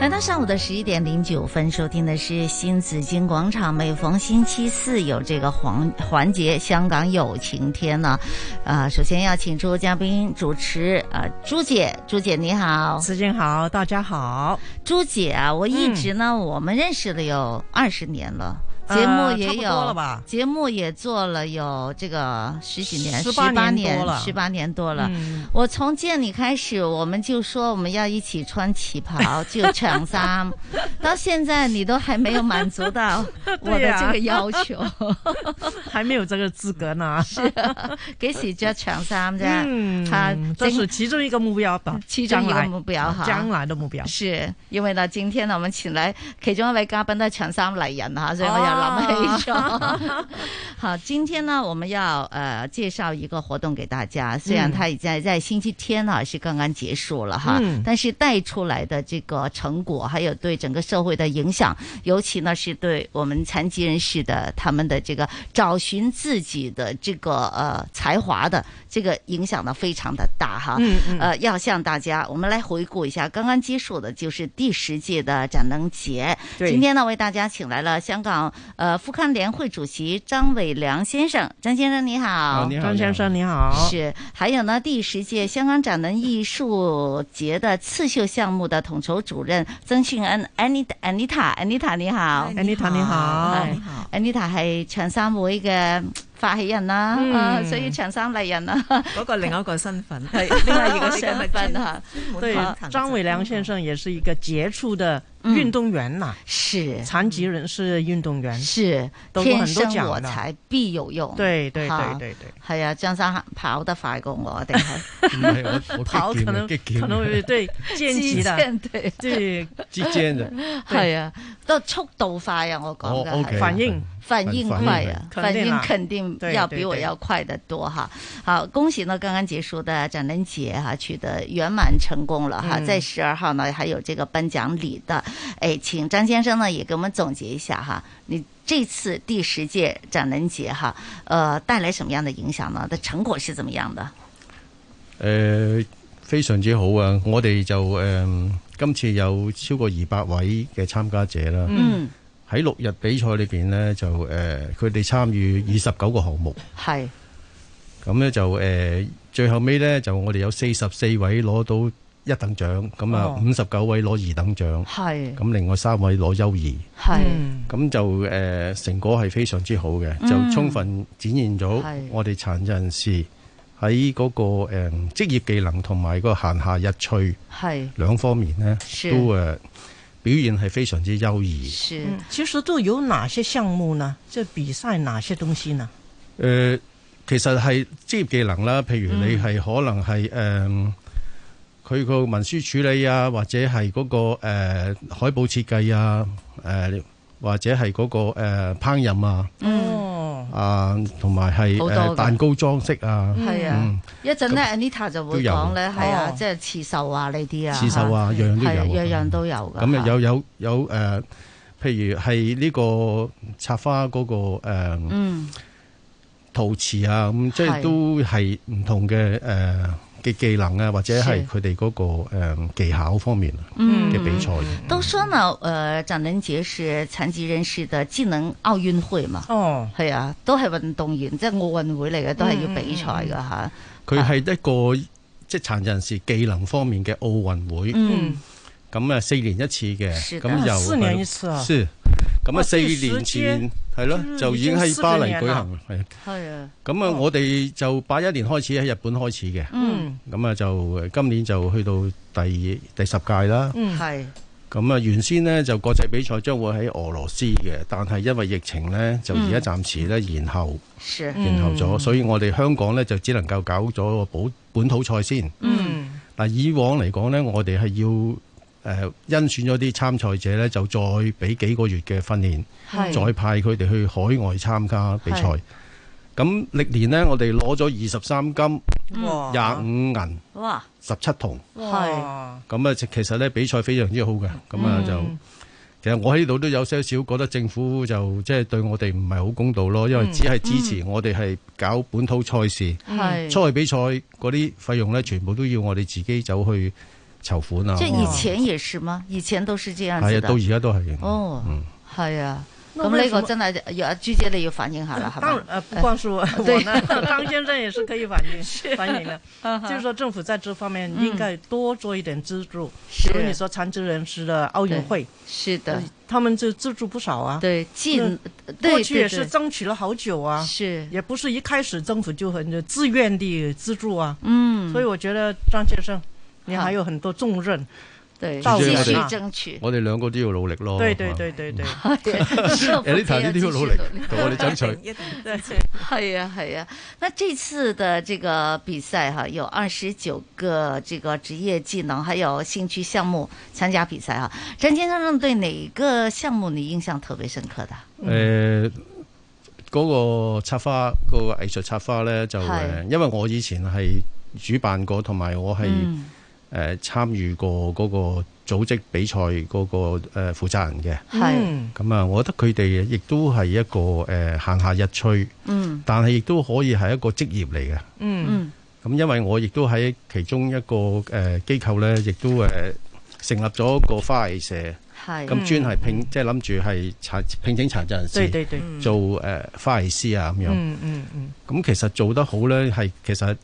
S10: 来到上午的十一点零九分，收听的是新紫金广场。每逢星期四有这个环环节，香港有晴天呢、啊。首先要请出嘉宾主持啊、朱姐，朱姐你好，子
S2: 敬好，大家好。嗯
S10: 朱姐啊，我一直呢，我们认识了有二十年了。啊节目
S2: 呃
S10: 也
S2: 差不
S10: 有、
S2: 多了吧
S10: 节目也做了有这个十几年，十
S2: 18
S10: 八
S2: 年多了
S10: 十八年多了。
S2: 嗯
S10: 我从见你开始，我们就说我们要一起穿旗袍，就长
S2: [LAUGHS]
S10: 衫，到现在你都还没有满足到我
S2: 对
S10: 的
S2: 呀
S10: 这个要求，
S2: 还没有这个资格呢。
S10: 是啊几时着长衫啫？
S2: 嗯，
S10: 啊
S2: 这
S10: 正
S2: 是其中一个目标吧，
S10: 其中一个
S2: 将来啊
S10: 目標哈
S2: 将来的目标
S10: 是因為呢，今天呢，我們前嚟其中一位嘉賓都係長衫麗人
S2: 哦
S10: 吓，所以我又諗起咗。
S2: [LAUGHS]
S10: 好，今天呢，我們要呃介紹一個活動給大家，雖然
S2: 嗯
S10: 它已經在星期天啊是剛剛結束了哈，
S2: 嗯
S10: 但是帶出來的這個成果，還有對整個社會的影響，尤其呢是對我們殘疾人士的他們的這個找尋自己的這個呃才華的這個影響呢非常的大哈。
S16: 嗯嗯
S10: 呃，要向大家，我们来回顾一下，刚刚结束的就是第十届的展能节。
S16: 对
S10: 今天呢，为大家请来了香港呃富康联会主席张伟良先生，张先生你好，
S2: 好啊你好张先生你好
S10: 是，还有呢，第十届香港展能艺术节的刺绣项目的统筹主任曾训恩 Anita Anita Anita 你好
S2: ，Anita 你好
S10: 係
S2: 你
S10: Anita 係長衫會嘅發起人啦，
S16: 嗯
S10: 啊，所以長衫麗人啦，
S16: 嗰個另外一個身份，
S10: 係另外一個
S16: 呢
S10: 身
S16: 咪
S10: 份 [LAUGHS]
S16: 專
S10: 啊
S16: 專門
S2: 对
S16: 講殘，疾
S2: 张伟良先
S10: 嗯
S2: 生也是一个杰出的运动员呐，
S10: 是
S2: 残疾人士运动员，
S10: 是
S2: 得过
S10: 天
S2: 很多
S10: 生我
S2: 奖的。
S10: 材必有用。
S2: 對對
S10: 嚇
S2: 對對
S10: 係啊，張生跑得快過我，定係
S28: 唔係
S10: [LAUGHS]
S28: 我我
S10: 跑
S28: 擊劍嘅
S10: 可能
S28: 擊劍
S10: 可
S28: 嘅
S10: 能會對
S2: 劍擊的
S10: 擊劍對
S2: 對
S28: 擊劍的
S10: 係啊，都速度快啊！我講嘅
S28: 哦
S10: 係
S28: ，OK 反應
S10: 反應
S28: 反
S10: 快
S28: 應
S10: 啊，
S28: 快
S10: 反
S28: 肯定
S10: 應
S28: 啦
S10: 肯定
S28: 對
S10: 要
S28: 對
S10: 比我
S28: 對
S10: 要快得多哈。好，恭喜呢，剛剛結束的展能節哈，取得圓滿成功了哈。
S16: 嗯
S10: 在十二號呢，還有這個頒獎禮的，哎，請張先生呢也給我們總結一下哈，你这次第十屆展能節哈，呃，帶來什麼樣的影響呢？的成果是怎麼樣的？
S28: 誒、呃非常之好啊！我哋就誒、今次有超過二百位嘅參加者啦。
S10: 嗯，
S28: 喺六日比賽裏邊呢，就誒佢哋參與二十九個項目，
S10: 係
S28: 咁呢，就誒、呃最後尾呢，就我哋有四十四位攞到一等獎，咁啊
S10: 哦
S28: 五十九位攞二等獎，
S10: 係
S28: 咁另外三位攞優異。
S10: 係
S28: 咁就誒、呃成果係非常之好嘅，
S10: 嗯
S28: 就充分展現咗
S10: 係
S28: 我哋殘疾人士喺嗰、個誒、呃、職業技能同埋個閒暇日趣
S10: 係
S28: 兩方面呢，
S2: 是
S28: 都誒、呃表現係非常之優異。
S10: 是
S2: 嗯，其实都有哪些项目呢？就比赛哪些东西呢？
S28: 誒、呃其實係職業技能啦，譬
S10: 嗯
S28: 如你係可能係誒。呃佢個文書處理啊，或者係嗰、個、呃、海報設計啊，誒、或者係嗰、個、呃、烹飪啊，
S10: 嗯
S2: 哦，
S28: 啊，同埋係
S10: 好多㗎
S28: 誒蛋糕裝飾啊，
S10: 係啊
S28: 嗯，
S10: 一陣咧 Anita 就會
S28: 都有
S10: 講咧，係啊，
S28: 哦
S10: 即係刺繡啊呢啲啊，
S28: 刺繡啊
S10: 嚇
S28: 樣樣都有
S10: 係
S28: 啊
S10: 樣樣都有㗎。
S28: 咁啊
S10: 嚇
S28: 有有有誒，譬如係呢個插花嗰個誒
S10: 嗯
S28: 陶瓷啊，咁即
S10: 係
S28: 係都係唔同嘅誒嘅技能啊，或者
S10: 是
S28: 係佢哋嗰個誒技巧方面啊
S10: 嗯
S28: 嘅比賽。
S10: 都說呢，呃，展能節是殘疾人士的技能奧運會嘛。
S2: 哦，嗯
S10: 係啊，都係運動員，即係奧運會嚟嘅，都係要比賽㗎吓。
S2: 啊
S28: 佢係一個即係殘疾人士技能方面嘅奧運會。
S10: 嗯
S28: 咁啊四年一次嘅，
S2: 是的
S28: 咁由
S2: 啊四年一次啊
S28: 是咁啊
S2: 哇
S28: 四
S2: 這時
S28: 年前
S2: 間
S28: 係咯
S2: 嗯，
S28: 就
S2: 已
S28: 已經
S2: 經
S28: 喺
S2: 四
S28: 巴
S2: 個
S28: 黎
S2: 年
S28: 舉
S2: 啦
S28: 行，係。
S10: 係啊，
S28: 咁啊，我哋就八一年開始喺日本開始嘅，
S10: 嗯
S28: 咁啊就呃今年就去到第第十屆啦。
S10: 嗯係
S28: 咁啊，原先呢，就國際比賽將會喺俄羅斯嘅，但係因為疫情呢，就而
S2: 嗯
S28: 家暫時呢延後，
S10: 是
S28: 延後咗，
S10: 嗯
S28: 所以我哋香港呢，就只能夠搞咗個本本土賽先。
S10: 嗯
S28: 嗱，以往嚟講呢，我哋係要誒、呃甄選咗啲參賽者呢，就再俾幾個月嘅訓練，
S16: 係
S28: 再派佢哋去海外參加比賽
S16: 係。
S28: 咁歷年呢，我哋攞咗二十三金、
S10: 哇
S28: 廿五銀、
S10: 哇
S28: 十七銅。
S10: 係
S28: 咁啊，其實咧比賽非常之好嘅，咁啊
S10: 嗯
S28: 就。其實我喺呢度都有些少覺得政府就即係對我哋唔係好公道咯，因為
S10: 嗯
S28: 只係支持我哋係搞本土賽事，
S10: 係
S28: 賽比賽嗰啲費用咧，全部都要我哋自己走去籌款啊。
S10: 就以前也是嗎？以前都是這樣
S28: 係
S10: 子的。
S28: 啊，到而家都係嘅。嗯
S10: 哦，係啊。
S2: 那
S10: 咁
S2: 為
S10: 呢個
S2: 什
S10: 真係要朱姐你要反映下
S2: [LAUGHS]
S10: 啦，係
S2: 當
S10: 嘛
S2: 然，？呃，不光
S10: [LAUGHS]
S2: 是我，
S10: 啊呃
S2: 我
S10: 對
S2: 呢， [LAUGHS] 康先生也是可以反
S10: [LAUGHS]
S2: 映反映的
S10: 嗯。哼
S2: 就是说，政府在这方面
S10: 嗯
S2: 应该多做一点资助，
S10: 是
S2: 比如你说残疾人士的奥运会，
S10: 是的
S2: 呃他们就资助不少啊。
S10: 对进
S2: 那
S10: 对
S2: 过去
S10: 对
S2: 也是
S10: 对
S2: 争取了好久啊，
S10: 是
S2: 也不是一开始政府就很自愿地资助啊。
S10: 嗯
S2: 所以我觉得张先生，你还有很多重任，
S10: 对
S2: 到
S28: 即係
S2: 位
S28: 我哋
S2: 啊
S28: 我哋兩個都要努力咯。
S2: 对對對對
S10: [LAUGHS]
S2: 對，
S28: [LAUGHS] Elita，你都要努力同我哋爭取
S10: 一定一定係啊係啊，那这次的这个比赛哈，有二十九个这个职业技能还有兴趣项目参加比赛哈。张先生对哪个项目你印象特别深刻的？嗯
S28: 誒呃嗰個插花，嗰個藝術插花咧，就
S10: 係
S28: 誒，因為我以前係主辦過，同埋我係
S10: 嗯
S28: 誒參與過嗰個組織比賽嗰個呃誒負責人嘅。
S10: 係嗯
S28: 咁啊，我覺得佢哋亦都係一個誒行下日趣，
S10: 嗯
S28: 但係亦都可以係一個職業嚟嘅。
S10: 嗯
S28: 咁因為我亦都喺其中一個呃誒機構咧，亦都誒呃成立咗一個花藝社，
S10: 係
S28: 咁專係聘即係諗住係殘聘請殘疾人士，
S2: 對對對
S10: 嗯
S28: 做誒花藝師啊咁樣。
S2: 嗯嗯嗯，
S28: 咁其實做得好咧，係其實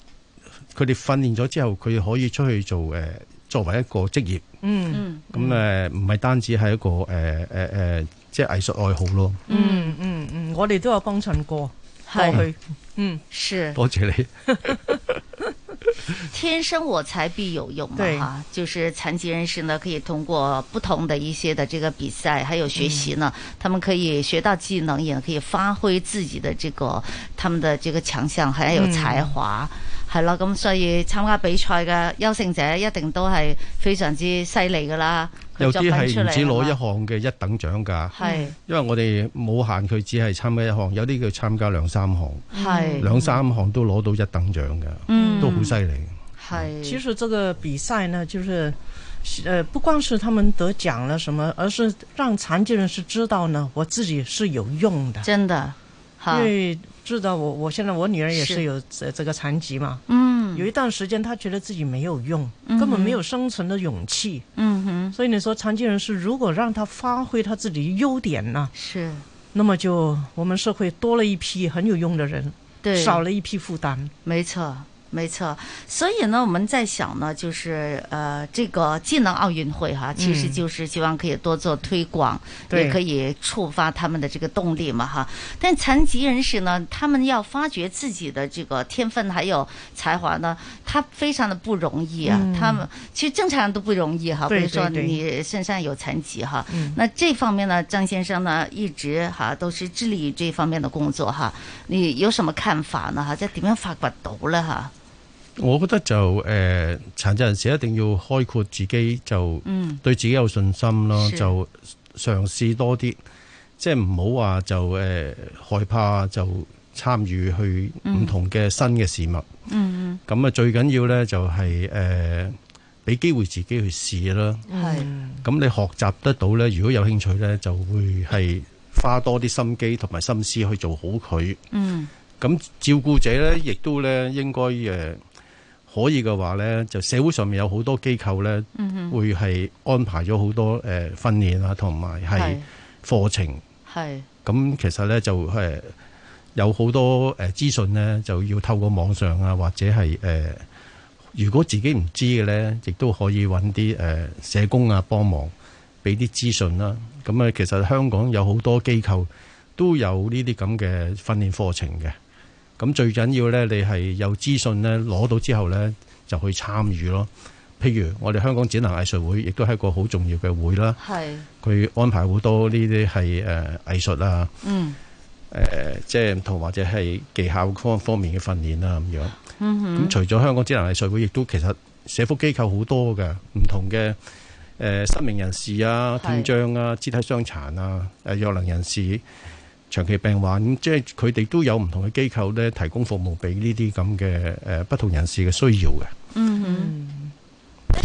S28: 佢哋訓練咗之後，佢可以出去做誒作為一個職業。
S2: 嗯
S28: 咁誒唔係單止係一個誒誒誒即係藝術愛好咯。
S2: 嗯嗯嗯，我哋都有幫襯過，過
S10: 係
S2: 去，嗯，
S10: 是
S28: 多謝你。
S10: 天生我材必有用嘛
S2: 对
S10: 哈，就是残疾人士呢，可以通过不同的一些的这个比赛，还有学习呢，他们可以学到技能，也可以发挥自己的这个他们的这个强项，还有才华。係啦，咁所以參加比賽嘅優勝者一定都係非常之犀利噶啦。佢
S28: 有
S10: 作
S28: 啲
S10: 品
S28: 係
S10: 出
S28: 唔
S10: 嚟啊
S28: 止攞一
S10: 係嘛
S28: 項嘅一等獎㗎，
S10: 係
S28: 因為我哋冇限佢只係參加一項，有啲佢參加兩三項，
S10: 係
S28: 兩三項都攞到一等獎㗎，
S2: 嗯
S28: 都好犀利。
S10: 係。
S2: 其實這個比賽呢，就是，呃，不光是他們得獎了什麼，而是讓殘疾人士知道呢，我自己是有用的。
S10: 真的，哈
S2: 因為知道我，我現在我女兒也
S10: 是
S2: 是有呃這这个殘疾嘛。
S10: 嗯
S2: 有一段時間，她覺得自己沒有用，
S10: 嗯哼
S2: 根本沒有生存的勇氣。
S10: 嗯哼，
S2: 所以你說殘疾人士如果讓他發揮他自己的優點呢，
S10: 是，
S2: 那么就我們社會多了一批很有用的人，
S10: 對
S2: 少了一批負擔。
S10: 没错，没错。所以呢，我们在想呢，就是呃，这个技能奥运会
S16: 嗯
S10: 哈，其实就是希望可以多做推广，
S2: 对
S10: 也可以触发他们的这个动力嘛哈。但残疾人士呢，他们要发掘自己的这个天分还有才华呢，他非常的不容易啊。
S16: 嗯
S10: 他们其实正常人都不容易哈，比
S16: 对
S10: 如说
S16: 对对
S10: 你身上有残疾哈。
S16: 嗯
S10: 那这方面呢，张先生呢一直哈都是致力于这方面的工作哈。你有什么看法呢？哈，即係點樣發掘到咧？哈，
S28: 我覺得就誒、呃、殘疾人士一定要開闊自己，就
S10: 嗯
S28: 對自己有信心咯，
S10: 是
S28: 就嘗試多啲，即係唔好話就誒、呃害怕就參與去唔同嘅新嘅事物。
S10: 嗯
S28: 咁啊，最緊要咧就係誒俾機會自己去試啦。
S10: 嗯係
S28: 咁你學習得到咧，如果有興趣咧，就會係花多啲心機同埋心思去做好佢。
S10: 嗯
S28: 咁照顧者咧，亦都咧應該誒、呃可以嘅話咧，就社會上面有好多機構咧，
S10: 嗯哼
S28: 會係安排咗好多誒、呃、訓練啊，同埋係
S10: 係
S28: 課程。
S10: 係
S28: 咁其實咧就誒、呃有好多誒、呃、資訊咧，就要透過網上啊，或者係誒、呃如果自己唔知嘅咧，亦都可以揾啲誒社工啊幫忙，俾啲資訊啦。咁啊，其實香港有好多機構都有呢啲咁嘅訓練課程嘅。咁最緊要咧，你係有資訊咧攞到之後咧，就去參與咯。譬如我哋香港展覽藝術會，亦都係一個好重要嘅會啦。
S10: 係
S28: 佢安排好多呢啲係誒藝術啊。
S10: 嗯。 [LAUGHS]
S28: 誒、即係同或者係技巧方方面嘅訓練啦咁樣。咁、
S10: 嗯哼
S28: 除咗香港展覽藝術會，亦都其實社福機構好多嘅唔同嘅誒、呃失明人士啊、
S16: 係
S28: 聽障啊、肢體傷殘啊、誒弱能人士、長期病患，咁即係佢哋都有唔同嘅機構咧提供服務俾呢啲咁嘅誒不同人士嘅需要嘅。
S10: 嗯哼。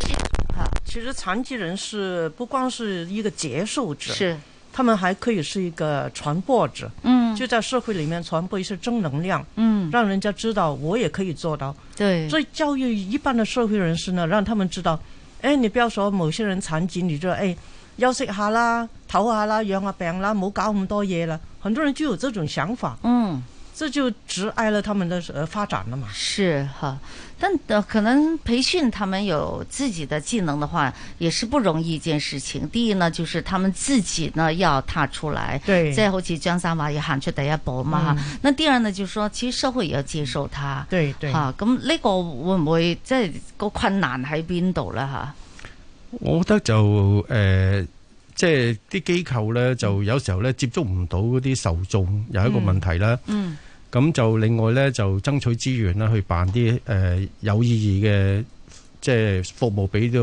S2: 其实残疾人是不光是一个接受者，
S10: 是
S2: 他们还可以是一个传播者，
S10: 嗯
S2: 就在社会里面传播一些正能量，
S10: 嗯
S2: 让人家知道我也可以做到。
S10: 对
S2: 所以教育一般的社会人士呢，让他们知道，哎，你不要说某些人残疾，你就哎休息下啦，唞下啦，养下病啦，冇搞咁多嘢啦。很多人就有这种想法，
S10: 嗯，
S2: 这就阻碍了他们的呃发展了嘛。
S10: 是哈，但呃可能培训他们有自己的技能的话，也是不容易一件事情。第一呢，就是他们自己呢要踏出来，
S2: 对
S10: 即係好似張生話要行出第一步嘛哈。
S2: 嗯
S10: 那第二呢，就是說其實社會也要接受他，
S2: 對對
S10: 嚇咁呢個會唔會即係個困難喺邊度咧嚇？
S28: 我覺得就誒、呃即係啲機構咧，就有時候咧接觸唔到嗰啲受眾，有一個問題啦。
S10: 嗯
S28: 咁就另外咧就爭取資源啦，去辦啲誒、呃有意義嘅即係服務俾到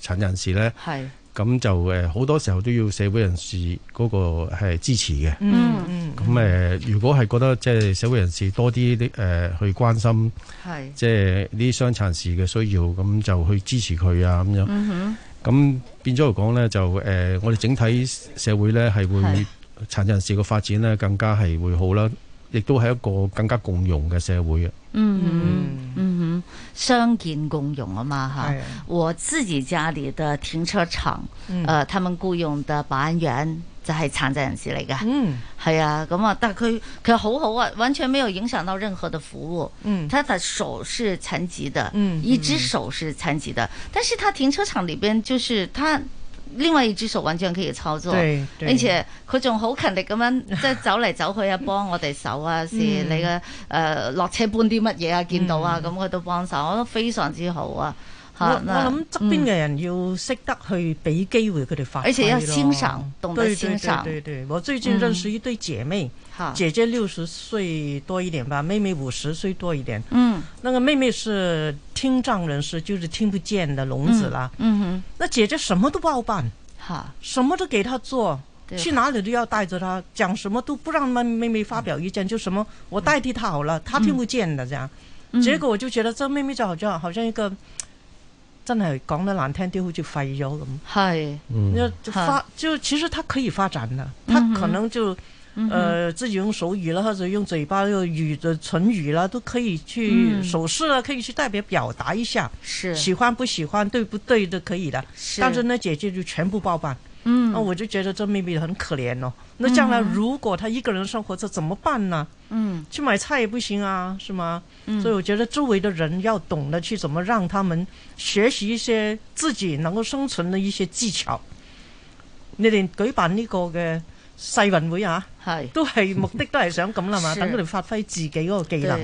S28: 殘人士咧。
S10: 係
S28: 咁就誒好多時候都要社會人士嗰個係支持嘅。
S10: 嗯
S2: 嗯
S28: 咁誒、呃如果係覺得即係社會人士多啲啲誒去關心，
S10: 係
S28: 即係呢啲傷殘士嘅需要，咁就去支持佢啊咁樣。
S10: 嗯
S28: 咁變咗嚟講呢，就誒、呃我哋整體社會呢，係
S10: 係
S28: 會殘疾人士個發展呢，更加係會好啦，亦都係一個更加共融嘅社會啊。
S2: 嗯
S10: 嗯嗯哼，相见共用啊嘛哈
S28: 哎。
S10: 我自己家里的停车场，
S2: 嗯
S10: 呃，他们雇佣的保安员就係殘疾人士嚟嘅。
S2: 嗯，
S10: 係啊，咁啊，但係佢佢好好啊，完全沒有影響到任何的服務。
S2: 嗯
S10: 他的手是殘疾的，
S2: 嗯
S10: 一只手是殘疾的，但是他停车场里边就是他。另外一隻手完全可以操作，
S2: 對對
S10: 而且佢仲好勤力咁
S2: [LAUGHS]
S10: 樣，即係走嚟走去啊，幫我哋手啊，是你
S2: 嗯
S10: 嘅誒落車搬啲乜嘢啊，見到啊，咁佢都幫手，我覺得非常之好啊！
S2: 我
S10: 嚇
S2: 我諗側邊
S10: 嗯
S2: 嘅人要識得去俾機會佢哋發揮咯
S10: 而且要欣賞懂得
S2: 對對
S10: 欣賞
S2: 對對對，我最近認識一對姐妹，
S10: 嗯
S2: 姐姐六十歲多一點吧，妹妹五十歲多一點。
S10: 嗯，
S2: 那個妹妹是聽障人士，就是聽不見的聾子啦。
S10: 嗯哼，
S2: 那姐姐什麼都包辦，
S10: 哈，
S2: 什麼都給她做，
S10: 对
S2: 去哪裡都要帶着她，講什麼都不讓妹妹妹發表意見，就什麼我代替她好了，她聽不見的這樣。
S10: 嗯
S2: 結果我就覺得這妹妹就好像好像一個。真係講得難聽啲，好似廢咗咁。
S10: 係嗯
S2: 因為
S23: 啊
S2: 發就其實她可以發展的，她可能就、
S10: 嗯哼
S2: 呃自己用手語啦，或者用嘴巴用語的唇語啦，都可以去
S10: 嗯
S2: 手勢啦，可以去代表表達一下，
S10: 是
S2: 喜歡不喜歡，對不對都可以的。
S10: 是
S2: 但是呢，姐姐就全部包辦。
S10: 嗯
S2: 那我就觉得这妹妹很可怜哦。那将来
S10: 嗯
S2: 如果她一个人生活，这怎么办呢？
S10: 嗯，
S2: 去买菜也不行啊，是吗？
S10: 嗯
S2: 所以我觉得周围的人要懂得去怎么让他们学习一些自己能够生存的一些技巧。你哋舉辦呢個嘅世運會啊，
S10: 係
S2: 都係目的都係想咁啦嘛，
S10: 是
S2: 等佢哋發揮自己嗰個技能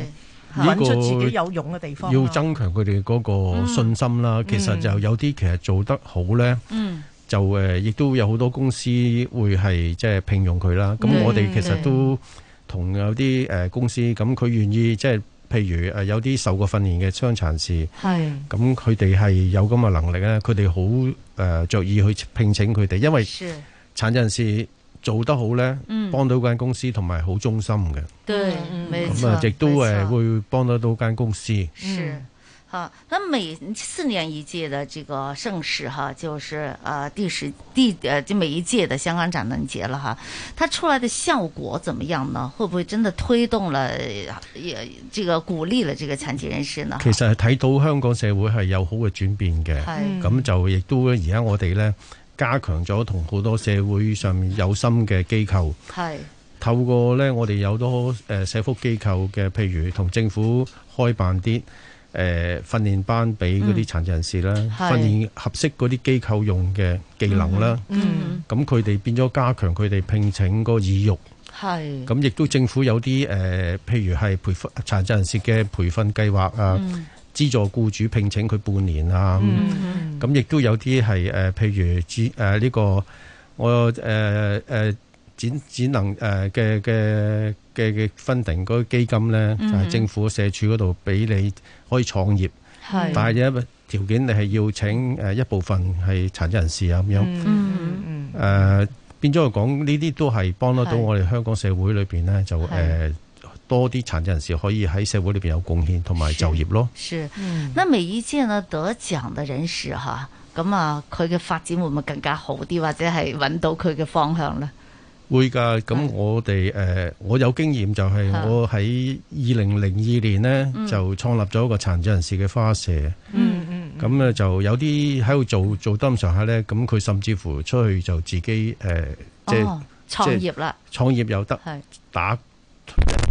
S10: 對，
S2: 揾出
S28: 呢個
S2: 自己有用嘅地方啊
S28: 要
S2: 啦。
S28: 增強佢哋嗰個信心啦。
S2: 嗯
S28: 其實就有啲其實做得好呢，
S10: 嗯
S28: 就誒亦都有好多公司會係即係聘用佢啦。咁
S10: 嗯
S28: 我哋其實
S10: 嗯
S28: 都同有啲誒公司，咁佢願意即係譬如誒有啲受過訓練嘅傷殘士。
S10: 係
S28: 咁佢哋係有咁嘅能力咧，佢哋好誒呃着意去聘請佢哋，因為
S10: 是
S28: 殘疾人士做得好咧，
S10: 嗯
S28: 幫到間公司同埋好忠心嘅，
S10: 對，
S2: 嗯
S10: 沒
S28: 咁啊
S10: 錯，
S28: 亦都嗯
S10: 沒
S28: 誒
S10: 錯
S28: 會幫得到間公司。
S10: 是。好，那每四年一届的这个盛事哈，就是呃第十第呃就每一届的香港展能节了哈，它出来的效果怎么样呢？会不会真的推动了呃也这个鼓励了这个残疾人士呢？
S28: 其實係睇到香港社會係有好嘅轉變嘅，
S10: 係
S28: 咁就亦都而家我哋咧加強咗同好多社會上面有心嘅機構。
S10: 係
S28: 透呃過咧，我哋有多誒社福機構嘅，譬如同政府開辦啲誒訓練班俾嗰啲殘疾人士啦，
S10: 嗯係
S28: 訓練合適嗰啲機構用嘅技能啦，
S10: 嗯
S28: 咁佢哋變咗加強佢哋聘請嗰個意欲。
S10: 係
S28: 咁亦都政府有啲誒、呃譬如係培訓殘疾人士嘅培訓計劃啊，
S10: 嗯
S28: 資助僱主聘請佢半年啊，
S10: 嗯
S28: 咁亦都有啲係誒，譬如展誒呢個我誒誒、呃呃展展能誒嘅嘅嘅嘅分定嗰個基金咧，就
S10: 嗯
S28: 係政府社署嗰度俾你可以創業，
S10: 係
S28: 但係有一條件你係要請呃誒一部分係殘疾人士啊咁樣。
S10: 嗯
S28: 誒、呃變咗嚟講，呢啲都係幫得到
S10: 係
S28: 我哋香港社會裏邊呢，就誒、
S10: 係
S28: 多啲殘疾人士可以喺社會裏邊有貢獻同埋就業咯。
S10: 是，那每一屆呢得獎嘅人士吓，咁啊佢嘅發展會唔會更加好啲，或者係揾到佢嘅方向咧？
S28: 會㗎，咁我哋誒、我有經驗就係
S10: 係
S28: 我喺二零零二年呢，
S10: 嗯
S28: 就創立咗一個殘疾人士嘅花社。
S10: 嗯
S2: 嗯
S28: 咁咧就有啲喺度做做得咁上下咧，咁佢甚至乎出去就自己誒、呃即係、
S10: 哦創業啦
S28: 即係創業又得
S10: 係
S28: 打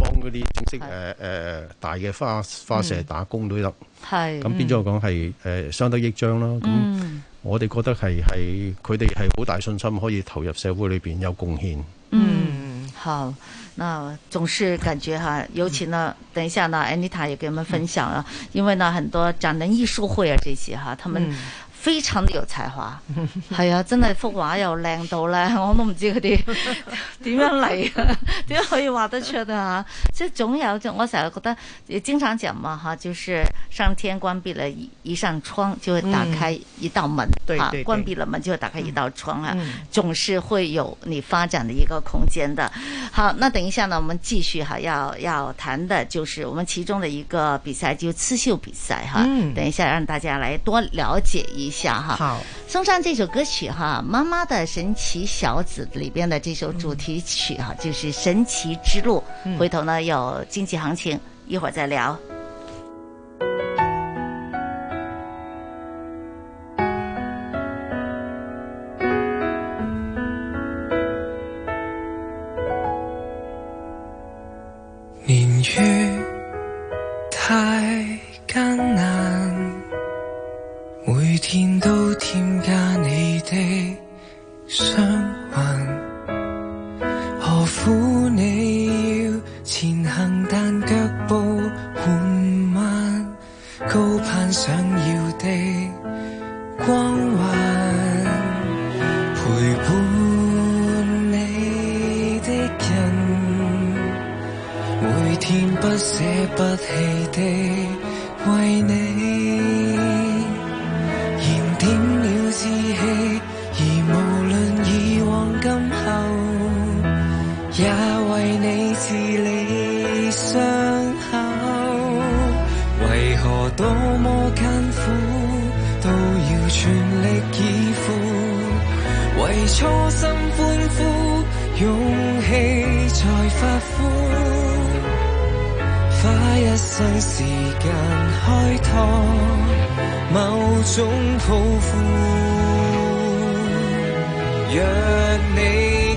S28: 幫嗰啲正式誒誒大嘅花花社
S10: 嗯
S28: 打工都得，
S10: 係
S28: 咁變咗我講係嗯誒相得益彰啦。咁、
S10: 嗯
S28: 我哋覺得係係佢哋係好大信心可以投入社會裏邊有貢獻。
S10: 嗯，好，那总是感觉哈，尤其呢，等一下呢，Anita 也给我们分享了，因为呢，很多展能艺术会啊这些哈，他们
S16: 嗯
S10: 非常的有才华，系啊，真 [LAUGHS] 係幅畫又靚到咧， [LAUGHS] 我都唔知佢哋點樣嚟啊， [LAUGHS] 點樣可以畫得出啊？即係總有一種，我成日覺得，也經常講嘛哈，就是上天關閉了一一扇窗，就會打開一道門，
S16: 嗯對
S10: 哈
S16: 對對
S10: 關閉了門就會打開一道窗啊，
S16: 嗯
S10: 總是會有你發展的一個空間的。好，那等一下呢，我們繼續哈，要要談的就是我們其中的一個比賽，就是刺繡比賽哈。
S16: 嗯
S10: 等一下讓大家来多了解一下哈。
S16: 好，
S10: 送上这首歌曲哈，《妈妈的神奇小子》里边的这首主题曲哈，就是《神奇之路》。
S16: 嗯
S10: 回头呢有经济行情，一会儿再聊。
S16: 年月太艱難，每天都添加你的傷患。何苦你要前行，但腳步緩慢，高攀想要的光環。陪伴你的人。每天不捨不棄地為你燃點了志氣，而無論以往今後，也為你治理傷口。為何多麼艱苦，都要全力以赴。為初心歡呼，勇氣才發膚。花一生時間開拓某種抱負。若你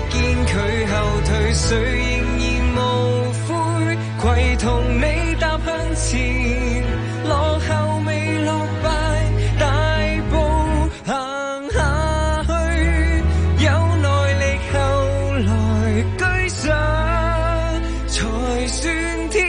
S16: 堅拒後退，誰仍然無悔？攜同你踏向前，落後未落敗，大步行下去，有耐力後來居上，才算天賦。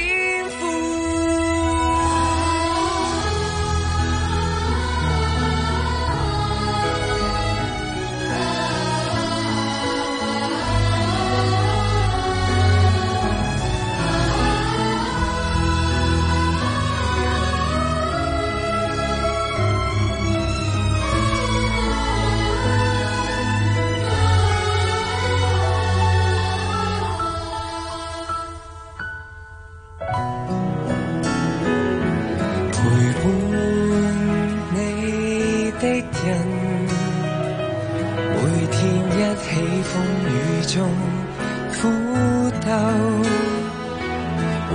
S16: 陪伴你的人，每天一起風雨中苦鬥，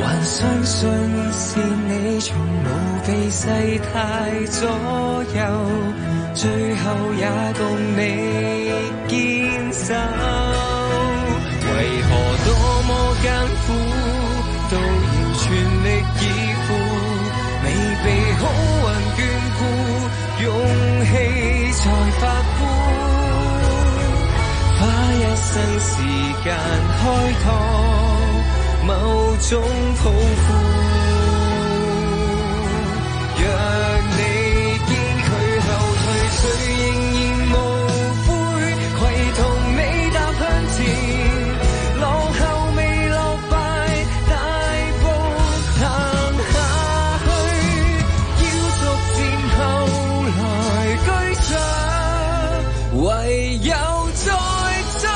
S16: 還相信是你從無被世態左右，最後也共你堅守。為何多麼艱苦，都要全力以赴。未被看時間開拓某種抱負。若你見佢後退，誰仍然無悔，攜同你踏向前，落後未落敗，大步行下去，要逐漸後來居上，唯有再追。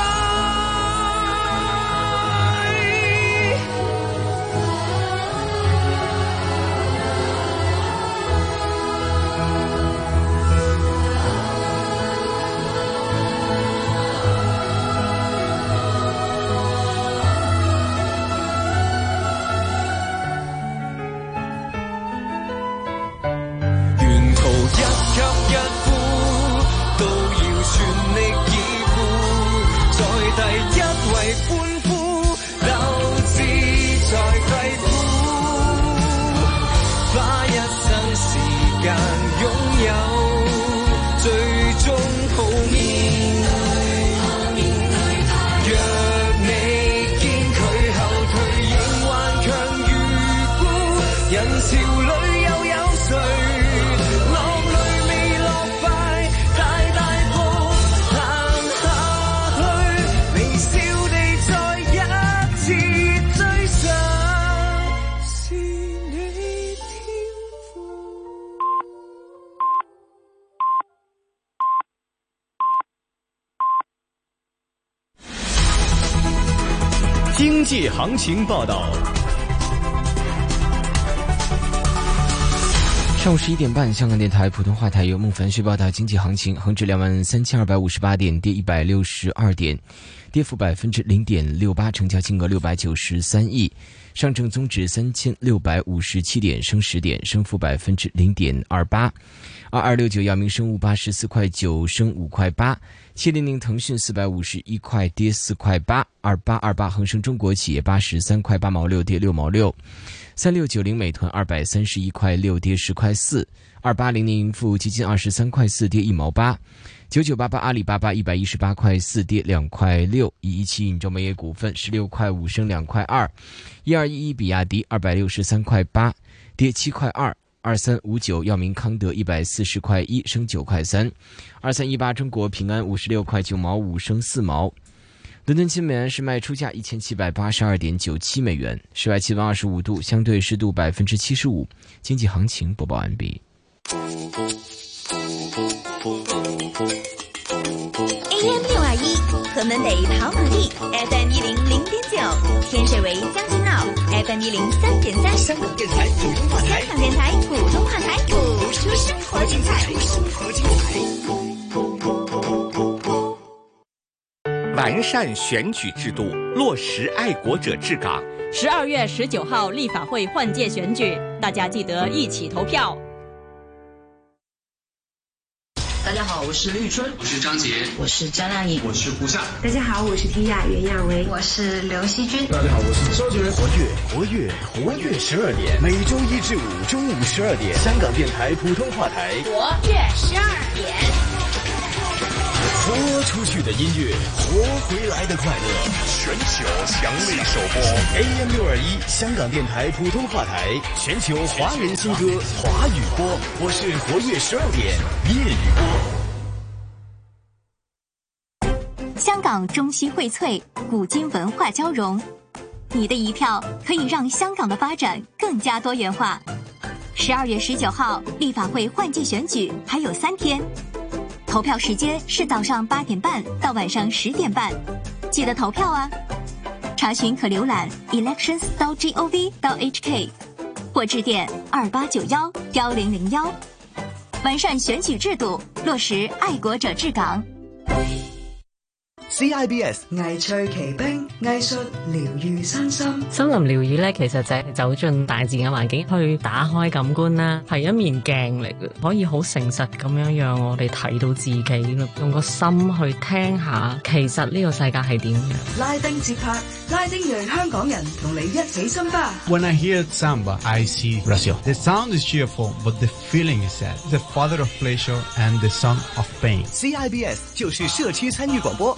S16: 沿途一吸一呼，都要全力以赴，在第一位歡呼，鬥志在肺腑，花一生時間擁有最終抱面。若你見佢後退，仍頑強如故，人潮裏又有誰落淚未落敗？大大步行下去，微笑地再一次追上，是你天賦。
S5: 经济行情报道。
S14: 上午十一点半，香港电台普通话台由孟凡旭报道经济行情。恒指两万三千二百五十八点，跌一百六十二点，跌幅百分之零点六八，成交金额六百九十三亿。上证综指三千六百五十七点，升十点，升幅百分之零点二八。二二六九药明生物八十四块九，升五块八。七零零腾讯四百五十一块，跌四块八。二八二八恒生中国企业八十三块八毛六，跌六毛六。三六九零美团二百三十一块六跌十块四，二八零零盈富基金二十三块四跌一毛八，九九八八阿里巴巴一百一十八块四跌两块六，一一七引州煤业股份十六块五升两块二，一二一一比亚迪二百六十三块八跌七块二。二三五九药明康德一百四十块一升九块三，二三一八中国平安五十六块九毛五升四毛，伦敦金美元是卖出价一千七百八十二点九七美元，室外气温二十五度，相对湿度百分之七十五。经济行情播报完毕。
S1: AM 六二一，河门北跑马地；FM 一零零点九，天水围将军澳；FM 一零三点三，香港电台普通话台。香港电台普通话台，谱出生活精彩。生活精彩。
S3: 完善选举制度，落实爱国者治港。
S4: 十二月十九号立法会换届选举，大家记得一起投票。
S29: [LAUGHS] 大家好，我是绿春，我是张杰，我是张靓颖，我是胡夏。
S13: 大家好，我是提雅袁娅维，我是刘惜君。
S29: 大家好，我是周杰伦。
S5: 活跃，活跃，活跃！十二点，每周一至五中午十二点，香港电台普通话台。
S13: 活跃十二点，
S5: 豁出去的音乐，活回来的快乐。全球强力首播，AM 六二一香港电台普通话台，全球华人新歌华语播。我是活跃十二点粤语播。
S18: 香港中西荟萃，古今文化交融。你的一票可以让香港的发展更加多元化。十二月十九号，立法会换届选举还有三天，投票时间是早上八点半到晚上十点半，记得投票啊！查询可浏览 elections 到 gov 到 hk，或致电二八九幺幺零零幺。完善选举制度，落实爱国者治港。
S6: CIBS 藝趣奇兵，藝術療愈身心。
S30: 森林療愈咧，其實就係走進大自然嘅環境，去打開感官啦，係一面鏡嚟嘅，可以好誠實咁樣讓我哋睇到自己咯。用個心去聽下，其實呢個世界係點樣。
S6: 拉丁節拍，拉丁裔香港人同你一起深巴。
S28: When I hear samba, I see Brazil. The sound is cheerful, but the feeling is sad. The father of pleasure and the son of pain.
S5: CIBS 就是社区参与广播。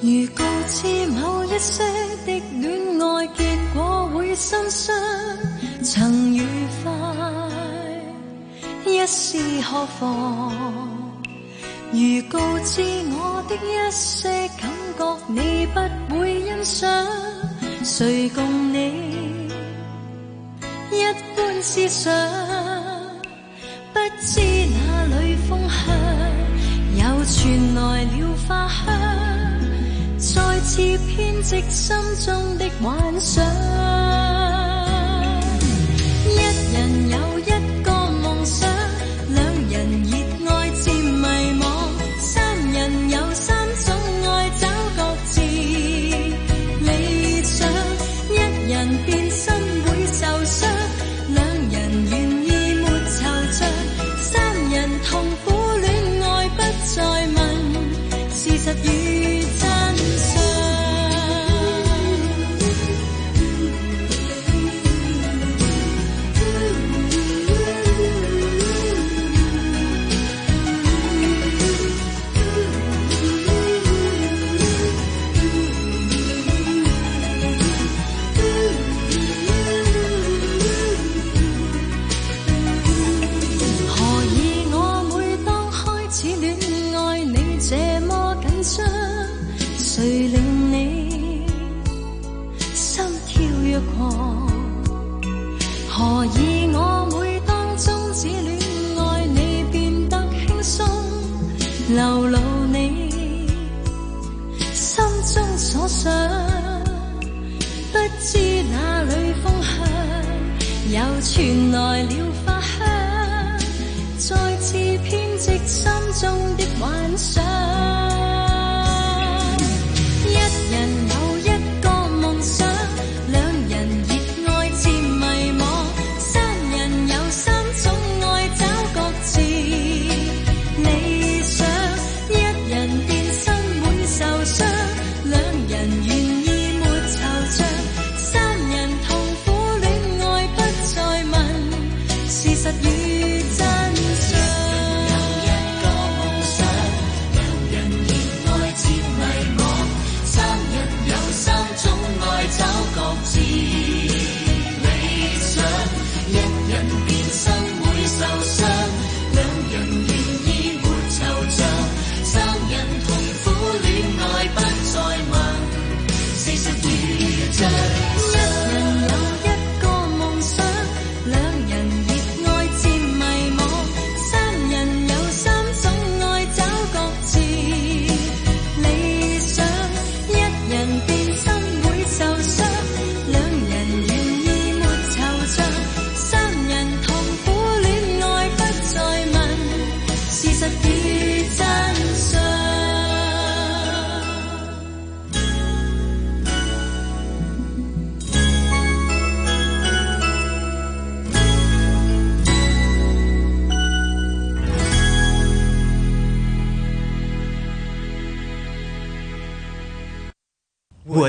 S6: 如告知某一些的戀愛結果會心傷，曾愉快，一試何妨？如告知我的一些感覺你不會欣賞，誰共你一般思想？不知哪裏風向，又傳來了花香。再次編織心中的幻想，一人有一個夢想，兩人熱愛漸迷惘，三人有三種愛找各自理想，一人變心會受傷，兩人願意沒惆悵，三人痛苦戀愛不再問事實與真相。何以我每當開始戀愛，你這麼緊張？誰令你心跳若狂？何以我每當終止戀愛，你變得輕鬆？流露你心中所想，不知哪裏風向，又傳來了花香。再次編織心中的幻想。一人有一個夢想，兩人熱愛漸迷惘，三人有三種愛找各自理想。一人變心會受傷，兩人願意沒惆悵，三人痛苦戀愛不再問。事實與真相。有一個夢想，兩人熱愛漸迷惘，三人有三種愛找各自理想，一人變心會受傷，兩人願意沒惆悵，三人痛苦戀愛不再問。事實與真相。一人有一個夢想，兩人熱愛漸迷惘，三人有三種愛找各自理想，一人變心會受傷，兩人願意沒惆悵，三人痛苦戀愛不再問，事實與真相。
S5: 我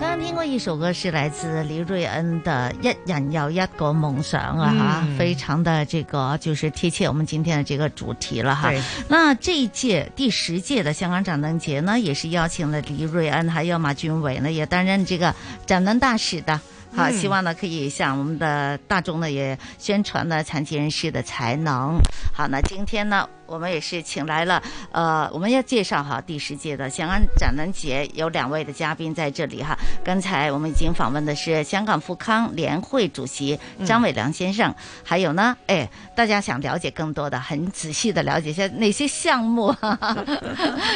S10: 刚刚听过一首歌，是来自黎瑞恩的《一人有一个梦想》啊，哈、
S6: 嗯
S10: 非常的这个就是贴切我们今天的这个主题了哈
S6: 对。
S10: 那这一届第十届的香港展能节呢，也是邀请了黎瑞恩还有马俊伟呢，也担任这个展能大使的。好，
S6: 嗯
S10: 希望呢可以向我们的大众呢也宣传呢残疾人士的才能。好，那今天呢我们也是请来了，呃，我们要介绍哈第十届的香港展览节有两位的嘉宾在这里哈。刚才我们已经访问的是香港富康联会主席
S2: 嗯
S10: 张伟良先生，还有呢，哎，大家想了解更多的，很仔细的了解一下哪些項目
S2: [LAUGHS]
S10: 啊， [LAUGHS]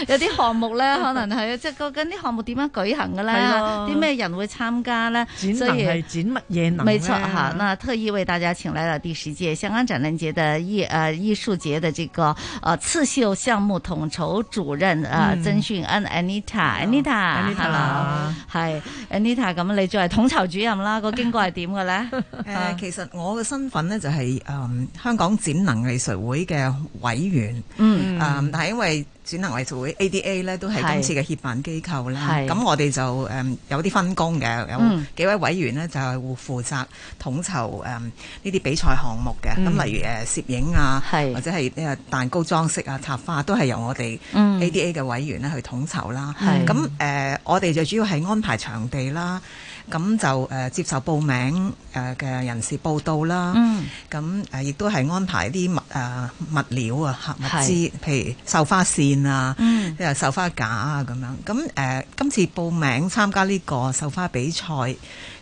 S10: 有啲項目咧可能係即係究竟啲項目點樣舉行嘅咧，
S2: 係咯
S10: 啊啲咩人會參加咧，
S2: 展能係展乜嘢能呢？啊哦
S10: 没错哈，那特意为大家请来了第十届香港展览节的艺呃艺术节的这个呃刺绣项目统筹主任呃、
S23: 嗯
S10: 曾迅恩
S2: 哦
S10: Anita，Anita，Hello，
S23: Anita
S10: 系 Anita，咁你作為統籌主任
S2: [LAUGHS]
S10: 啦，個經過係點嘅咧？啊
S23: 誒、呃其實我嘅身份呢，就係、嗯香港展能藝術會嘅委員，
S10: 嗯
S23: 嗯但係因為展能藝術會 ADA 咧都係
S10: 係
S23: 今次嘅協辦機構啦，
S10: 係
S23: 咁我哋就誒、嗯有啲分工嘅，有
S10: 嗯
S23: 幾位委員呢，就係會負責統籌誒呢啲比賽項目嘅，咁、
S10: 嗯
S23: 例如誒攝影啊，
S10: 係
S23: 或者係誒蛋糕裝飾啊、插花都係由我哋
S10: 嗯
S23: ADA 嘅委員咧去統籌啦，
S10: 係
S23: 咁誒、我哋就主要係安排場地啦。咁就誒、呃接受報名誒嘅、人士報到啦。
S10: 嗯
S23: 咁誒亦都係安排啲物誒、呃物料啊，嚇物
S10: 係
S23: 資，譬如繡花線啊，
S10: 嗯
S23: 即係繡花架啊咁樣。咁誒、呃今次報名參加呢個繡花比賽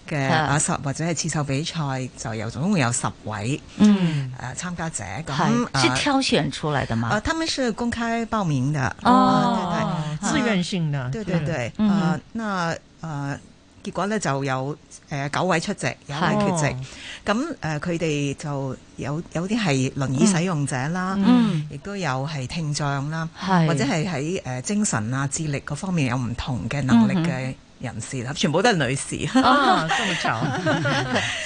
S23: 嘅
S10: 啊
S23: 啊十或者係刺繡比賽，就有總共有十位
S10: 嗯
S23: 誒、呃、參加者。咁
S10: 係是挑選出來的
S23: 呃，
S10: 嗎？
S23: 他们是公开报名的
S10: 哦
S23: 呃对对
S2: 自愿性的
S23: 呃对对对，
S2: 嗯
S23: 呃，那呃，結果咧就有誒九位出席，有一
S2: 係
S23: 位缺席
S2: 哦。
S23: 咁誒，佢哋就有有啲係輪椅使用者啦
S10: 嗯，
S23: 亦都有係聽障啦，
S10: 係
S23: 或者係喺誒精神啊、智力嗰方面有唔同嘅能力
S10: 嗯
S23: 嘅人士啦，全部都係女士。
S2: 啊，这么巧，
S23: [LAUGHS]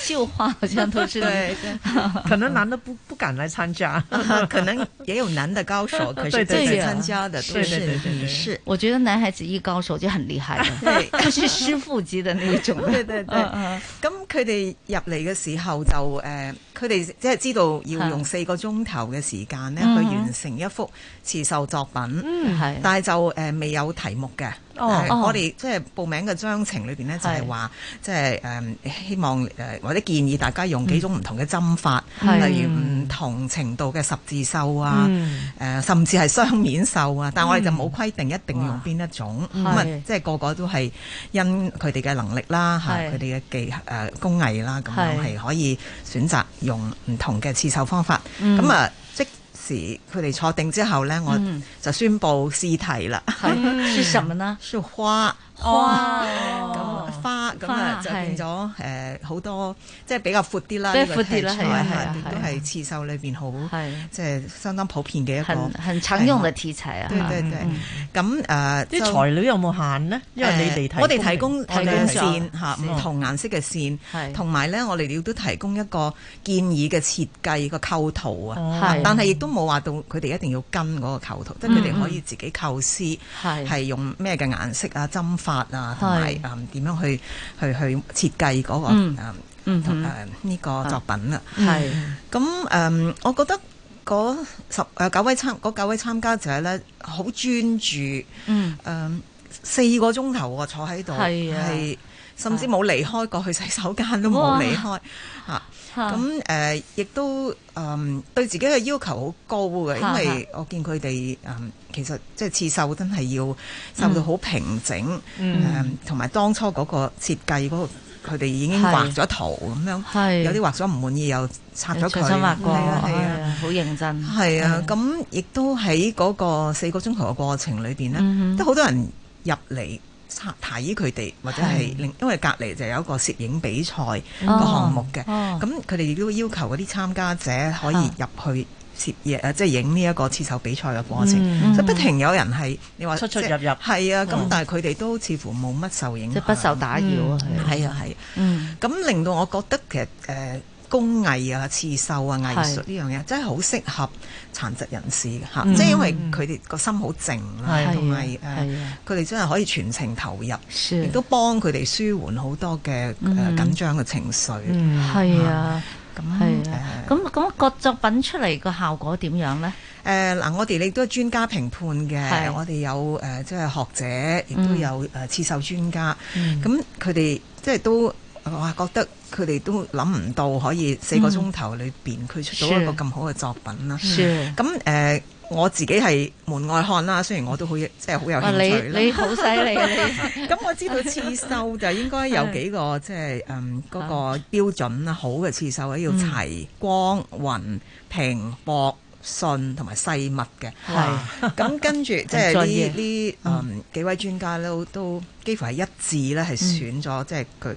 S10: 绣花好像都是
S23: 对，
S2: [LAUGHS] 可能男的不不敢来参加，
S23: 啊 [LAUGHS] 可能也有男的高手，可是
S2: [LAUGHS] 对
S23: 这
S2: 对
S23: 次
S2: 对
S23: 參加的都
S2: 对对
S23: 是
S2: 对对
S23: 女
S2: 对
S23: 士。
S10: 我覺得男孩子一高手就很厲害 [LAUGHS]
S23: 對
S10: 的， [LAUGHS] 就是師傅級
S23: [LAUGHS]
S10: 的那種。
S23: 對對對
S10: 嗯嗯
S23: 咁佢哋入嚟嘅時候就誒，呃佢哋即係知道要用四個鐘頭嘅時間咧，去
S10: 嗯
S23: 完成一幅刺繡作品。
S10: 嗯係
S23: 但係就誒未有題目嘅。
S10: 哦
S23: 但係
S10: 哦
S23: 我哋即係報名嘅章程裏邊咧，就係話即係誒希望誒或者建議大家用幾種唔同嘅針法，
S10: 嗯
S23: 例如唔同程度嘅十字繡啊
S10: 嗯，
S23: 誒甚至係雙面繡啊。但係我哋就
S10: 嗯
S23: 冇規定一定用邊一種，咁啊
S10: 係
S23: 即係個個都係因佢哋嘅能力啦嚇，
S10: 係
S23: 佢哋嘅技誒工藝啦，咁樣
S10: 係
S23: 係可以選擇用唔同嘅刺繡方法。
S10: 嗯
S23: 咁啊即時佢哋坐定之後咧，我
S10: 嗯
S23: 就宣布試題啦。 [LAUGHS]
S2: 嗯
S10: 係是什麼呢？
S23: 是花
S10: 花
S23: 咁花咁啊
S10: 哦花
S23: 就變咗誒好多，即係比較闊啲啦，
S10: 比
S23: 呢
S10: 較
S23: 個
S10: 闊啲啦
S23: 題材
S10: 係啊係
S23: 係
S10: 啊
S23: 亦
S10: 係啊
S23: 都係刺繡裏邊好
S10: 係
S23: 即係相當普遍嘅一
S10: 很
S23: 個
S10: 很常用的題材啊！
S23: 對對對
S10: 嗯，
S23: 咁誒
S2: 啲
S23: 就
S2: 材料有冇限呢？因為你哋
S23: 誒我哋提供我
S2: 提
S23: 哋嘅
S2: 供
S23: 線嚇
S2: 咗
S23: 唔同顏色嘅線，
S2: 係
S23: 同埋咧我哋亦都提供一個建議嘅設計個構圖
S2: 哦
S23: 啊
S2: 係，
S23: 但係亦都冇話到佢哋一定要跟嗰個構圖，即係佢哋可以自己構思
S10: 嗯係
S23: 係用咩嘅顏色啊、針法啊，同埋
S10: 係
S23: 誒點樣去去去設計嗰個
S10: 嗯
S23: 誒
S10: 嗯
S23: 同
S10: 哼
S23: 誒呢個作品啊。
S10: 係
S23: 咁誒、嗯我覺得嗰十誒九位參嗰九位參加者咧，好專注，誒、
S13: Mm.
S10: 嗯
S23: 四個鐘頭喎坐喺度，
S10: 係啊
S23: 係甚至冇離開過，去洗手間都冇
S10: 哇
S23: 離開嚇。
S10: 嚇
S23: 啊咁誒，亦都誒對自己嘅要求好高嘅，因
S10: 嚇
S23: 為我見佢哋誒其實即係刺繡真係要繡到好平整，誒
S10: 嗯
S23: 同埋當初嗰個設計嗰個佢哋已經
S10: 係
S23: 畫咗圖咁樣，
S10: 係
S23: 有啲畫咗唔滿意又拆咗佢，
S10: 重新畫過，
S23: 係啊係啊
S10: 哎。呀好認真。
S23: 係啊，咁亦都喺嗰個四個鐘頭嘅過程裏邊
S10: 嗯哼
S23: 呢，都好多人入嚟察睇佢哋，或者係
S10: 係
S23: 另因為隔離就有一個攝影比賽個
S10: 哦
S23: 項目嘅，
S10: 哦
S23: 咁佢哋亦都要求嗰啲參加者可以入去。攝嘢呃誒，即係影呢一個刺繡比賽嘅過程，
S10: 嗯
S23: 所以不停有人係你話
S2: 出出
S23: 即係
S2: 入入
S23: 係啊，咁、
S2: 嗯
S23: 但係佢哋都似乎冇乜受影響，
S10: 即係不受打擾啊
S23: 嗯
S10: 係
S23: 係啊係啊，
S10: 嗯
S23: 咁令到我覺得其實誒、呃工藝啊、刺繡啊、藝術呢
S10: 係
S23: 樣嘢真係好適合殘疾人士嘅嚇，
S10: 嗯
S23: 即係因為佢哋個心好靜
S10: 係
S23: 啦
S10: 啊，
S23: 同埋誒
S10: 係啊
S23: 佢哋真係可以全程投入，
S10: 是
S23: 亦都幫佢哋舒緩好多嘅誒、呃
S10: 嗯
S23: 緊張嘅情緒。
S10: 嗯係啊，
S23: 咁
S10: 係啊，咁咁個作品出嚟個效果點樣咧？
S23: 誒呃嗱，我哋亦都係專家評判
S10: 係
S23: 嘅，我哋有呃誒即係學者，亦都呃
S10: 嗯
S23: 有誒刺繡專家
S10: 嗯，
S23: 咁佢哋即係都誒哇覺得佢哋都諗唔到可以四個鐘頭裏邊佢出到一個
S11: 是
S23: 咁好嘅作品啦。
S10: 是
S23: 咁誒、呃我自己係門外漢啦，雖然我都好即係好有
S10: 哇
S23: 興
S10: 你
S23: 趣啦
S10: 你好犀利啊你
S23: [LAUGHS] 咁我知道刺繡就應該有幾
S10: [LAUGHS]
S23: 個即係誒
S10: 啊
S23: 嗰個標準啦，好嘅刺繡咧啊
S10: 嗯
S23: 要齊光、雲、平、薄、順同埋細密嘅。啊
S10: 係
S23: 咁跟住
S10: [LAUGHS]
S23: 即
S10: 很
S23: 係
S10: 專
S23: 呢
S10: 業
S23: 呢
S10: 嗯
S23: 誒幾位專家都都幾乎係一致咧，係選
S10: 嗯
S23: 咗即係佢誒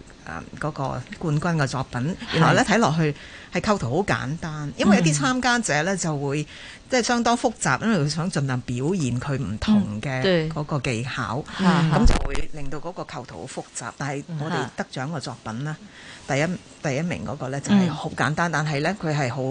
S23: 嗰個冠軍嘅作品。原來咧睇落去係構圖好簡單，因為
S10: 嗯
S23: 有啲參加者咧就會即係相當複雜，因為佢想盡量表現佢唔同
S10: 嗯對
S23: 嘅嗰個技巧，
S10: 嗯
S23: 咁就會令到嗰個構圖好複雜。但係我哋得獎嘅作品咧，第一第一名嗰個咧就係好簡單，但係咧佢係好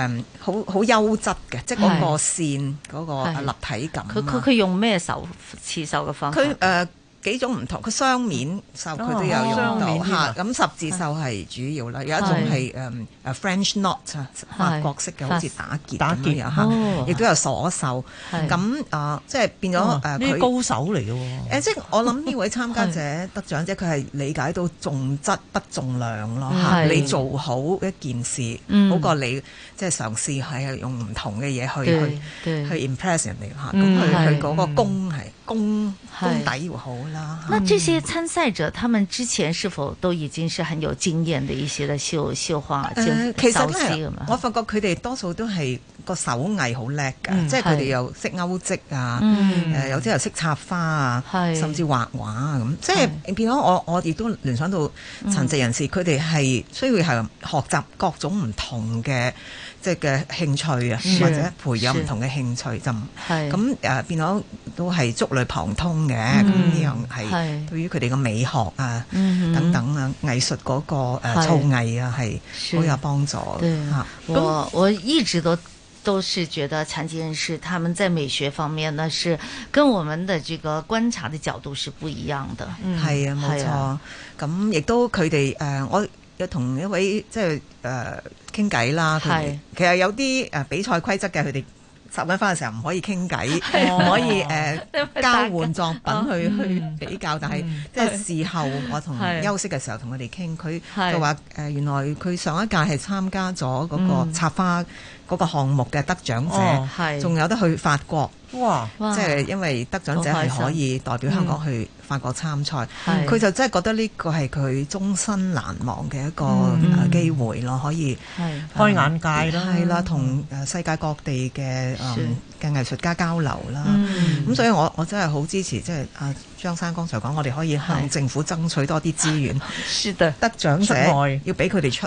S23: 誒好好優質嘅，即係嗰個線嗰個
S10: 係
S23: 立體感啊。
S10: 佢佢佢用咩手刺繡嘅方法？
S23: 佢誒幾種唔同，佢雙面繡佢都有用
S10: 哦雙面
S23: 到
S10: 添啊
S23: 嚇，咁十字繡係主要啦，有一種
S10: 係
S23: 係誒誒 French knot 啊，法國式嘅
S10: 法
S23: 好似打結
S2: 打
S23: 咁
S2: 結
S23: 樣
S2: 哦
S23: 嚇，亦都有鎖繡，
S2: 係
S23: 咁啊即係變咗
S2: 哦
S23: 誒
S2: 呢啲
S23: 佢
S2: 高手嚟
S10: [LAUGHS]
S2: 嘅喎。
S23: 誒，
S10: 哦
S23: 即係我諗呢位參加者得獎者，佢係理解到重質不重量咯嚇。
S10: 係
S23: 你做好一件事，
S10: 嗯
S23: 好過你即係嘗試係用唔同嘅嘢去
S10: 對
S23: 去
S10: 對
S23: 去 impress 人哋嚇。
S10: 嗯
S23: 咁佢
S10: 係
S23: 佢嗰個功係功
S10: 係
S23: 功底要好啦。
S10: 那这些参赛者，他们之前是否都已经是很有經驗的一些的绣绣花、绣
S23: 誒呃其
S10: 繡
S23: 實
S10: 絲
S23: 咧
S10: 咁，
S23: 我
S10: 啊？
S23: 發覺佢哋多數都係個手藝好叻㗎，
S10: 嗯
S23: 即係佢
S10: 係
S23: 哋又識勾織啊，
S10: 嗯
S23: 誒有啲又識插花啊，
S10: 係
S23: 甚至畫畫啊咁，即係變咗我我亦都聯想到
S10: 嗯
S23: 殘疾人士，佢哋係需要係學習各種唔同嘅即係嘅興趣啊，
S10: 嗯是
S23: 或者培養
S10: 是
S23: 唔同嘅興趣就唔
S10: 係
S23: 咁誒變咗都係觸類旁通嘅，咁
S10: 嗯
S23: 呢樣係
S10: 係
S23: 對於佢哋嘅美學啊
S10: 嗯哼
S23: 等等啊藝術嗰個
S10: 係
S23: 誒造藝啊係
S10: 是
S23: 好有幫助嘅
S10: 對
S23: 嚇。
S10: 我我一直都都是觉得残疾人士他们在美学方面呢，是跟我们的这个观察的角度是不一样的。
S23: 係嗯啊，冇錯。咁亦都佢哋誒，我有同一位即係誒傾偈啦。佢哋
S10: 係
S23: 其實有啲誒比賽規則嘅，佢哋集緊翻嘅時候唔可以傾偈，
S10: [LAUGHS] 哦
S23: 唔可以誒交換作品去去比較。但係即係事後我同
S10: 嗯係
S23: 休息嘅時候同佢哋傾，佢
S10: 係
S23: 佢話誒原來佢上一屆係參加咗嗰個
S10: 嗯
S23: 插花嗰個項目嘅得獎
S10: 哦係
S23: 者，仲有得去法國。
S2: 哇！
S10: 哇
S23: 即係因為得獎者係
S10: 好
S23: 可
S10: 開
S23: 以
S10: 心
S23: 代表香港
S2: 嗯
S23: 去法國參賽，
S10: 嗯
S23: 佢就真係覺得呢個係佢終身難忘嘅一個
S2: 嗯
S23: 呃機會咯，可以
S10: 係
S23: 呃
S2: 開眼界啦
S23: 係啦，同呃世界各地嘅呃
S2: 是
S23: 嘅藝術家交流啦。
S2: 嗯
S23: 咁所以我我真係好支持，即係阿張生剛才講，我哋可以向政府爭取多啲資
S2: [LAUGHS]
S23: 源，
S10: 是的，
S23: 得獎
S2: 出
S23: 者
S2: 外
S23: 要俾佢哋出去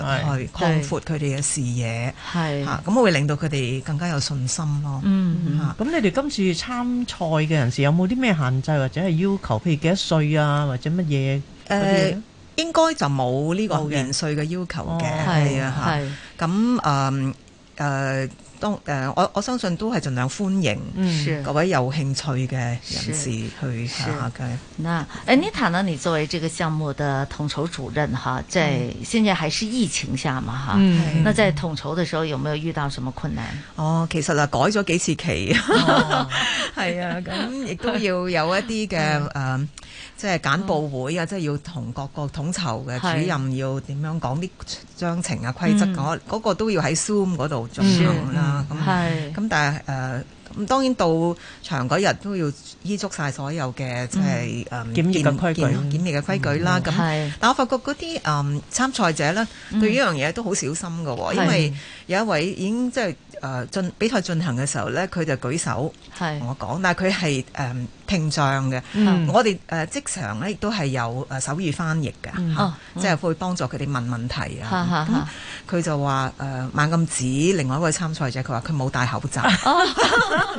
S23: 擴闊佢哋嘅視野，
S10: 係
S23: 嚇咁會令到佢哋嗯更加有信心咯。
S10: 嗯
S23: 嚇
S2: 咁你哋今次參賽嘅人士有冇啲咩限制或者係要求？譬如幾多歲啊，或者乜嘢嗰
S23: 誒
S2: 啲咧？
S23: 應該就冇呢個
S2: 冇嘅
S23: 年歲嘅要求
S2: 哦
S23: 嘅，
S2: 係
S23: 係啊
S2: 係
S23: 嚇。咁誒誒，當誒我我相信都係盡量歡
S10: 嗯是
S23: 迎各位有興趣嘅人
S10: 是
S23: 士去下嘅。
S10: 那 Anita 呢？你作为这个项目的统筹主任哈，在现在还是疫情下嘛哈，
S23: 嗯
S10: 那在统筹的时候有没有遇到什么困难？
S23: 哦，其實啊，改咗幾次期， [LAUGHS] 係啊，咁亦都要有一啲嘅誒，即係簡報會啊，即係要同各個統籌嘅
S10: 係
S23: 主任要點樣講啲章程啊、規則
S10: 嗯
S23: 嗰嗰個都要喺 Zoom 嗰度進行啦。咁
S10: 係
S23: 咁，但係誒。咁當然到場嗰日都要依足晒所有嘅即呃係誒
S2: 檢疫嘅規矩
S23: 健健檢疫嘅規矩啦。咁
S2: 係
S23: 但我發覺嗰啲誒參賽者咧，
S2: 嗯
S23: 對呢樣嘢都好小心嘅喎，因
S2: 係
S23: 為有一位已經即係誒進比賽進行嘅時候咧，佢就舉手
S10: 係
S23: 同我講，但係佢係誒聽障嘅。
S10: 嗯
S23: 我哋呃誒即場咧亦都係有誒手語翻譯嘅，
S10: 嗯
S23: 嚇
S10: 哦
S23: 即係會幫助佢哋問問題
S10: 哈哈哈
S23: 啊。咁佢就話誒猛咁指另外一位參賽者，佢話佢冇戴口罩。
S2: 好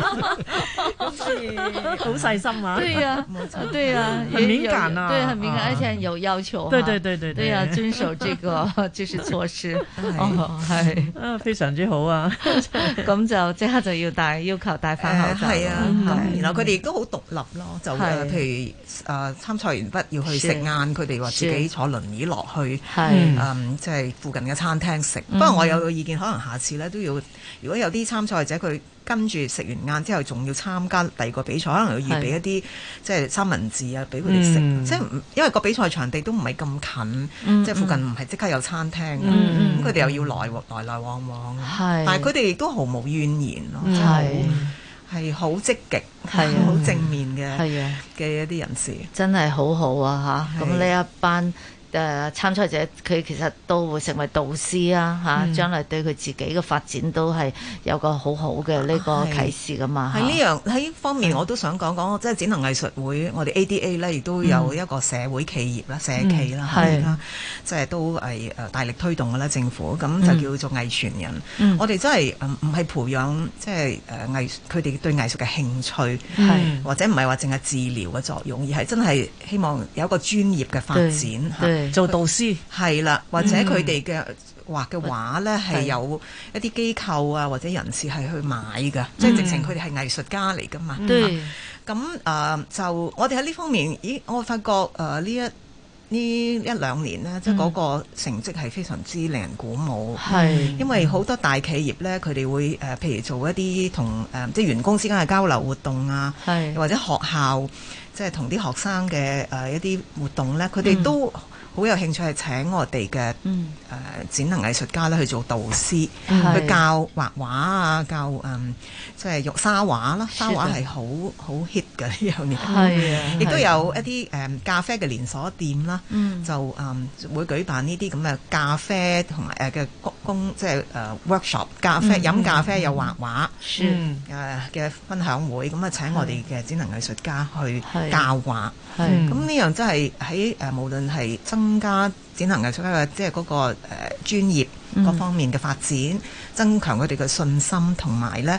S2: 細心啊！
S10: [LAUGHS] 对呀、对呀、
S2: 很
S10: 也
S2: 敏
S10: 有
S2: 感啊
S10: 对，很敏感，
S2: 啊
S10: 而且有要求哈。
S2: [LAUGHS] 對對對對對
S10: 对呀、遵守这个 [LAUGHS] 就是措施。哦，系
S2: 啊，非常之好
S10: [LAUGHS]
S2: 啊！
S10: 咁就即刻就要戴要求戴翻嗯
S23: 誒
S10: 口罩。哎
S23: 嗯係啊，咁然後佢哋亦都好獨立立咯，就
S10: 啊係
S23: 誒譬如誒參賽完畢要去食
S10: 是
S23: 晏，佢哋話自己
S10: 是
S23: 坐輪椅落去，
S10: 係
S23: 嗯即係附近嘅餐廳食。
S10: 嗯
S23: 不過我有個意見，可能下次咧都要，如果有啲參賽者佢跟住食完晏之後，仲要參加第二個比賽，可能要預備一
S10: 係
S23: 啲即係三文治啊，俾佢哋食。
S10: 嗯
S23: 即係唔因為個比賽場地都唔係咁近，
S10: 嗯
S23: 即係附近唔係即刻有餐廳，啊
S10: 嗯嗯
S23: 咁佢哋又要來來來往往。
S10: 係
S23: 但係佢哋亦都毫無怨言咯，
S10: 嗯
S23: 真係好
S10: 係
S23: 係好積極，
S10: 係啊
S23: 好正面嘅
S10: 係啊。
S23: 嘅一啲人士。
S10: 真係好好啊
S23: 係
S10: 嚇！咁呢一班誒、呃、參賽者，佢其實都會成為導師啊嚇，
S23: 嗯
S10: 將來對佢自己嘅發展都係有個好好嘅呢個
S23: 係
S10: 啟示噶嘛
S23: 喺呢樣喺呢方面，我都想講講，即係展能藝術會，我哋 ADA 咧亦都有一個社會企業啦、社企啦，
S10: 嗯嗯係
S23: 而家即係都係誒大力推動嘅啦，政府咁就叫做藝傳人。
S10: 嗯
S23: 我哋真係嗯唔係培養即係誒藝佢哋對藝術嘅興趣，
S10: 係
S23: 或者唔係話淨係治療嘅作用，而係真係希望有一個專業嘅發
S2: 對
S23: 展
S2: 對
S23: 嚇
S2: 做導師
S23: 係啦，或者
S2: 嗯
S23: 佢哋嘅。畫嘅畫咧
S2: 係
S23: 係有一啲機構啊或者人士係去買㗎，即係直情佢哋係藝術家嚟㗎嘛。
S10: 對
S23: 咁誒、呃就我哋喺呢方面，咦，我發覺呃誒呢、一。呢一兩年
S10: 嗯
S23: 呢，即係嗰個成績係非常之令人鼓舞，
S10: 係
S23: 因為好多大企業呢，佢哋會誒、呃譬如做一啲同誒即係員工之間嘅交流活動啊，
S10: 係
S23: 或者學校即係同啲學生嘅誒、呃一啲活動呢，佢哋都好有興趣係請我哋嘅呃
S10: 嗯
S23: 誒展能藝術家咧去做導師，
S10: 係
S23: 去教畫畫啊，教嗯即係用沙畫啦，沙畫
S10: 是的
S23: 係好好 hit 嘅呢樣嘢。
S10: 係啊
S23: [LAUGHS] 亦都
S10: 係
S23: 有一啲誒咖啡嘅連鎖店啦，
S10: 嗯
S23: 就誒會舉辦呢啲咁嘅咖啡同埋誒嘅工工即係誒 workshop 咖啡
S10: 嗯
S23: 飲咖
S10: 嗯
S23: 啡
S10: 嗯
S23: 又畫畫
S10: 是
S23: 嗯誒嘅分享會，咁啊請我哋嘅展能藝術家去教畫。嗯
S10: 係
S23: 咁呢樣真係喺誒，無論係增加展能藝術家嘅即係嗰個誒專業
S10: 嗯
S23: 各方面嘅發展，增強佢哋嘅信心，同埋咧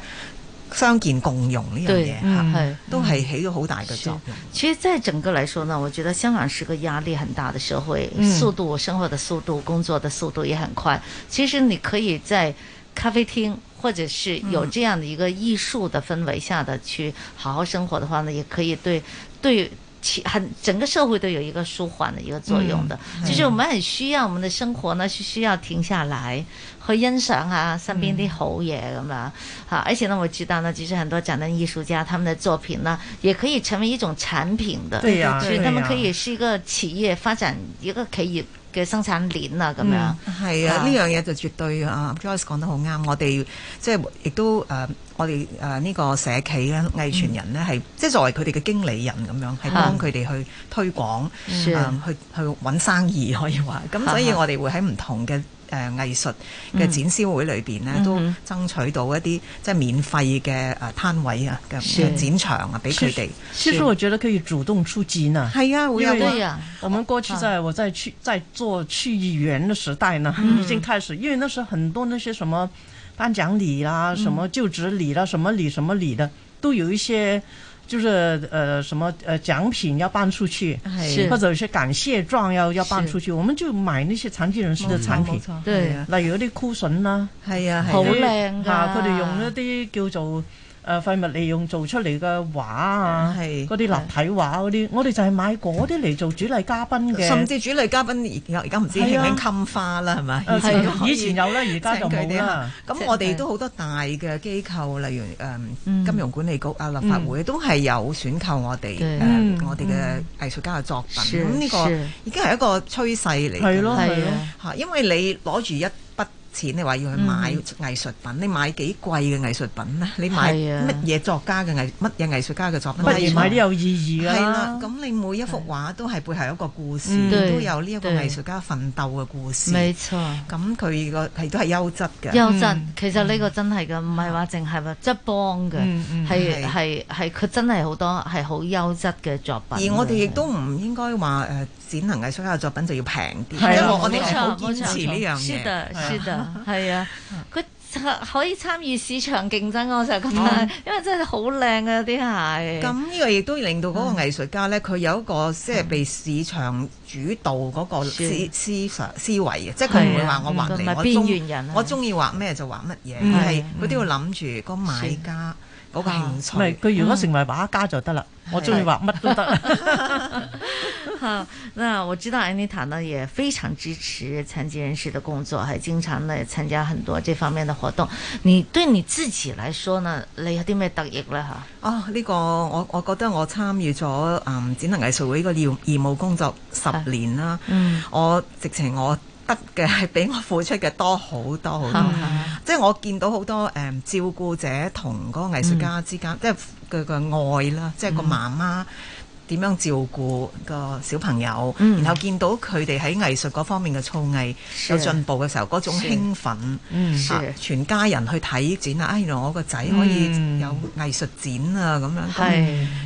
S23: 相見共融呢樣
S10: 對
S23: 嘢
S10: 嗯
S23: 嚇
S10: 係，
S23: 都係起咗好大嘅作用。
S10: 其實，在整個來說呢，我覺得香港是個壓力很大的社会，
S23: 嗯
S10: 速度、生活的速度、工作的速度也很快。其实你可以在咖啡厅，或者是有
S11: 嗯
S10: 这样的一个艺术的氛围下的去好好生活的话呢，也可以对对。其很整个社会都有一个舒缓的一个作用的，
S11: 嗯
S10: 就是我们很需要我们的生活呢是需要停下来去欣赏啊身边啲好嘢咁啦，
S23: 嗯
S10: 好，而且呢我知道呢，其实很多展览艺术家他们的作品呢也可以成为一种产品的。
S11: 对呀
S10: 所以
S11: 对
S10: 他们
S11: 呀
S10: 可以是一個企業發展一個企業嘅生產鏈啊，咁樣
S23: 嗯係啊，呢樣嘢就絕對啊，Joyce 講得好啱。我哋即係亦都誒、呃我哋誒呢個社企咧，藝傳人咧係即係作為佢哋嘅經理人咁樣，係
S10: 啊
S23: 幫佢哋去推廣，
S10: 是
S23: 嗯去去揾生意可以話。咁所以
S10: 啊
S23: 我哋會喺唔同嘅。誒藝術嘅展銷會裏邊咧，
S10: 嗯
S23: 都爭取到一啲即係免費嘅誒攤位啊嘅
S2: 是
S23: 展場啊，俾佢哋。
S2: 其实我觉得可以主动出击呢。
S23: 是啊我
S2: 因
S23: 要
S2: 为
S23: 对呀
S2: 我们过去在我在去在做区议员的时代呢，
S23: 嗯
S2: 已经开始，因为那时候很多那些什么颁奖礼啦、
S13: 嗯
S2: 什么就职礼啦、什么礼什么礼的，都有一些。就是呃什么呃奖品要搬出去
S13: 是，
S2: 或者有些感谢状要要搬
S13: 是
S2: 出去，我们就买那些残疾人士的
S23: 嗯
S13: 冇錯
S2: 产品
S13: 冇錯，
S23: 對啊
S2: 例如嗰啲枯筍啦，
S23: 係啊
S10: 好靚㗎
S2: 嚇佢哋用一啲叫做誒廢物利用做出嚟嘅畫啊，嗰啲立體畫嗰啲，我哋就係買嗰啲嚟做主禮嘉賓嘅，啊
S23: 甚至主禮嘉賓而家而家唔知興唔興襟花啦，係咪？
S2: 係啊
S23: 都可以
S2: 以前有啦而家就
S23: 請
S2: 冇啦
S23: 佢哋啊咁
S2: 請
S23: 我哋都好多大嘅機構，例如
S10: 嗯
S23: 誒金融管理局啊、立法
S2: 嗯
S23: 會都係有選購我哋
S10: 對
S23: 誒
S10: 嗯
S23: 我哋嘅藝術家嘅作
S10: 是
S23: 品。咁呢
S10: 是
S23: 個已經係一個趨勢嚟㗎啦。
S10: 係咯係咯係啊
S23: 嚇，因為你攞住一筆錢，你話要去買
S2: 嗯
S23: 藝術品，你買幾貴嘅藝術品咧？你買
S2: 係啊
S23: 乜嘢作家嘅藝乜嘢藝術家嘅作品？
S2: 不如買啲有意義㗎
S23: 係
S2: 啦嗯
S23: 啦，。咁你每一幅畫都係背後有一個故事，
S10: 嗯對
S23: 都有呢一個
S10: 對
S23: 藝術家奮鬥嘅故事。
S10: 沒錯。
S23: 咁佢個係都係優質嘅。
S10: 優質，
S23: 嗯
S10: 其實呢個真係嘅，唔係話淨係話即係幫嘅
S23: 嗯嗯，
S10: 係
S23: 係
S10: 係係佢真係好多係好優質嘅作品。
S23: 而我哋亦都唔應該話誒呃展能藝術家嘅作品就要平啲，因
S10: 係
S23: 為
S10: 啊
S23: 我哋係好啊
S10: 冇錯
S23: 堅持呢樣嘢。
S10: 冇錯是
S23: 係啊
S10: 的，是的，係啊，佢可以參與市場競爭，我就覺得，因為真係好靚啊啲鞋。
S23: 咁呢個亦都令到嗰個藝術家咧，佢有一個即係被市場主導嗰個思
S10: 嗯是
S23: 思想思維嘅，即係佢唔會話我畫
S10: 嗯佢唔係
S23: 嚟我
S10: 邊
S23: 中
S10: 緣人啊
S23: 我中意畫咩就畫乜嘢，
S2: 嗯
S23: 係佢都要諗住個買家嗰個興趣。嗯
S2: 唔係佢如果成為畫家就得啦，我中意畫乜都得。
S23: [LAUGHS]
S10: [LAUGHS] 好，那我知道 Anita 呢也非常支持残疾人士的工作，还经常呢参加很多这方面的活动。你对你自己来说呢，你有啲咩得益呢？吓？
S23: 哦，呢、個我我覺得我參與咗嗯展能藝術會呢個義義務工作十年啦，
S10: 嗯
S23: 我直情我得嘅係比我付出嘅多好多好多，即係我見到好多誒、嗯照顧者同嗰個藝術
S10: 嗯
S23: 家之間，即係佢嘅愛啦，即係個媽媽。點樣照顧個小朋友，
S10: 嗯
S23: 然後見到佢哋喺藝術嗰方面嘅造詣
S10: 是
S23: 有進步嘅時候，嗰種
S10: 是
S23: 興奮，
S10: 嗯
S23: 啊
S10: 是
S23: 全家人去睇展啊！哎原來我個仔可以有藝術展啊，咁樣
S10: 嗯係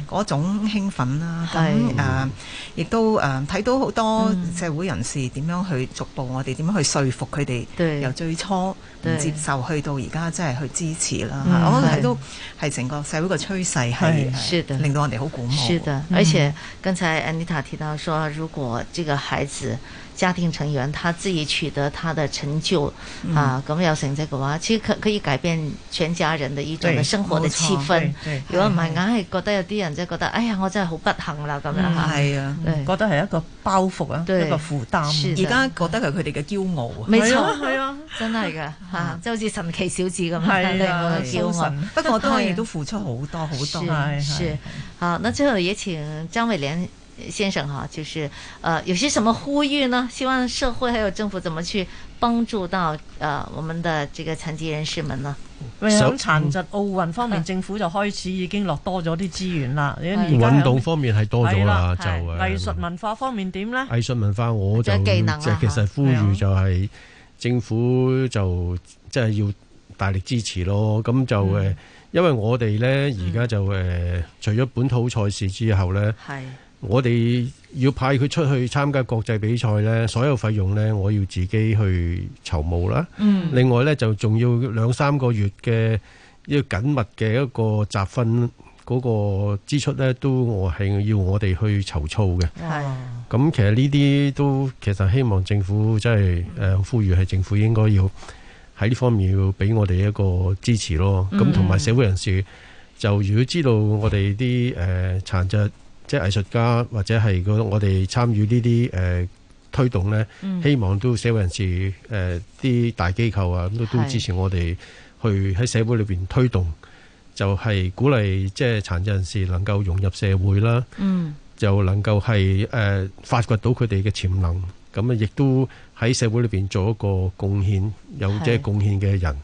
S23: 咁嗰種興奮啦。咁
S10: 係
S23: 誒，亦都誒睇到好多
S10: 嗯
S23: 社會人士點樣去逐步，我哋點樣去說服佢哋，
S10: 對
S23: 由最初唔
S10: 對
S23: 接受去到而家真係去支持啦。
S10: 嗯
S23: 我
S10: 係
S23: 睇到係成個社會嘅趨勢
S10: 係
S23: 係
S10: 是的
S23: 誒令到我哋好鼓舞。嗯
S10: 是的，
S2: 嗯
S10: 而且刚才 Anita 提到说，如果这个孩子家庭成员他自己取得他的成就、
S23: 嗯
S10: 啊，咁有成績嘅話，其實可可以改變全家人的一種
S2: 嗯
S10: 嘅
S23: 對
S10: 生活的
S23: 冇
S10: 氣
S23: 錯
S10: 氛
S23: 對對。
S10: 如果唔係，硬係覺得有啲人即係覺得，哎呀，我真係好不幸啦咁樣
S2: 嗯
S10: 嚇。
S23: 啊
S10: 對
S2: 覺得係一個包袱啊，
S10: 對
S2: 一個負擔。
S10: 是的
S23: 而家覺得係佢哋嘅驕傲啊。
S10: 未錯，
S2: 係啊，
S10: 真係㗎嚇，即係好似神奇小子咁樣，
S2: 係啊
S10: 令我
S2: 係
S10: 驕傲 [LAUGHS]
S2: 神。
S23: 不過當然亦都
S10: 係啊
S23: 付出好多好
S10: 是
S23: 多。
S2: 哎
S10: 是，好，那最后也请张伟莲先生哈，就是呃，有些什么呼吁呢？希望社会还有政府怎么去帮助到呃我们的这个残疾人士们呢？
S2: 喂，
S28: 首
S2: 響殘疾奧運方面，政府就開始已經落多咗啲資源啦。而家響
S28: 運動方面係多咗啦，就呃
S2: 係
S28: 誒
S2: 藝術文化方面點咧？
S28: 藝術文化我就
S2: 啊或者技能啊啊
S28: 即係其實呼籲就係政府就即係要大力支持咯。咁就
S2: 嗯
S28: 誒，因為我哋咧而家就誒，除咗本土賽事之後咧，
S10: 係
S28: 我哋要派佢出去參加國際比賽咧，所有費用咧我要自己去籌募啦。
S11: 嗯
S28: 另外咧就仲要兩三個月嘅一個緊密嘅一個集訓嗰個支出咧，都我係要我哋去籌措嘅。
S10: 係
S28: 咁其實呢啲都其實希望政府即係誒呼籲係政府應該要喺呢方面要俾我哋一個支持咯。
S13: 嗯
S28: 咁同埋社會人士就如果知道我哋啲誒殘疾即係藝術家或者係個我哋參與呢啲誒推動呢，
S13: 嗯
S28: 希望都社會人士誒啲、大機構啊咁都都
S13: 係
S28: 支持我哋去喺社會裏邊推動，就係、鼓勵即係殘疾人士能夠融入社會啦。
S10: 嗯
S28: 就能夠係誒、呃發掘到佢哋嘅潛能，咁啊亦都喺社會裏邊做一個貢獻，有
S10: 係
S28: 即係貢獻嘅人，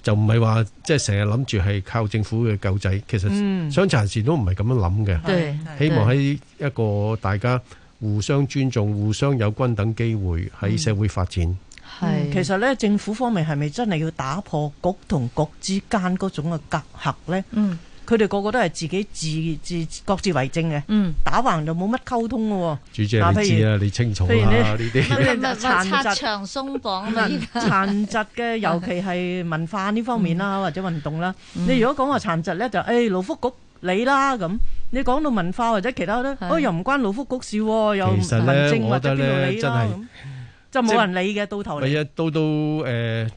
S28: 就唔係話即係成日諗住係靠政府嘅救濟，其實
S10: 嗯
S28: 傷殘人士都唔係咁樣諗嘅。
S10: 對
S28: 希望
S10: 對
S28: 喺一個大家互相尊重、互相有均等機會喺社會發展。
S2: 嗯其實咧，政府方面係咪真係要打破局同局之間嗰種嘅隔閡咧？
S10: 嗯，
S2: 佢哋個個都係自己自自各自為政嘅，
S10: 嗯，
S2: 打橫就冇乜溝通嘅喎。
S28: 主席
S2: 嗱
S28: 你知
S2: 譬
S28: 啦，
S2: 如
S28: 你清楚
S2: 譬如
S28: 啦呢
S2: 你 [LAUGHS]
S28: 啲。
S2: 譬如
S10: 咪
S2: 殘
S10: 拆
S2: 疾
S10: 牆鬆綁啊
S2: 咁
S10: 嘛，
S2: 啊
S10: 而家
S2: 殘疾嘅，尤其係文化呢方面啦，或者運動啦。
S10: 嗯
S2: 你如果講話殘疾咧，就誒勞福局你啦咁。你講到文化或者其他咧，哦又唔關勞福局事喎，又民
S28: 其實呢
S2: 政或
S28: 我
S2: 者
S28: 覺得
S2: 邊度
S28: 呢
S2: 理
S28: 真
S2: 啦
S28: 係
S2: 咁，就冇人理嘅到頭嚟。
S28: 咪啊，到到誒、呃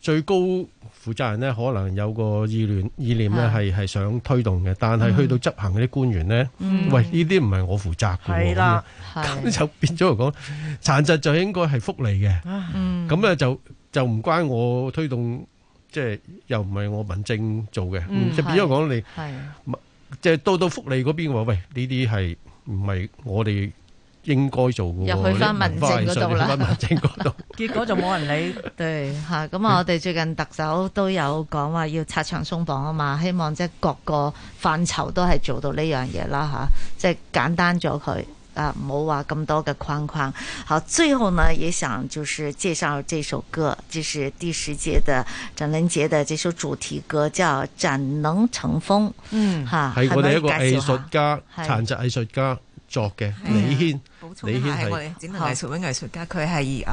S28: 最高負責人咧，可能有個意念意念咧，
S2: 係
S28: 係係想推動嘅，但係
S2: 嗯
S28: 去到執行嗰啲官員咧，
S2: 嗯
S28: 喂呢啲唔係我負責嘅喎，
S2: 係啦
S28: 咁
S2: 係
S28: 樣咁就變咗嚟講，殘疾就應該係福利嘅，
S2: 嗯
S28: 咁咧就就唔關我推動，即係又唔係我民政做嘅，
S2: 嗯
S28: 即係變咗講你。
S10: 係
S28: 即係到到福利嗰邊話，喂呢啲係唔係我哋應該做嘅喎？
S10: 又去返
S28: 你文
S10: 民
S28: 化
S10: 政
S28: 藝
S10: 嗰
S28: 術
S10: 度
S28: 你
S10: 啦
S28: 去返民政嗰度。
S2: 結果就冇人理。嗯
S10: 對嚇，咁啊，我哋最近特首都有講話要拆牆鬆綁啊嘛，希望即係各個範疇都係做到呢樣嘢啦吓，即係簡單咗佢。啊，唔好話咁多嘅框框。好，最後呢，也想就是介紹這首歌，這是第十屆的展能節的這首主題歌，叫《展能成風》。
S2: 嗯
S10: 嚇，
S28: 係我哋一個藝
S10: 係咪介紹下
S28: 術家，
S10: 係
S23: 啊
S28: 殘疾藝術家作嘅李軒，
S23: 重温下係我哋展能藝術會藝術家，佢係誒，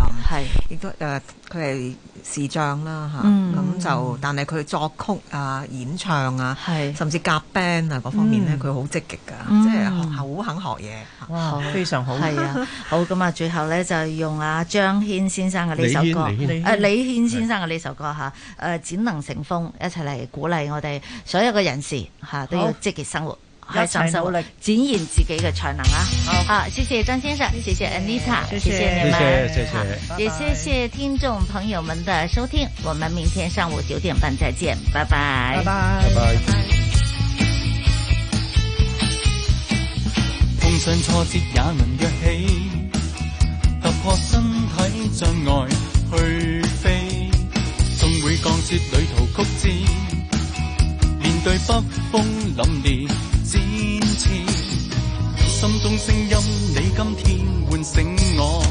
S23: 亦都誒，佢係視障啦嚇，
S10: 嗯
S23: 咁就但係佢作曲啊、演唱啊，
S10: 係
S23: 甚至夾 band 啊嗰方面咧，
S10: 嗯
S23: 佢好積極㗎，
S10: 嗯
S23: 即係學好肯學嘢。
S10: 哇
S23: 非常好
S10: 係啊，好咁啊，最後咧就用阿張軒先生嘅呢首歌，
S23: 李軒李軒
S10: 誒李軒先生嘅呢首歌嚇，誒展能成風，一齊嚟鼓勵我哋所有嘅人士嚇都要
S11: 好
S10: 積極生活，
S11: 一
S10: 開
S11: 齊
S10: 心生活，
S11: 努
S10: 展
S11: 力
S10: 現自己嘅才能啊！好，謝謝張先生，謝謝 Anita，謝謝你們，好也謝謝聽眾朋友們的收聽，我們明天上午九點半再見，拜拜，
S23: 拜拜
S13: 拜拜。
S21: 碰上挫折也能躍起，突破身體障礙去飛，縱會降雪旅途曲折，面對北風凛冽展翅，心中聲音你今天喚醒我，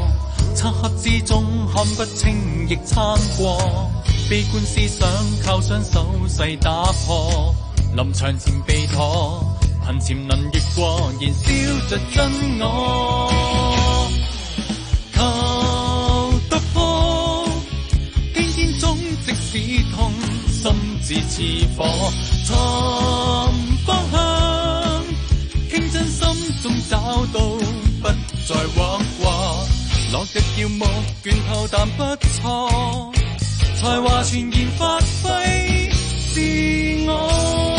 S21: 漆黑之中看不清亦撐過，悲觀思想靠雙手勢打破，臨場前備妥。憑潛能越過，燃燒着真我。求突破，天天中即使痛，心自似火。尋方向，傾真心中找到，不再枉過。落日耀目，倦透但不錯，才華全然發揮自我。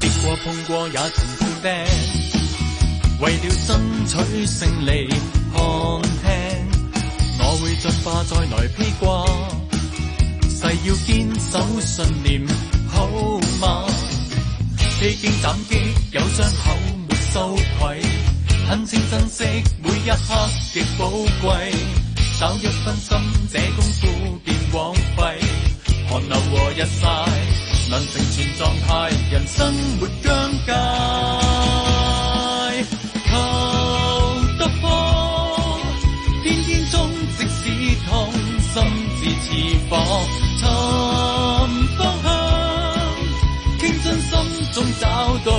S21: 跌過碰過也曾負釘，為了爭取勝利看輕，我會進化再來披掛，誓要堅守信念，好嗎？披荊斬棘有傷口沒羞愧，懇請珍惜每一刻極寶貴，稍一分心這功夫便枉費。寒流和日曬，能成全狀態，人生沒疆界。求突破，天天中即使痛，心自似火，尋方向，傾真心總找到，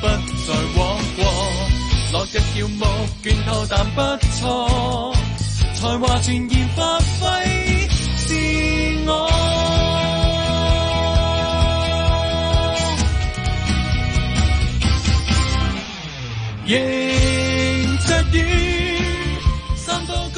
S21: 不再枉過。落日耀目，倦透但不錯，才華全然